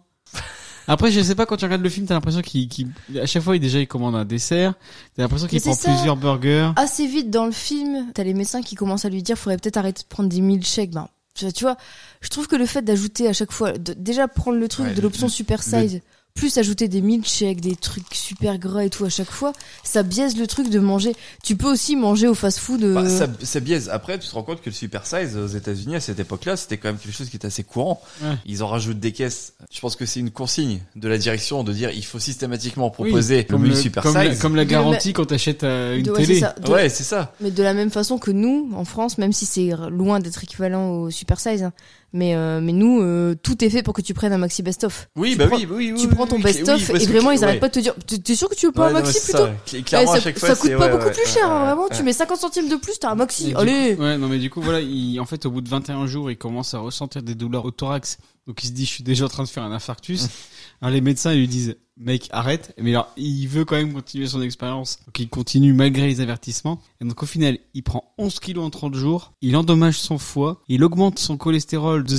Après, je sais pas, quand tu regardes le film, t'as l'impression qu'il, qu'il- à chaque fois, il, déjà, il commande un dessert. T'as l'impression qu'il Mais prend c'est ça. plusieurs burgers. Assez vite dans le film, t'as les médecins qui commencent à lui dire faudrait peut-être arrêter de prendre des milkshakes. Ben, tu tu vois, je trouve que le fait d'ajouter à chaque fois, de- déjà prendre le truc Ouais, de l'option super le- size, plus ajouter des milkshakes, des trucs super gras et tout à chaque fois, ça biaise le truc de manger. Tu peux aussi manger au fast-food. euh, Bah, ça, ça biaise. Après, tu te rends compte que le super size euh, aux États-Unis à cette époque-là, c'était quand même quelque chose qui était assez courant. Ouais. Ils en rajoutent des caisses. Je pense que c'est une consigne de la direction de dire il faut systématiquement proposer le comme, menu le- super comme la, size. comme la De garantie quand t'achètes euh, une de- ouais, c'est télé. ça. De- Ouais, c'est ça. Mais de la même façon que nous, en France, même si c'est loin d'être équivalent au super size, hein, mais, euh, mais nous, euh, tout est fait pour que tu prennes un maxi best-of. Oui, Tu bah prends- oui, oui, oui. tu prends ton oui, oui, best-of parce et que- vraiment, ils ouais. arrêtent pas de te dire T'es t'es sûr que tu veux pas Ouais, un non, maxi mais c'est plutôt ça. Cl- Clairement, Eh, à ça, chaque fois, ça coûte c'est- pas ouais, beaucoup ouais. plus cher, hein, Ouais. vraiment. Ouais. Tu mets 50 centimes de plus, t'as un Et du maxi. coup- Allez ouais, non, mais du coup, voilà, il, en fait, au bout de 21 jours, il commence à ressentir des douleurs au thorax. Donc, il se dit, je suis déjà en train de faire un infarctus. Alors, les médecins, ils lui disent, mec, arrête. Mais alors, il veut quand même continuer son expérience. Donc, il continue malgré les avertissements. Et donc, au final, il prend 11 kilos en 30 jours. Il endommage son foie. Il augmente son cholestérol de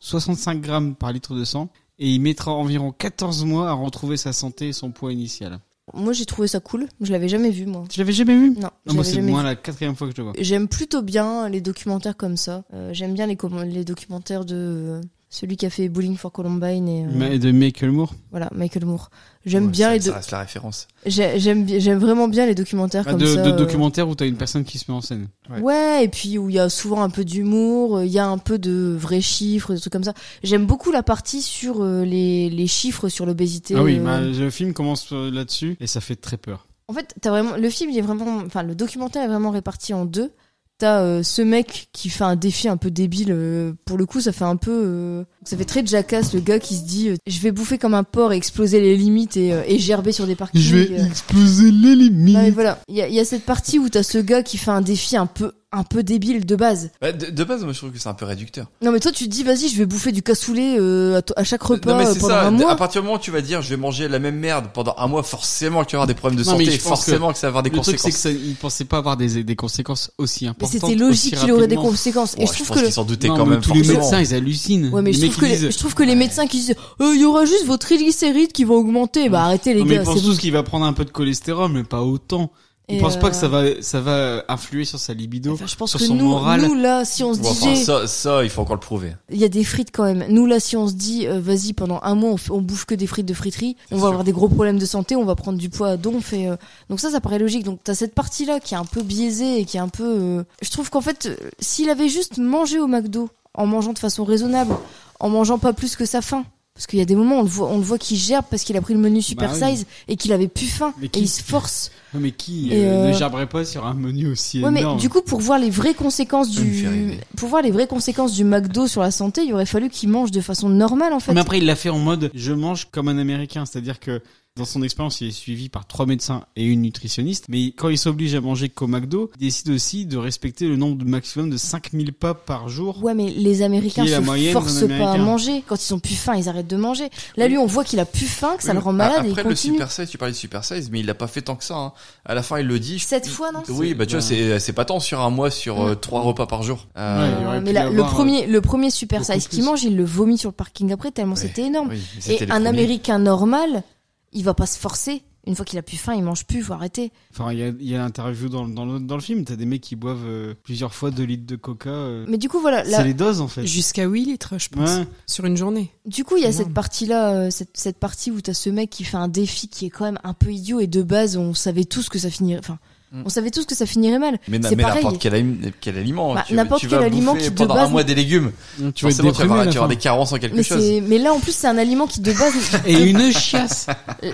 0,65 grammes par litre de sang. Et il mettra environ 14 mois à retrouver sa santé et son poids initial. euh, Moi, j'ai trouvé ça cool. Je l'avais jamais vu, moi. Tu l'avais jamais vu? Non, je Non, moi, l'avais c'est jamais moins vu. la quatrième fois que je le vois. J'aime plutôt bien les documentaires comme ça. Euh, J'aime bien les, com- les documentaires de. euh, celui qui a fait Bowling for Columbine et euh, Mais de Michael Moore. voilà Michael Moore. J'aime Ouais, bien ça- les deux. Ça reste la référence. j'ai- J'aime bi- j'aime vraiment bien les documentaires Ah, comme de, ça. de euh, documentaires où t'as une personne qui se met en scène. Ouais. et puis où il y a souvent un peu d'humour, euh, il y a un peu de vrais chiffres, des trucs comme ça. J'aime beaucoup la partie sur euh, les, les chiffres sur l'obésité. Ah oui, euh, bah, le film commence euh, là-dessus et ça fait très peur. En fait, t'as vraiment le film, il est vraiment, enfin le documentaire est vraiment réparti en deux. T'as euh, ce mec qui fait un défi un peu débile. euh, pour le coup, ça fait un peu, euh, ça fait très jackass le gars qui se dit, euh, je vais bouffer comme un porc, et exploser les limites et, euh, et gerber sur des parkings. euh. exploser les limites. Non, mais voilà, il y, a- il y a cette partie où t'as ce gars qui fait un défi un peu, un peu débile de base. Bah, de, de base, moi, je trouve que c'est un peu réducteur. Non mais toi tu te dis vas-y je vais bouffer du cassoulet euh, à, to- à chaque repas non, mais euh, c'est pendant ça. un À mois. partir du moment où tu vas dire, je vais manger la même merde pendant un mois, forcément que tu vas avoir des problèmes de Non, mais santé, je pense forcément que, ça va avoir des le conséquences. truc, c'est qu'il pensait pas avoir des, des conséquences aussi Mais importantes. c'était logique aussi qu'il aurait des rapidement. conséquences. Ouais, et je je trouve pense que qu'ils s'en doutaient Non, quand mais même, tous les forcément. médecins, ils hallucinent. Ouais, mais Les je mecs, trouve, que ils les, disent- je trouve que les médecins qui disent Euh, il y aura juste vos triglycérides qui vont augmenter. Bah arrêtez les Non, mais gars. ils pensent tous qu'il va prendre un peu de cholestérol, mais pas autant. Ils Et pensent pas euh, Eh ben, que ça va, ça va influer sur sa libido, je pense sur que son nous, moral. nous là, si on se Bon, enfin, disait, ça, ça, il faut encore le prouver. il y a des frites quand même. Nous là, si on se dit, euh, vas-y pendant un mois, on, fait- on bouffe que des frites de friterie, on va avoir des gros problèmes de santé, on va prendre du poids à donf. Et, euh, donc ça, ça paraît logique. Donc t'as cette partie là qui est un peu biaisée et qui est un peu. euh, Je trouve qu'en fait, euh, s'il avait juste mangé au McDo en mangeant de façon raisonnable, en mangeant pas plus que sa faim. Parce qu'il y a des moments, on le voit, on le voit qu'il gerbe parce qu'il a pris le menu super Bah oui. size et qu'il avait plus faim Mais et qui- il se force. Non, mais qui Et, euh, ne euh, gerberait pas sur un menu aussi Ouais, mais énorme du coup, pour voir les vraies conséquences fait du, pour voir les vraies conséquences du McDo sur la santé, il aurait fallu qu'il mange de façon normale, en fait. Mais après, il l'a fait en mode je mange comme un américain. C'est-à-dire que dans son expérience, il est suivi par trois médecins et une nutritionniste. Mais quand il s'oblige à manger qu'au McDo, il décide aussi de respecter le nombre de maximum de 5000 pas par jour. Ouais, mais les Américains Qui est la se moyenne forcent d'un pas à Américain manger. Quand ils sont plus faim, ils arrêtent de manger. Là, lui, on voit qu'il a plus faim, que ça Oui, le rend mais malade a- et Bah, Après, il le continue. Super Size, tu parlais de Super Size, mais il l'a pas fait tant que ça. hein. À la fin, il le dit. je- Sept fois, non Oui, bah tu vois, bah- c'est c'est pas tant sur un mois, sur euh, trois repas par jour. Euh, Ouais, il aurait mais pu là, le l'avoir, premier, le premier super beaucoup size qu'il plus. mange, il le vomit sur le parking après tellement c'était énorme. oui, mais c'était et les un premiers. Américain normal, il va pas se forcer. Une fois qu'il a plus faim, il mange plus, faut arrêter. Enfin, il y a, il y a l'interview dans, le- dans, le, dans le film. T'as des mecs qui boivent euh, plusieurs fois 2 litres de coca. euh, Mais du coup, voilà. c'est là- les doses en fait. Jusqu'à 8 litres, je pense. Ouais. Sur une journée. Du coup, il y a cette partie-là, euh, cette, cette partie où t'as ce mec qui fait un défi qui est quand même un peu idiot et de base, on savait tous que ça finirait. Enfin, Mm. on savait tous que ça finirait mal. Mais, na- c'est mais pareil. n'importe quel, alim- quel aliment. Bah, tu, n'importe tu quel vas aliment bouffer qui, de pendant un base- mois des légumes. Tu vas être Forcément, tu vas déprimé à avoir, la tu vas avoir fin. des carences en quelque Mais, chose. c'est- mais là, en plus, c'est un aliment qui de base. Et une chiasse.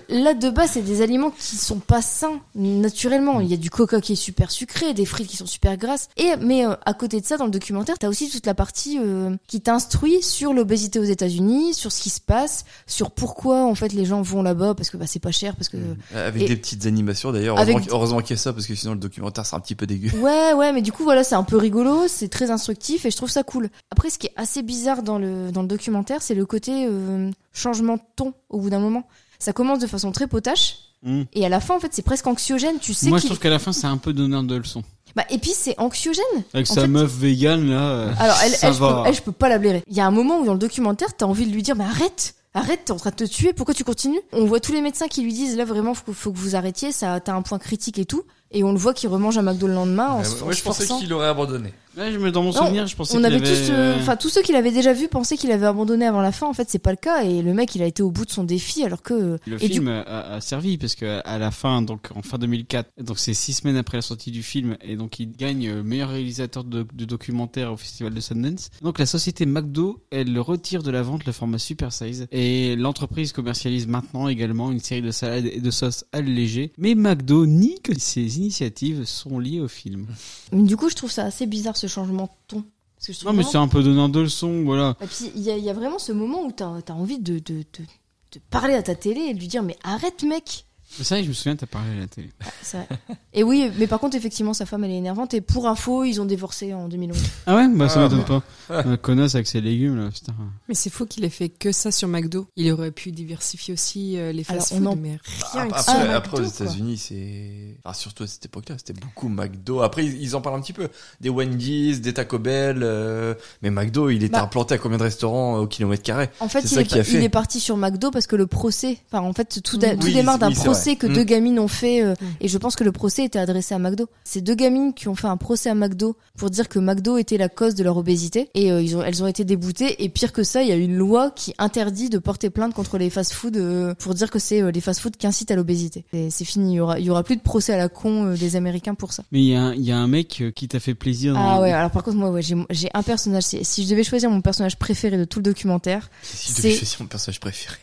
Là, de base, c'est des aliments qui sont pas sains naturellement. Il y a du coca qui est super sucré, des frites qui sont super grasses. Et mais euh, à côté de ça, dans le documentaire, t'as aussi toute la partie euh, qui t'instruit sur l'obésité aux États-Unis, sur ce qui se passe, sur pourquoi en fait les gens vont là-bas parce que bah, c'est pas cher, parce que Euh, Avec Et- des petites animations d'ailleurs. Avec- Heureusement, heureusement qu'il y a ça parce que sinon le documentaire c'est un petit peu dégueu. Ouais, ouais, mais du coup, voilà, c'est un peu rigolo, c'est très instructif et je trouve ça cool. Après, ce qui est assez bizarre dans le, dans le documentaire, c'est le côté euh, changement de ton au bout d'un moment. Ça commence de façon très potache Mm. et à la fin, en fait, c'est presque anxiogène. Tu sais Moi, je qu'il- trouve qu'à la fin, c'est un peu donneur de leçons. Bah, et puis, c'est anxiogène. Avec En sa fait, meuf vegan là. euh, Alors, elle, ça elle, je peux, va. elle, je peux pas la blairer. Il y a un moment où, dans le documentaire, t'as envie de lui dire, mais arrête! Arrête, t'es en train de te tuer, pourquoi tu continues On voit tous les médecins qui lui disent, là vraiment, faut, faut que vous arrêtiez, ça, t'as un point critique et tout. Et on le voit qui remange un McDo le lendemain en Ah, se Moi je en se pensais forçant. qu'il aurait abandonné. Ouais, je me- dans mon Non, souvenir, je pensais on qu'il avait, avait tous, euh, euh, enfin tous ceux qui l'avaient déjà vu pensaient qu'il avait abandonné avant la fin. En fait, c'est pas le cas. Et le mec, il a été au bout de son défi, alors que Le et du- film a, a servi parce que à la fin, donc en fin 2004, donc c'est six semaines après la sortie du film, et donc il gagne euh, meilleur réalisateur de, de documentaire au Festival de Sundance. Donc la société McDo, elle retire de la vente le format Super Size, et l'entreprise commercialise maintenant également une série de salades et de sauces allégées. Mais McDo nie que ces initiatives sont liées au film. Mais du coup, je trouve ça assez bizarre ce changement de ton. Parce que je trouve Non, mais c'est vraiment- un peu donnant de leçons, voilà. Et puis il y, a- il y a vraiment ce moment où t'as as envie de, de, de- de parler à ta télé et de lui dire mais arrête mec. Mais ça, je me souviens, t'as parlé à la télé. C'est vrai. et oui, mais par contre effectivement sa femme elle est énervante et pour info ils ont divorcé en 2011. Ah ouais, bah ça Ah, m'étonne bah. pas. Un connasse avec ses légumes là, putain. Mais c'est faux qu'il ait fait que ça sur McDo. Il aurait pu diversifier aussi euh, les Alors, fast on en- food mais Ah, rien que sur Après, McDo, après, aux quoi. États-Unis, c'est. Enfin, surtout à cette époque-là, c'était beaucoup McDo. Après, ils ils en parlent un petit peu. Des Wendy's, des Taco Bell. euh, Mais McDo, il était Bah. implanté à combien de restaurants euh, au kilomètre carré En fait, C'est il ça est, qui a il fait. est parti sur McDo parce que le procès, enfin en fait tout, dé- Mm. tout Oui, démarre d'un oui, c'est vrai, Mm. procès que Mm. deux gamines ont fait, euh, et je pense que le procès était adressé à McDo. C'est deux gamines qui ont fait un procès à McDo pour dire que McDo était la cause de leur obésité, et euh, ils ont, elles ont été déboutées. Et pire que ça, il y a une loi qui interdit de porter plainte contre les fast-food euh, pour dire que c'est euh, les fast-food qui incitent à l'obésité. Et C'est fini, il y aura, il y aura plus de procès à la con euh, des Américains pour ça. Mais il y, a un- il y a un mec euh, qui t'a fait Mm. plaisir. dans- Ah ouais, alors par contre, moi, ouais, j'ai j'ai un personnage. Si, si je devais choisir mon personnage préféré de tout le documentaire, Si tu c'est- devais choisir mon personnage préféré.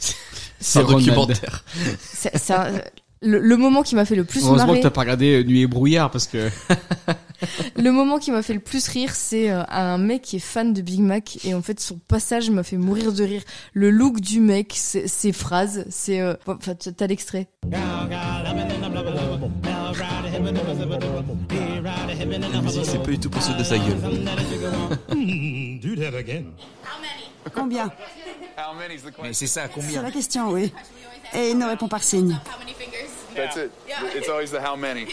C'est C'est un Ronald. documentaire. c'est- c'est un- le, le moment qui m'a fait le plus Heureusement marrer. que t'as pas regardé euh, Nuit et brouillard parce que. Le moment qui m'a fait le plus rire, c'est euh, un mec qui est fan de Big Mac et en fait son passage m'a fait mourir de rire. Le look du mec, ses ses phrases, c'est euh, enfin t'as t'as l'extrait. La musique, c'est pas du tout pour ceux de sa gueule. Do that again. Combien Mais c'est ça, C'est la question, oui. Et il ne répond par signe. That's it. It's always the how many.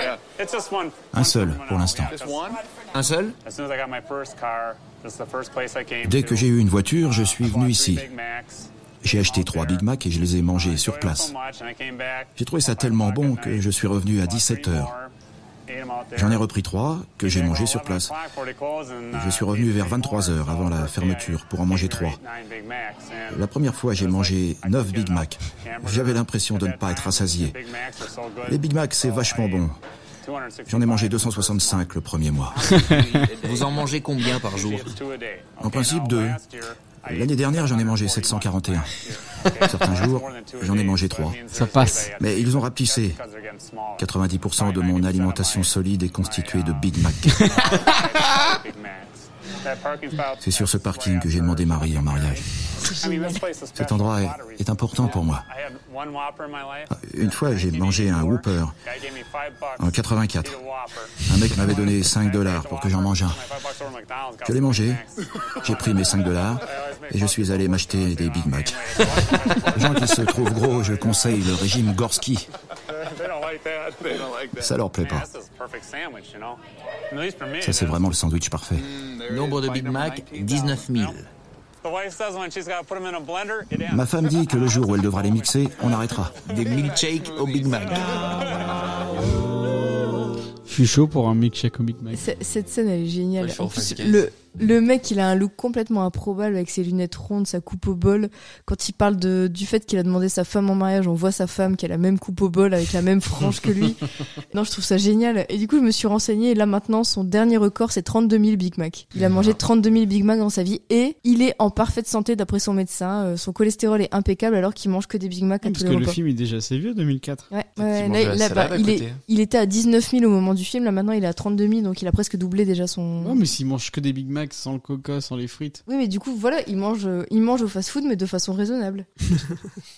Yeah. It's just one. Un seul, pour l'instant. Just one. Un seul As soon as I got my first car, this is the first place I came Dès to. que j'ai eu une voiture, je suis venu ici. Big Macs. J'ai acheté trois Big Mac et je les ai mangés sur place. So much, and I came back, J'ai trouvé ça tellement bon que je suis revenu à 17 heures. ate 'em out there. J'en ai repris trois que j'ai mangés sur place. Before they close, and uh, Je suis revenu vers 23 heures avant la fermeture pour en manger trois. nine Big Macs. And La première fois, j'ai mangé 9 Big Mac. J'avais l'impression de ne pas être rassasié. Big Macs are so good. Les Big Mac, c'est vachement bon. J'en ai mangé 265 le premier mois. Vous en mangez combien par jour En principe, deux. L'année dernière, j'en ai mangé 741. Certains jours, j'en ai mangé trois. Ça passe. Mais ils ont rapetissé. 90% de mon alimentation solide est constituée de Big Mac. That parking spot. C'est sur ce parking que j'ai demandé Marie en mariage. I mean, this place is Cet special. endroit est, est important pour moi. Ah, I had one Whopper in my life. Une fois, j'ai mangé un Whopper Guy gave me five bucks. en 84. Un mec m'avait donné 5 dollars pour que j'en mange un. Je l'ai mangé, j'ai pris mes 5 dollars et je suis allé m'acheter des Big Mac. Aux gens qui se trouvent gros, je conseille le régime Gorski. They don't like that. They don't like that. Ça leur plaît Man, pas. this is a perfect sandwich, you know. At least for me. Ça, c'est vraiment le sandwich parfait. Nombre de Big Mac, 19 000. The wife says when she's got to put them in a blender, it ends. Ma femme dit que le jour où elle devra les mixer, on arrêtera. Des milkshakes au Big Mac. Je suis chaud pour un milkshake au Big Mac. C'est- Cette scène elle est géniale. Ouais, je suis en en plus, face-case. le le mec il a un look complètement improbable avec ses lunettes rondes, sa coupe au bol. Quand il parle de du fait qu'il a demandé sa femme en mariage, on voit sa femme qui a la même coupe au bol avec la même frange que lui. Non, je trouve ça génial. Et du coup, je me suis renseignée. Et là, maintenant, son dernier record, c'est 32 000 Big Mac. Il a mangé 32 000 Big Mac dans sa vie et il est en parfaite santé d'après son médecin. Euh, son cholestérol est impeccable alors qu'il mange que des Big Mac à tous Parce les que le repas. film est déjà assez vieux, 2004. Ouais, Peut-être qu'il ouais, là, mange de là, la salade bah, à il, côté. est, il était à 19 000 au moment du film. Là, maintenant, il est à 32 000, donc il a presque doublé déjà son. Ouais, mais s'il mange que des Big Mac sans le coca, sans les frites. Oui, mais du coup, voilà, il mange, euh, il mange au fast-food, mais de façon raisonnable.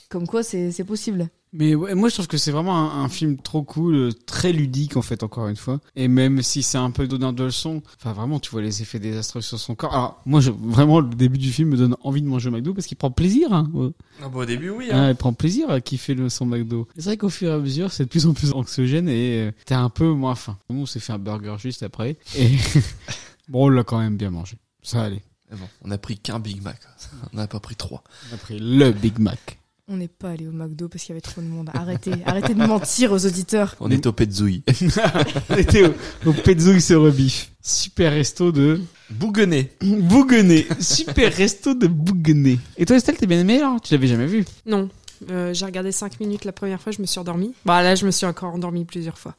Comme quoi, c'est c'est possible. Mais ouais, moi je trouve que c'est vraiment un, un film trop cool, euh, très ludique en fait encore une fois. Et même si c'est un peu donneur de leçons, enfin vraiment tu vois les effets désastreux sur son corps. Alors moi je, vraiment le début du film me donne envie de manger au McDo parce qu'il prend plaisir. Hein, au- Ah bah, au début, oui, Ah, hein. il prend plaisir à kiffer le son McDo. C'est vrai qu'au fur et à mesure c'est de plus en plus anxiogène et euh, t'es un peu moins faim. Nous on s'est fait un burger juste après et bon on l'a quand même bien mangé. Ça allait. Mais bon, on a pris qu'un Big Mac. On n'a pas pris trois. On a pris le Big Mac. On n'est pas allé au McDo parce qu'il y avait trop de monde. Arrêtez, arrêtez de mentir aux auditeurs. On est au Petzouille. on était au, au Petzouille sur Rebif. Super resto de Bougonnet. Bougonnet. Super resto de Bougonnet. Et toi, Estelle, t'es bien aimée alors Tu l'avais jamais vu Non. Euh, j'ai regardé 5 minutes la première fois, je me suis endormie. Bah là, je me suis encore endormie plusieurs fois.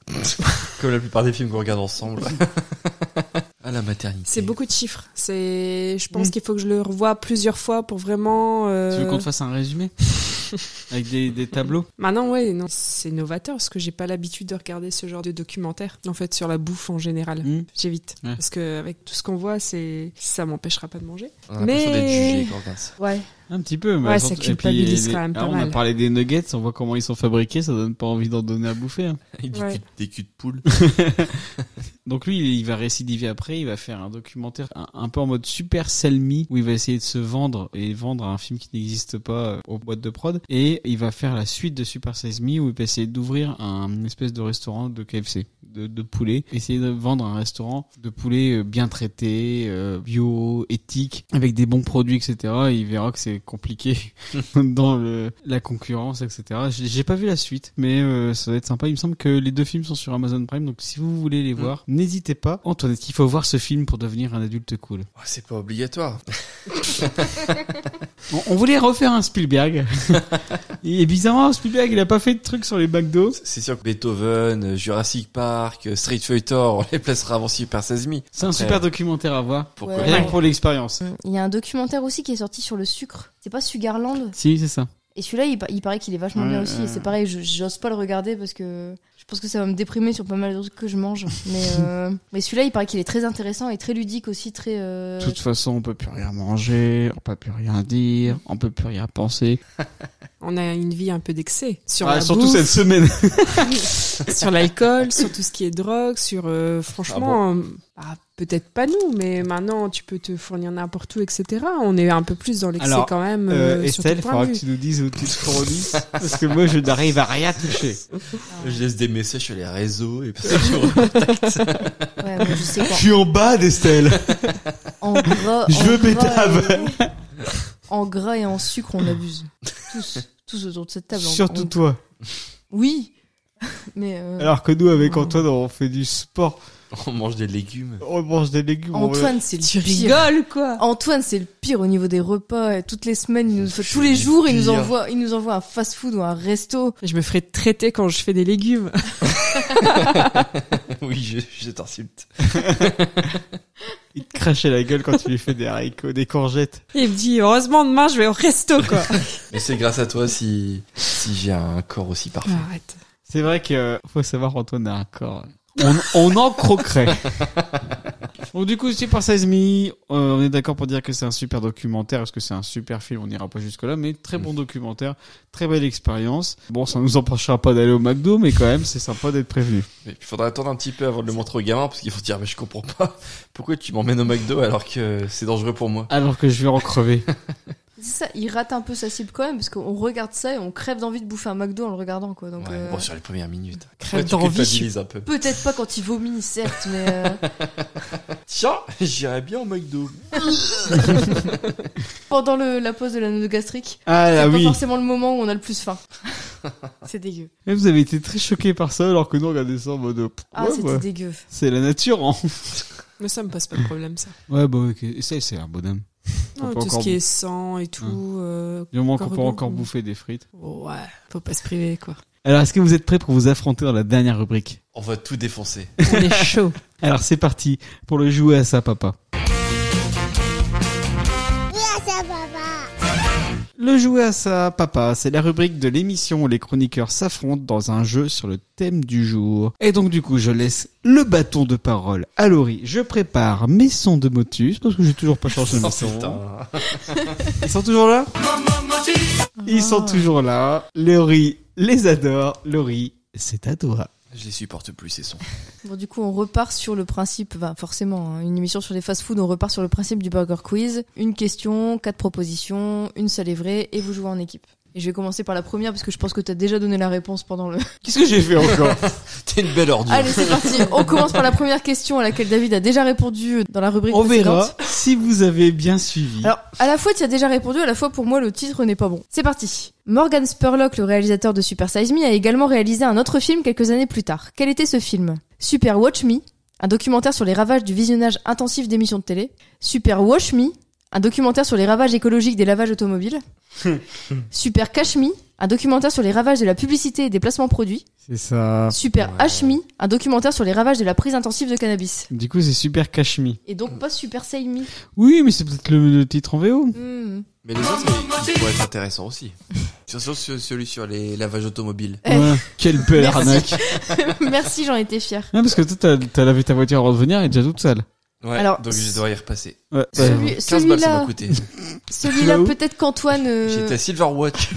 Comme la plupart des films qu'on regarde ensemble. à la maternité. C'est beaucoup de chiffres. C'est, je pense Mm. qu'il faut que je le revoie plusieurs fois pour vraiment. euh, Tu veux qu'on te fasse un résumé Avec des, des tableaux Maintenant, ouais, Bah, non, c'est novateur parce que j'ai pas l'habitude de regarder ce genre de documentaire. En fait, sur la bouffe en général, j'évite Mm. Ouais. parce que avec tout ce qu'on voit, c'est ça m'empêchera pas de manger. On a l'impression d'être jugé quand on regarde ça. ouais. Un petit peu, mais Ouais, attends, ça et puis culpabilise les- quand même pas Ah, On mal. a parlé des nuggets, on voit comment ils sont fabriqués, ça donne pas envie d'en donner à bouffer. hein. Avec du Ouais. cul- des culs de poule. Donc lui, il va récidiver après, il va faire un documentaire un, un peu en mode super selmie où il va essayer de se vendre et vendre un film qui n'existe pas euh, aux boîtes de prod. Et il va faire la suite de Super Size Me où il va essayer d'ouvrir un une espèce de restaurant de KFC, de, de poulet. Essayez de vendre un restaurant de poulet euh, bien traité, euh, bio, éthique, avec des bons produits, etc. Et il verra que c'est compliqué dans le, la concurrence, etc. J'ai j'ai pas vu la suite, mais euh, ça va être sympa. Il me semble que les deux films sont sur Amazon Prime, donc si vous voulez les voir, n'hésitez pas. Antoinette, il faut voir ce film pour devenir un adulte cool. Oh, c'est pas obligatoire. On, on voulait refaire un Spielberg. Et bizarrement, Spielberg, il a pas fait de truc sur les McDo. C'est sûr que Beethoven, euh, Jurassic Park, euh, Street Fighter, on les placera avant Super 16 000. C'est un Après, super documentaire à voir. Pourquoi Ouais. Rien que pour l'expérience. Il y a un documentaire aussi qui est sorti sur le sucre. C'est pas Sugarland Si, c'est ça. Et celui-là, il, pa- il paraît qu'il est vachement Ouais, bien aussi. euh. Et c'est pareil, je- j'ose pas le regarder parce que je pense que ça va me déprimer sur pas mal de trucs que je mange. Mais, euh, mais celui-là, il paraît qu'il est très intéressant et très ludique aussi, très. euh, De toute façon, on peut plus rien manger, on peut plus rien dire, on peut plus rien penser. On a une vie un peu d'excès. Sur Ah, la surtout bouffe, cette semaine. sur l'alcool, sur tout ce qui est drogue, sur. euh, Ah franchement, euh, bah, peut-être pas nous, mais maintenant, tu peux te fournir n'importe où, etc. On est un peu plus dans l'excès quand même. euh, euh, sur Estelle, tout il point faudra de que vue. tu nous dises où tu te fournis, parce que moi, je n'arrive à rien toucher. Je laisse des messages sur les réseaux et personne ne me contacte. Ouais, moi, je sais Je pas. suis en bas d'Estelle. En gras, Je en veux gras betterave. et- En gras et en sucre, on abuse. Tous, tous autour de cette table. on- Surtout on- toi. Oui. Mais euh, Alors que nous, avec Antoine, on fait du sport, On mange des légumes. on mange des légumes. on- Antoine, c'est le Tu pire. rigoles, quoi Antoine, c'est le pire au niveau des repas. Et toutes les semaines, il nous fait, tous les jours, il nous pire. envoie, il nous envoie un fast-food ou un resto. Je me ferai traiter quand je fais des légumes. oui, je, je t'insulte. Il te crachait la gueule quand tu lui fais des haricots, des courgettes. Il me dit, heureusement, demain, je vais au resto, quoi. Mais c'est grâce à toi si, si j'ai un corps aussi parfait. Arrête. C'est vrai que euh, faut savoir, Antoine a un corps. On, on en croquerait. Donc du coup, Super 16 Me, euh, on est d'accord pour dire que c'est un super documentaire, parce que c'est un super film, on n'ira pas jusque-là, mais très bon documentaire, très belle expérience. Bon, ça nous empêchera pas d'aller au McDo, mais quand même, c'est sympa d'être prévenu. Mais il faudra attendre un petit peu avant de le montrer aux gamins parce qu'ils vont se dire mais je comprends pas pourquoi tu m'emmènes au McDo alors que c'est dangereux pour moi. Alors que je vais en crever. C'est ça, il rate un peu sa cible quand même, parce qu'on regarde ça et on crève d'envie de bouffer un McDo en le regardant, quoi. Donc, Ouais, euh, bon sur les premières minutes. Crève Ouais, tu d'envie, culpabilises un peu. Peut-être pas quand il vomit, certes, mais. euh, Tiens, j'irais bien au McDo. pendant le- la pause de l'anneau gastrique, Ah, là, c'est oui. pas forcément le moment où on a le plus faim. c'est dégueu. Et Eh, vous avez été très choqué par ça, alors que nous, on regardait ça en mode... pff, Ah, ouais, c'était bah, dégueu. C'est la nature, hein. Mais ça me pose pas de problème, ça. Ouais, bah, ok. Et ça, c'est un bonhomme. On Non, peut tout encore Hum. ce qui est sang et tout. euh, Du moment qu'on corps peut humain. encore bouffer des frites. Ouais, faut pas se priver, quoi. Alors, est-ce que vous êtes prêts pour vous affronter dans la dernière rubrique On va tout défoncer. On est chaud. Alors, c'est parti pour le jouer à ça, papa. Le jouer à ça, papa, c'est la rubrique de l'émission où les chroniqueurs s'affrontent dans un jeu sur le thème du jour. Et donc, du coup, je laisse le bâton de parole à Laurie. Je prépare mes sons de motus, parce que j'ai toujours pas changé mes Oh, sons. putain. Ils sont toujours là Ils sont Ah. toujours là. Laurie les adore. Laurie, c'est à toi. Je les supporte plus ces sons. Bon, du coup, on repart sur le principe, enfin, forcément, hein, une émission sur les fast-food, on repart sur le principe du burger quiz. Une question, quatre propositions, une seule est vraie, et vous jouez en équipe. Et je vais commencer par la première parce que je pense que t'as déjà donné la réponse pendant le. Qu'est-ce que j'ai fait encore T'es une belle ordure. Allez, c'est parti. On commence par la première question à laquelle David a déjà répondu dans la rubrique On précédente. verra si vous avez bien suivi. Alors, à la fois tu as déjà répondu, à la fois pour moi le titre n'est pas bon. C'est parti. Morgan Spurlock, le réalisateur de Super Size Me, a également réalisé un autre film quelques années plus tard. Quel était ce film Super Watch Me, un documentaire sur les ravages du visionnage intensif d'émissions de télé. Super Wash Me, un documentaire sur les ravages écologiques des lavages automobiles. Super Cash Me, un documentaire sur les ravages de la publicité et des placements produits. C'est ça. Super Hash Me, un documentaire sur les ravages de la prise intensive de cannabis. Du coup, c'est Super Cashmere. Et donc pas Super Size Me. Oui, mais c'est peut-être le, le titre en VO. Hmm. Mais les autres, ils, ils pourraient être intéressants aussi. Surtout ce- celui sur les lavages automobiles. Eh. Ouais, quelle belle Merci. arnaque. Merci, j'en étais fière. Non, parce que toi, t'as- t'as lavé ta voiture avant de venir, elle est déjà toute sale. Ouais, Alors, donc je dois y repasser. Ouais, Celui- ouais. 15 balles, ça celui-là- euh, m'a coûté. Celui-là, Tu l'as où peut-être qu'Antoine. euh, J'étais à Silverwatch.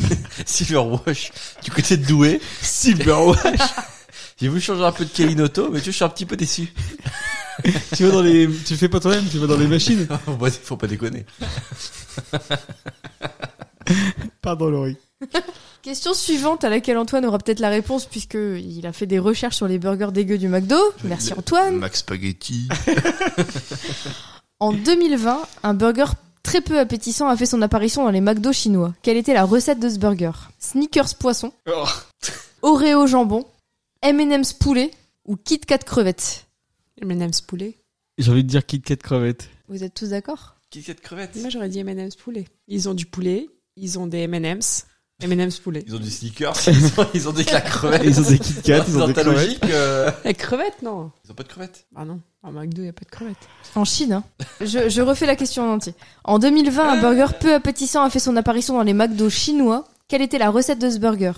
Silverwatch. Du côté de Douai. Silverwatch. J'ai voulu changer un peu de Kelinoto, mais tu vois, je suis un petit peu déçu. tu vas dans les, tu le fais pas toi-même, tu vas dans les machines. Faut pas- faut pas déconner. Pardon, Laurie. Question suivante à laquelle Antoine aura peut-être la réponse puisque il a fait des recherches sur les burgers dégueux du McDo. Merci Antoine. Max Spaghetti. En 2020, un burger très peu appétissant a fait son apparition dans les McDo chinois. Quelle était la recette de ce burger Sneakers poisson, Oreo jambon, M&M's poulet ou Kit Kat crevette M&M's poulet. J'ai envie de dire Kit Kat crevette. Vous êtes tous d'accord Kit Kat crevette. Moi, j'aurais dit M&M's poulet. Ils ont du poulet, ils ont des M&M's. M&M's poulet. Ils ont du sneakers, ils ont, ils ont des claques crevettes. Ils ont des Kit Kat, ils ont Dans des ta crevettes. logique, euh, La crevette, non ils ont pas de crevettes. Ah non, à McDo, il a pas de crevette. En Chine, hein. je, je refais la question en entier. En 2020, un burger peu appétissant a fait son apparition dans les McDo chinois. Quelle était la recette de ce burger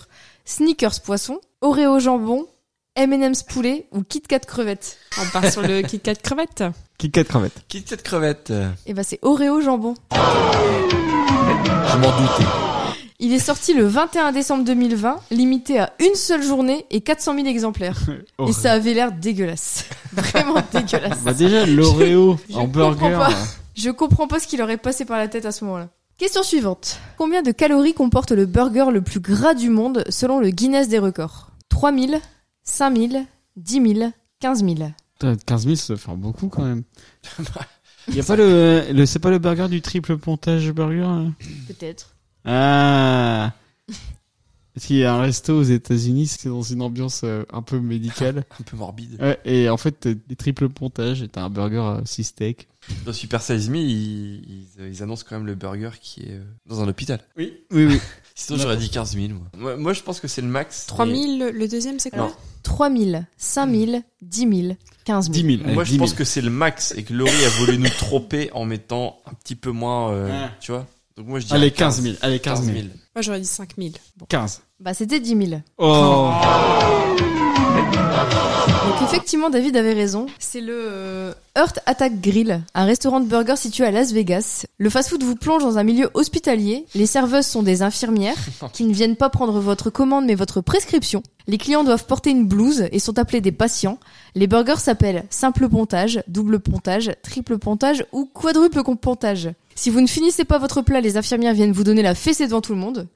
Sneakers poisson, Oreo jambon, M&M's poulet ou Kit Kat crevette On part sur le Kit Kat crevette. Kit Kat crevette. Kit Kat crevette. Eh ben c'est Oreo jambon. Je m'en doutais. Il est sorti le 21 décembre 2020, limité à une seule journée et 400 000 exemplaires. Et Horrible. ça avait l'air dégueulasse. Vraiment dégueulasse. Bah déjà, l'Oreo euh, Je en comprends burger. pas. là. Je comprends pas ce qui leur est passé par la tête à ce moment-là. Question suivante. Combien de calories comporte le burger le plus gras du monde selon le Guinness des records 3000, 5000, 10 000, 15 000. Putain, 15 000, ça fait beaucoup quand même. Y a pas le, le c'est pas le burger du triple pontage burger hein là Peut-être. Ah Parce qu'il y a un resto aux États-Unis, c'est dans une ambiance euh, un peu médicale. Un peu morbide. Ouais, et en fait, t'as des triples pontages, et t'as un burger 6 steaks. Dans Super Size Me, ils, ils- ils annoncent quand même le burger qui est euh, dans un hôpital. Oui. Oui, oui. Sinon, j'aurais dit 15 000, moi. moi. moi, je pense que c'est le max. 3000, le- le deuxième, c'est quoi Non. 3000, 5000, 10 000, 15 000. 10 000. Moi, allez, 10 je 000. pense que c'est le max et que Laurie a voulu nous tromper en mettant un petit peu moins, euh, Ouais. tu vois. Donc moi, je dis Ah. Allez, 15 000. Allez, 15 000. Moi, j'aurais dit 5000. Bon. 15. Bah c'était 10 000. Oh Donc effectivement, David avait raison. C'est le euh, Heart Attack Grill, un restaurant de burgers situé à Las Vegas. Le fast-food vous plonge dans un milieu hospitalier. Les serveuses sont des infirmières qui ne viennent pas prendre votre commande mais votre prescription. Les clients doivent porter une blouse et sont appelés des patients. Les burgers s'appellent simple pontage, double pontage, triple pontage ou quadruple pontage. Si vous ne finissez pas votre plat, les infirmières viennent vous donner la fessée devant tout le monde.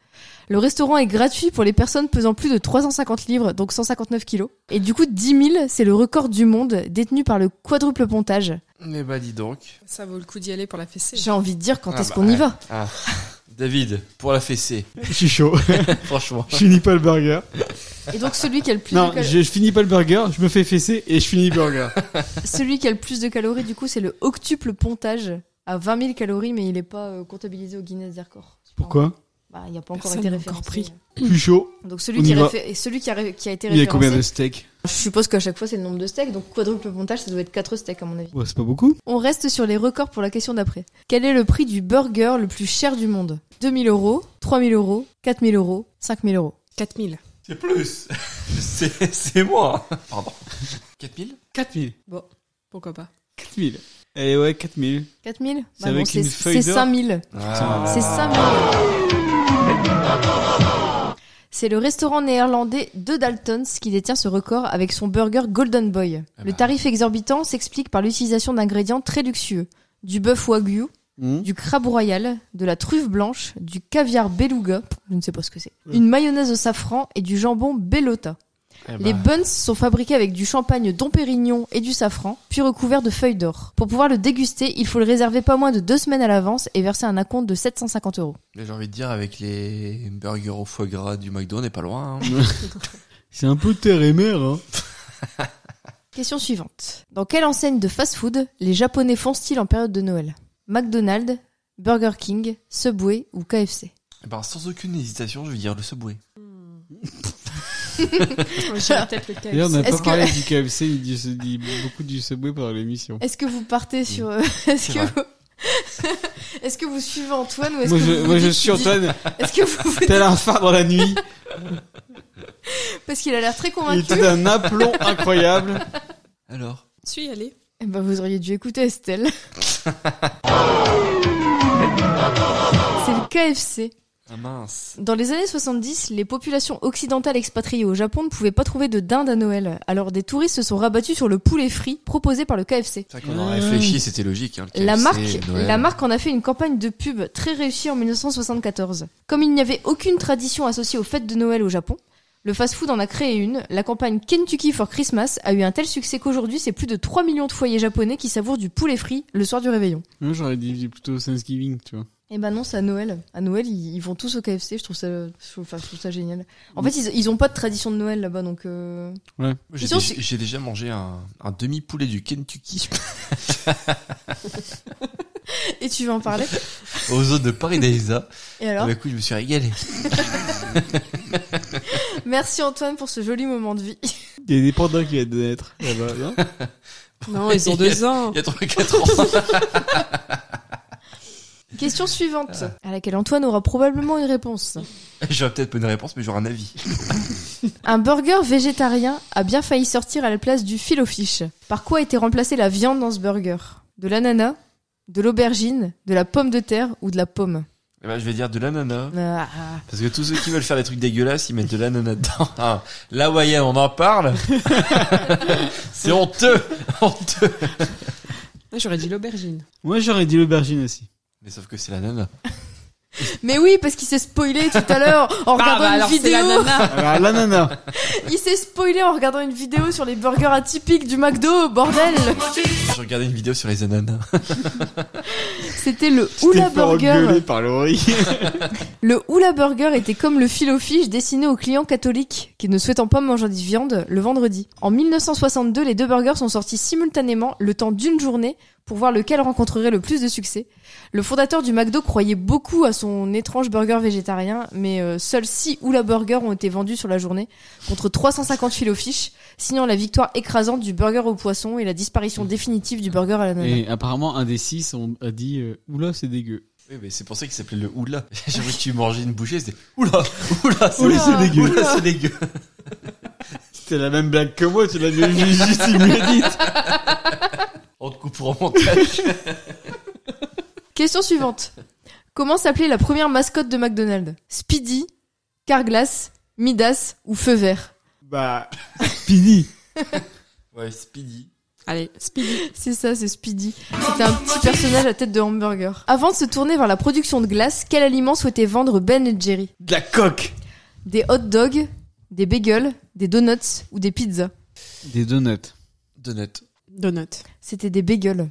Le restaurant est gratuit pour les personnes pesant plus de 350 livres, donc 159 kilos. Et du coup, 10 000, c'est le record du monde détenu par le quadruple pontage. Mais bah, dis donc. Ça vaut le coup d'y aller pour la fessée. J'ai envie de dire quand Ah est-ce bah, qu'on y ouais. va Ah. David, pour la fessée. Je suis chaud. Franchement. je finis pas le burger. Et donc celui qui a le plus de Non, cal- je, je finis pas le burger, je me fais fesser et je finis le burger. celui qui a le plus de calories, du coup, c'est le octuple pontage à 20 000 calories, mais il n'est pas euh, comptabilisé au Guinness des records. Pourquoi Bah, il n'y a pas encore Personne été n'a référencé. encore pris. Plus chaud. Donc celui On qui, y est va. réfé- et celui qui a, ré- qui a été Il y a référencé. combien de steaks Je suppose qu'à chaque fois, c'est le nombre de steaks. Donc quadruple pontage, ça doit être 4 steaks à mon avis. Ouais, C'est pas beaucoup. On reste sur les records pour la question d'après. Quel est le prix du burger le plus cher du monde 2000 euros, 3000 euros, 4000 euros, 5000 euros. 4000. C'est plus. c'est, c'est moi. Pardon. 4 000 4 000. Bon, pourquoi pas. 4 000. Eh ouais, 4 000. 4000 C'est avec Bah c'est une c'est feuille d'or 5000. Ah. C'est 5000. C'est le restaurant néerlandais De Daltons qui détient ce record avec son burger Golden Eh Boy. ben. Le tarif exorbitant s'explique par l'utilisation d'ingrédients très luxueux. Du bœuf wagyu, Hmm. du crabe royal, de la truffe blanche, du caviar beluga, je ne sais pas ce que c'est, une mayonnaise au safran et du jambon bellota. Eh Bah. Les buns sont fabriqués avec du champagne Dom Pérignon et du safran, puis recouverts de feuilles d'or. Pour pouvoir le déguster, il faut le réserver pas moins de deux semaines à l'avance et verser un acompte de 750 euros. Mais ben, j'ai envie de dire, avec les burgers au foie gras du McDo, on n'est pas loin. hein. C'est un peu terre et mer, hein. Question suivante. Dans quelle enseigne de fast-food les Japonais foncent-ils en période de Noël McDonald's, Burger King, Subway ou KFC Eh ben, sans aucune hésitation, je vais dire le Subway. J'aurais peut-être le D'ailleurs, on KFC. n'a pas Est-ce que- parlé du KFC ni du, ni beaucoup du Subway pendant l'émission. Est-ce que vous partez Hmm. sur... euh, C'est Est-ce que vrai. vous... Est-ce que vous suivez Antoine ou est-ce Moi, que je, vous moi, vous je dites- suis Antoine, Est-ce que vous vous tel un phare dans la nuit. dites- parce qu'il a l'air très Il convaincu était d'un aplomb incroyable. Alors Suis, allez. Eh ben, vous auriez dû écouter Estelle. C'est le KFC. Ah mince. Dans les années 70, les populations occidentales expatriées au Japon ne pouvaient pas trouver de dinde à Noël. Alors des touristes se sont rabattus sur le poulet frit proposé par le KFC. C'est vrai qu'on en réfléchit, c'était logique. hein, le La KFC, marque, Noël. la marque en a fait une campagne de pub très réussie en 1974. Comme il n'y avait aucune tradition associée aux fêtes de Noël au Japon, le fast-food en a créé une. La campagne Kentucky for Christmas a eu un tel succès qu'aujourd'hui, c'est plus de 3 millions de foyers japonais qui savourent du poulet frit le soir du réveillon. Moi, j'aurais dit plutôt Thanksgiving, tu vois. Eh ben non, c'est à Noël. À Noël, ils, ils vont tous au KFC. Je trouve ça, je trouve, enfin, je trouve ça génial. En fait, ils, ils ont pas de tradition de Noël là-bas, donc. euh, Ouais. J'ai Ils ont- déjà, j'ai déjà mangé un, un demi-poulet du Kentucky Et tu veux en parler aux eaux de Paradisa. Et alors Bah, écoute, je me suis régalé. Merci Antoine pour ce joli moment de vie. Il y a des pandas qui viennent de naître là-bas, non Non, ils ont deux ans. Il y a 3-4 ans. Question suivante, Ah. à laquelle Antoine aura probablement une réponse. J'aurais peut-être pas une réponse, mais j'aurais un avis. Un burger végétarien a bien failli sortir à la place du fil au fish. Par quoi a été remplacée la viande dans ce burger De l'ananas, de l'aubergine, de la pomme de terre ou de la pomme Eh ben, je vais dire de l'ananas. Ah. Parce que tous ceux qui veulent faire des trucs dégueulasses, ils mettent de l'ananas dedans. Ah, L'Hawaiian, on en parle. C'est honteux. Honteux. Moi, J'aurais dit l'aubergine. Moi, j'aurais dit l'aubergine aussi. Mais sauf que c'est l'ananas. Mais oui, parce qu'il s'est spoilé tout à l'heure en Bah, regardant bah, une alors c'est vidéo. l'ananas. Alors, l'ananas. Il s'est spoilé en regardant une vidéo sur les burgers atypiques du McDo, bordel Je regardais une vidéo sur les ananas. C'était le Oula Burger. par Laurie. Le Oula Burger était comme le fil au fiche destiné aux clients catholiques qui ne souhaitant pas manger de viande le vendredi. En 1962, les deux burgers sont sortis simultanément le temps d'une journée pour voir lequel rencontrerait le plus de succès. Le fondateur du McDo croyait beaucoup à son étrange burger végétarien, mais euh, seuls 6 Oula Burger ont été vendus sur la journée, contre 350 fil au fiche, signant la victoire écrasante du burger au poisson et la disparition définitive du burger à la Et apparemment, un des six on a dit euh, Oula, c'est dégueu. Oui, mais c'est pour ça qu'il s'appelait le oula. J'ai vu que tu mangeais une bouchée, c'était oula, oula, c'est Oula, c'est dégueu. Oula, c'est dégueu. C'était la même blague que moi, tu l'as mis juste inédite. On te coupe pour en montage. Question suivante. Comment s'appelait la première mascotte de McDonald's Speedy, Carglass, Midas ou Feu Vert Bah, fini. ouais, Speedy. Allez, Speedy. C'est ça, c'est Speedy. C'était un petit personnage à tête de hamburger. Avant de se tourner vers la production de glace, quel aliment souhaitait vendre Ben et Jerry De la coque. Des hot dogs, des bagels, des donuts ou des pizzas Des donuts. Donut. Donuts. C'était des bagels.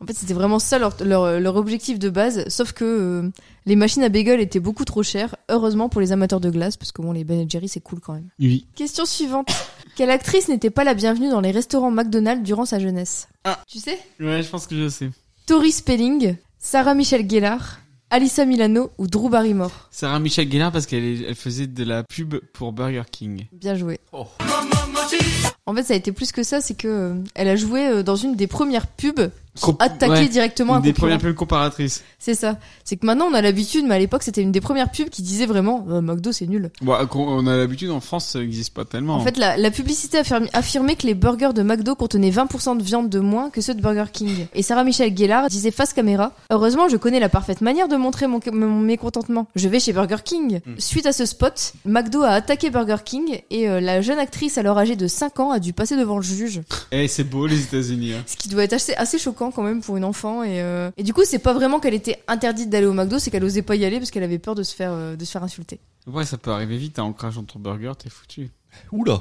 En fait, c'était vraiment ça leur, leur, leur objectif de base, sauf que euh, les machines à bagels étaient beaucoup trop chères, heureusement pour les amateurs de glace, parce que bon, les Ben Jerry, c'est cool quand même. Oui. Question suivante. Quelle actrice n'était pas la bienvenue dans les restaurants McDonald's durant sa jeunesse Ah. Tu sais Ouais, je pense que je sais. Tori Spelling, Sarah Michelle Gellar, Alyssa Milano ou Drew Barrymore Sarah Michelle Gellar parce qu'elle est- elle faisait de la pub pour Burger King. Bien joué. Oh. En fait, ça a été plus que ça, c'est que euh, elle a joué euh, dans une des premières pubs qui Comp- attaquait ouais, directement une un des concurrent. premières pubs comparatrices. C'est ça. C'est que maintenant on a l'habitude, mais à l'époque c'était une des premières pubs qui disait vraiment euh, McDo c'est nul. Bon, Bah, qu'on- on a l'habitude en France, ça n'existe pas tellement. En fait, la, la publicité affirme- affirmait que les burgers de McDo contenaient 20% de viande de moins que ceux de Burger King. Et Sarah Michelle Gellar disait face caméra Heureusement, je connais la parfaite manière de montrer mon, mon mécontentement. Je vais chez Burger King. Suite à ce spot, McDo a attaqué Burger King et euh, la jeune actrice, alors âgée de 5 ans, a dû passer devant le juge. Eh, c'est beau les États-Unis. hein. Ce qui doit être assez, assez choquant quand même pour une enfant. Et, euh, et du coup, c'est pas vraiment qu'elle était interdite d'aller au McDo, c'est qu'elle osait pas y aller parce qu'elle avait peur de se faire, euh, de se faire insulter. Ouais, ça peut arriver vite, hein, en crachant ton burger, t'es foutu. Oula.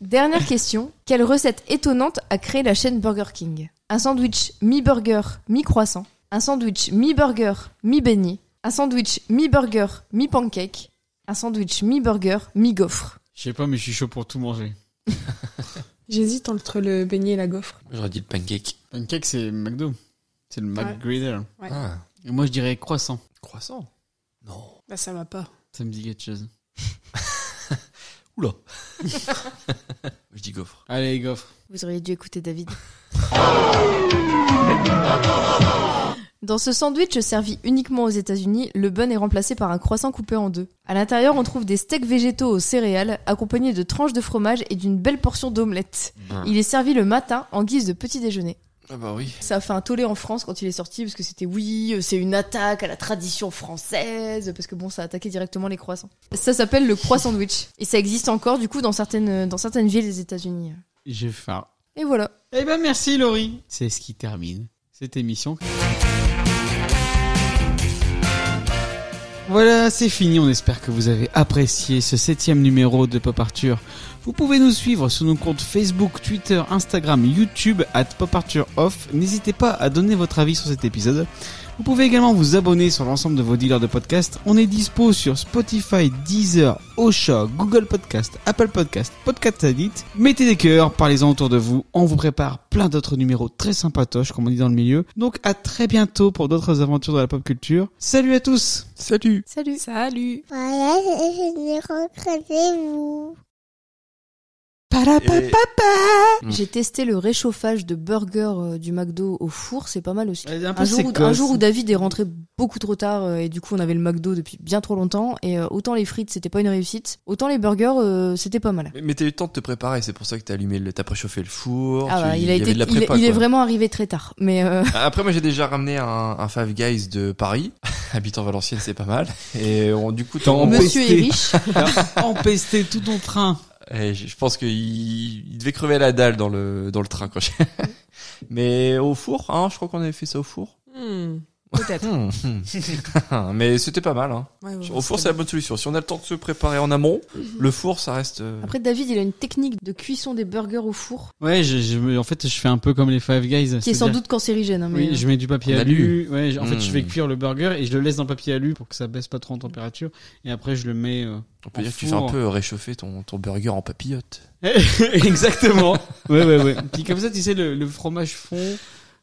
Dernière question. Quelle recette étonnante a créé la chaîne Burger King Un sandwich mi-burger, mi-croissant. Un sandwich mi-burger, mi-beignet. Un sandwich mi-burger, mi-pancake. Un sandwich mi-burger, mi-gaufre. Je sais pas, mais je suis chaud pour tout manger. J'hésite entre le beignet et la gaufre. J'aurais dit le pancake. Pancake, c'est McDo. C'est le McGriddle. Ouais. Ah. Et moi, je dirais croissant. Croissant. Bah, ça va pas. Ça me dit quelque chose. Oula. Je dis gaufre. Allez, gaufre. Vous auriez dû écouter David. Dans ce sandwich servi uniquement aux États-Unis, le bun est remplacé par un croissant coupé en deux. À l'intérieur, on trouve des steaks végétaux aux céréales, accompagnés de tranches de fromage et d'une belle portion d'omelette. Mmh. Il est servi le matin en guise de petit déjeuner. Ah bah oui. Ça a fait un tollé en France quand il est sorti parce que c'était oui, euh, c'est une attaque à la tradition française parce que bon, ça attaquait directement les croissants. Ça s'appelle le croissant sandwich et ça existe encore du coup dans certaines dans certaines villes des États-Unis. J'ai faim. Et voilà. Eh ben merci Laurie. C'est ce qui termine cette émission. Voilà, c'est fini. On espère que vous avez apprécié ce septième numéro de Pop Arthur. Vous pouvez nous suivre sur nos comptes Facebook, Twitter, Instagram, YouTube, at Pop Arthur Off. N'hésitez pas à donner votre avis sur cet épisode. Vous pouvez également vous abonner sur l'ensemble de vos dealers de podcasts. On est dispo sur Spotify, Deezer, Osha, Google Podcast, Apple Podcast, Podcast Addict. Mettez des cœurs, parlez-en autour de vous. On vous prépare plein d'autres numéros très sympatoches, comme on dit dans le milieu. Donc à très bientôt pour d'autres aventures de la pop culture. Salut à tous Salut Salut. Salut. Voilà, je vous Mm. J'ai testé le réchauffage de burger euh, du McDo au four, c'est pas mal aussi. Ouais, un peu un, jour où, sécosse. un jour où David est rentré beaucoup trop tard euh, et du coup on avait le McDo depuis bien trop longtemps et euh, autant les frites c'était pas une réussite, autant les burgers euh, c'était pas mal. Mais, mais t'as eu le temps de te préparer, c'est pour ça que t'as allumé, le- t'as préchauffé le four. Ah Oh, tu- bah, il il y a avait été, de la il, prépa, il est quoi. vraiment arrivé très tard, mais euh, Après, moi, j'ai déjà ramené un, un Five Guys de Paris. Habitant Valenciennes, c'est pas mal. Et on, du coup, T'as on- Monsieur empesté. est riche. T'as empesté tout ton train. Et Eh, je je pense qu'il il devait crever la dalle dans le, dans le train, quoi. Mais au four, hein, je crois qu'on avait fait ça au four. Hmm, Peut-être. Hmm, hmm. Mais c'était pas mal, hein. Ouais, ouais, au four, c'était c'est la bonne solution. Si on a le temps de se préparer en amont, le four, ça reste. euh, après David il a une technique de cuisson des burgers au four Ouais, je, je me- en fait, je fais un peu comme les Five Guys. qui est sans c'est-à-dire- doute cancérigène. hein, mais Oui, je mets du papier On a alu. lu. Ouais, je- en fait, Mm. je fais cuire le burger et je le laisse dans le papier alu pour que ça baisse pas trop en température. Et après, je le mets. euh, On peut en dire que tu fais un four. peu réchauffer ton, ton burger en papillote. Exactement. ouais, ouais, ouais. Puis comme ça, tu sais, le, le fromage fond,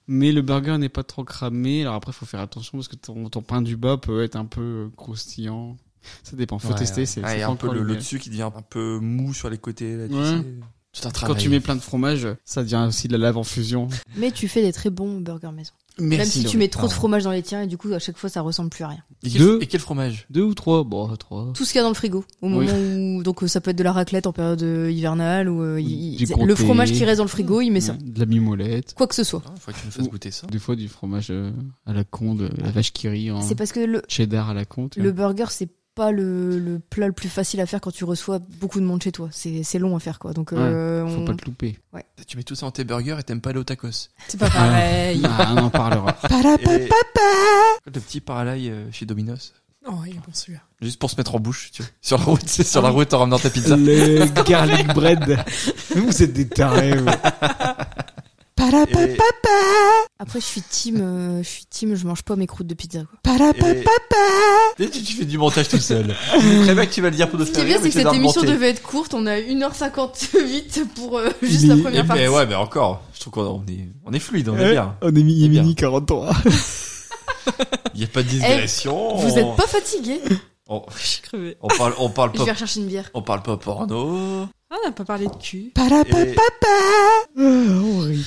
mais le burger n'est pas trop cramé. Alors après, faut faire attention parce que ton, ton pain du bas peut être un peu euh, croustillant. Ça dépend. Faut Ouais, tester. ouais. C'est Ouais, c'est et pas un peu encore le, le l'idéal. dessus qui devient un peu mou sur les côtés. Là, tu Ouais. sais. Tout un Quand travail. tu mets plein de fromage, ça devient aussi de la lave en fusion. euh, mais tu fais des très bons burgers maison. Merci, Même si Laurie. tu mets trop de Ah. fromage dans les tiens et du coup à chaque fois ça ressemble plus à rien. Et quel, Deux. et quel fromage Deux ou trois Bon, trois. tout ce qu'il y a dans le frigo au moment où donc euh, ça peut être de la raclette en période euh, hivernale ou euh, il- Du il- comté. le fromage qui reste dans le frigo il met ça Ouais, De la mimolette. quoi que ce soit Faut Hein, que tu nous fasses goûter ça. Des fois, du fromage euh, à la con, de la vache qui rit en c'est parce que le cheddar à la con. tu le vois. burger c'est pas le, le plat le plus facile à faire quand tu reçois beaucoup de monde chez toi c'est c'est long à faire quoi donc euh, Ouais, faut on- pas le louper. ouais Tu mets tout ça en tes burgers et t'aimes pas le tacos. C'est pas pareil. Ah, on en parlera. Et- Le petit paralaille euh, chez Domino's. Oh, il est bon celui-là. Juste pour se mettre en bouche, tu vois. Sur la route, c'est sur la route en ramenant ta pizza. Le garlic bread. Vous êtes des tarés, vous. Et- après je suis team euh, je suis team je mange pas mes croûtes de pizza quoi Et- Et tu, tu fais du montage tout seul. Très bien que tu vas le dire pour nous ce faire qui est bien rire, c'est mais que tu vas cette émission argumenter. devait être courte on a 1h58 pour euh, juste la Mais- Eh première partie ben ouais, mais encore. Je trouve qu'on on est, on est fluide, on est Eh, bien. On est mini mini 43. Il n'y a pas de Eh, digression. vous on- êtes pas fatigué On, crevé. on parle, on parle je vais pas, rechercher une bière on parle pas porno. Ah, on n'a pas parlé de cul. Et- Euh, on rit.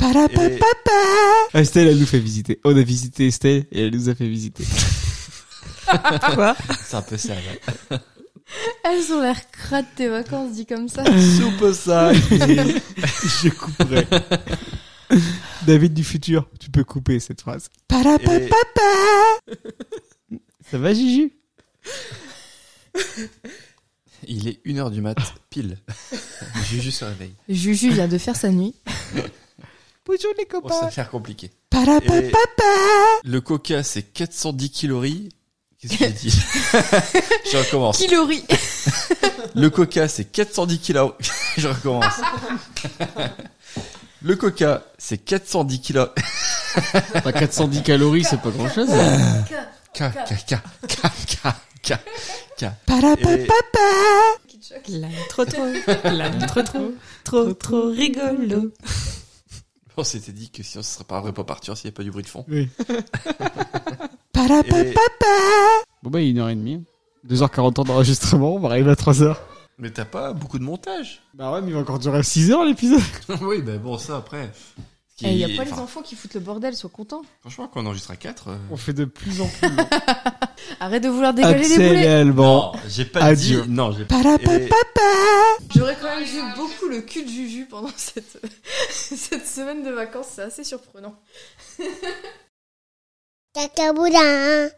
Ah, Estelle, elle nous fait visiter. On a visité Estelle et elle nous a fait visiter. Quoi C'est un peu ça. là. elles ont l'air crades tes vacances dit comme ça Soupe ça. Je couperai. David du futur, tu peux couper cette phrase. Et- Ça va, Gigi Il est 1h du mat, pile. Juju se réveille. Juju vient de faire sa nuit. Bonjour les Oh, ça va faire compliqué. Parapapapa. Et Le coca, c'est 410 calories. Qu'est-ce que j'ai dit Je recommence. Kilori Le coca, c'est 410 kilos. Je recommence. Le coca, c'est 410 kilos. Pas 410 calories, c'est pas grand chose. K, K, K, K, K, K, K. Là, trop trop, là, trop trop, trop trop rigolo. On s'était dit que si on ne serait pas un vrai pop Arthur s'il n'y a pas du bruit de fond. Oui. Et- Bon bah, il est 1h30. 2h40 d'enregistrement, on va arriver à 3h. Mais t'as pas beaucoup de montage. Bah ouais, mais il va encore durer 6h l'épisode. oui, ben bon, ça après. Ce qui Il n'y est- a pas les enfin, enfants qui foutent le bordel, sois content. Franchement, quand on enregistre à euh, 4. On fait de plus en plus. Arrête de vouloir dégueuler les Axel et boulets. Alban. j'ai pas Adieu. dit. Non, j'ai pas. Eh, Parapapapa. Et- J'aurais quand même vu beaucoup le cul de Juju pendant cette, cette semaine de vacances, c'est assez surprenant. Caca boudin.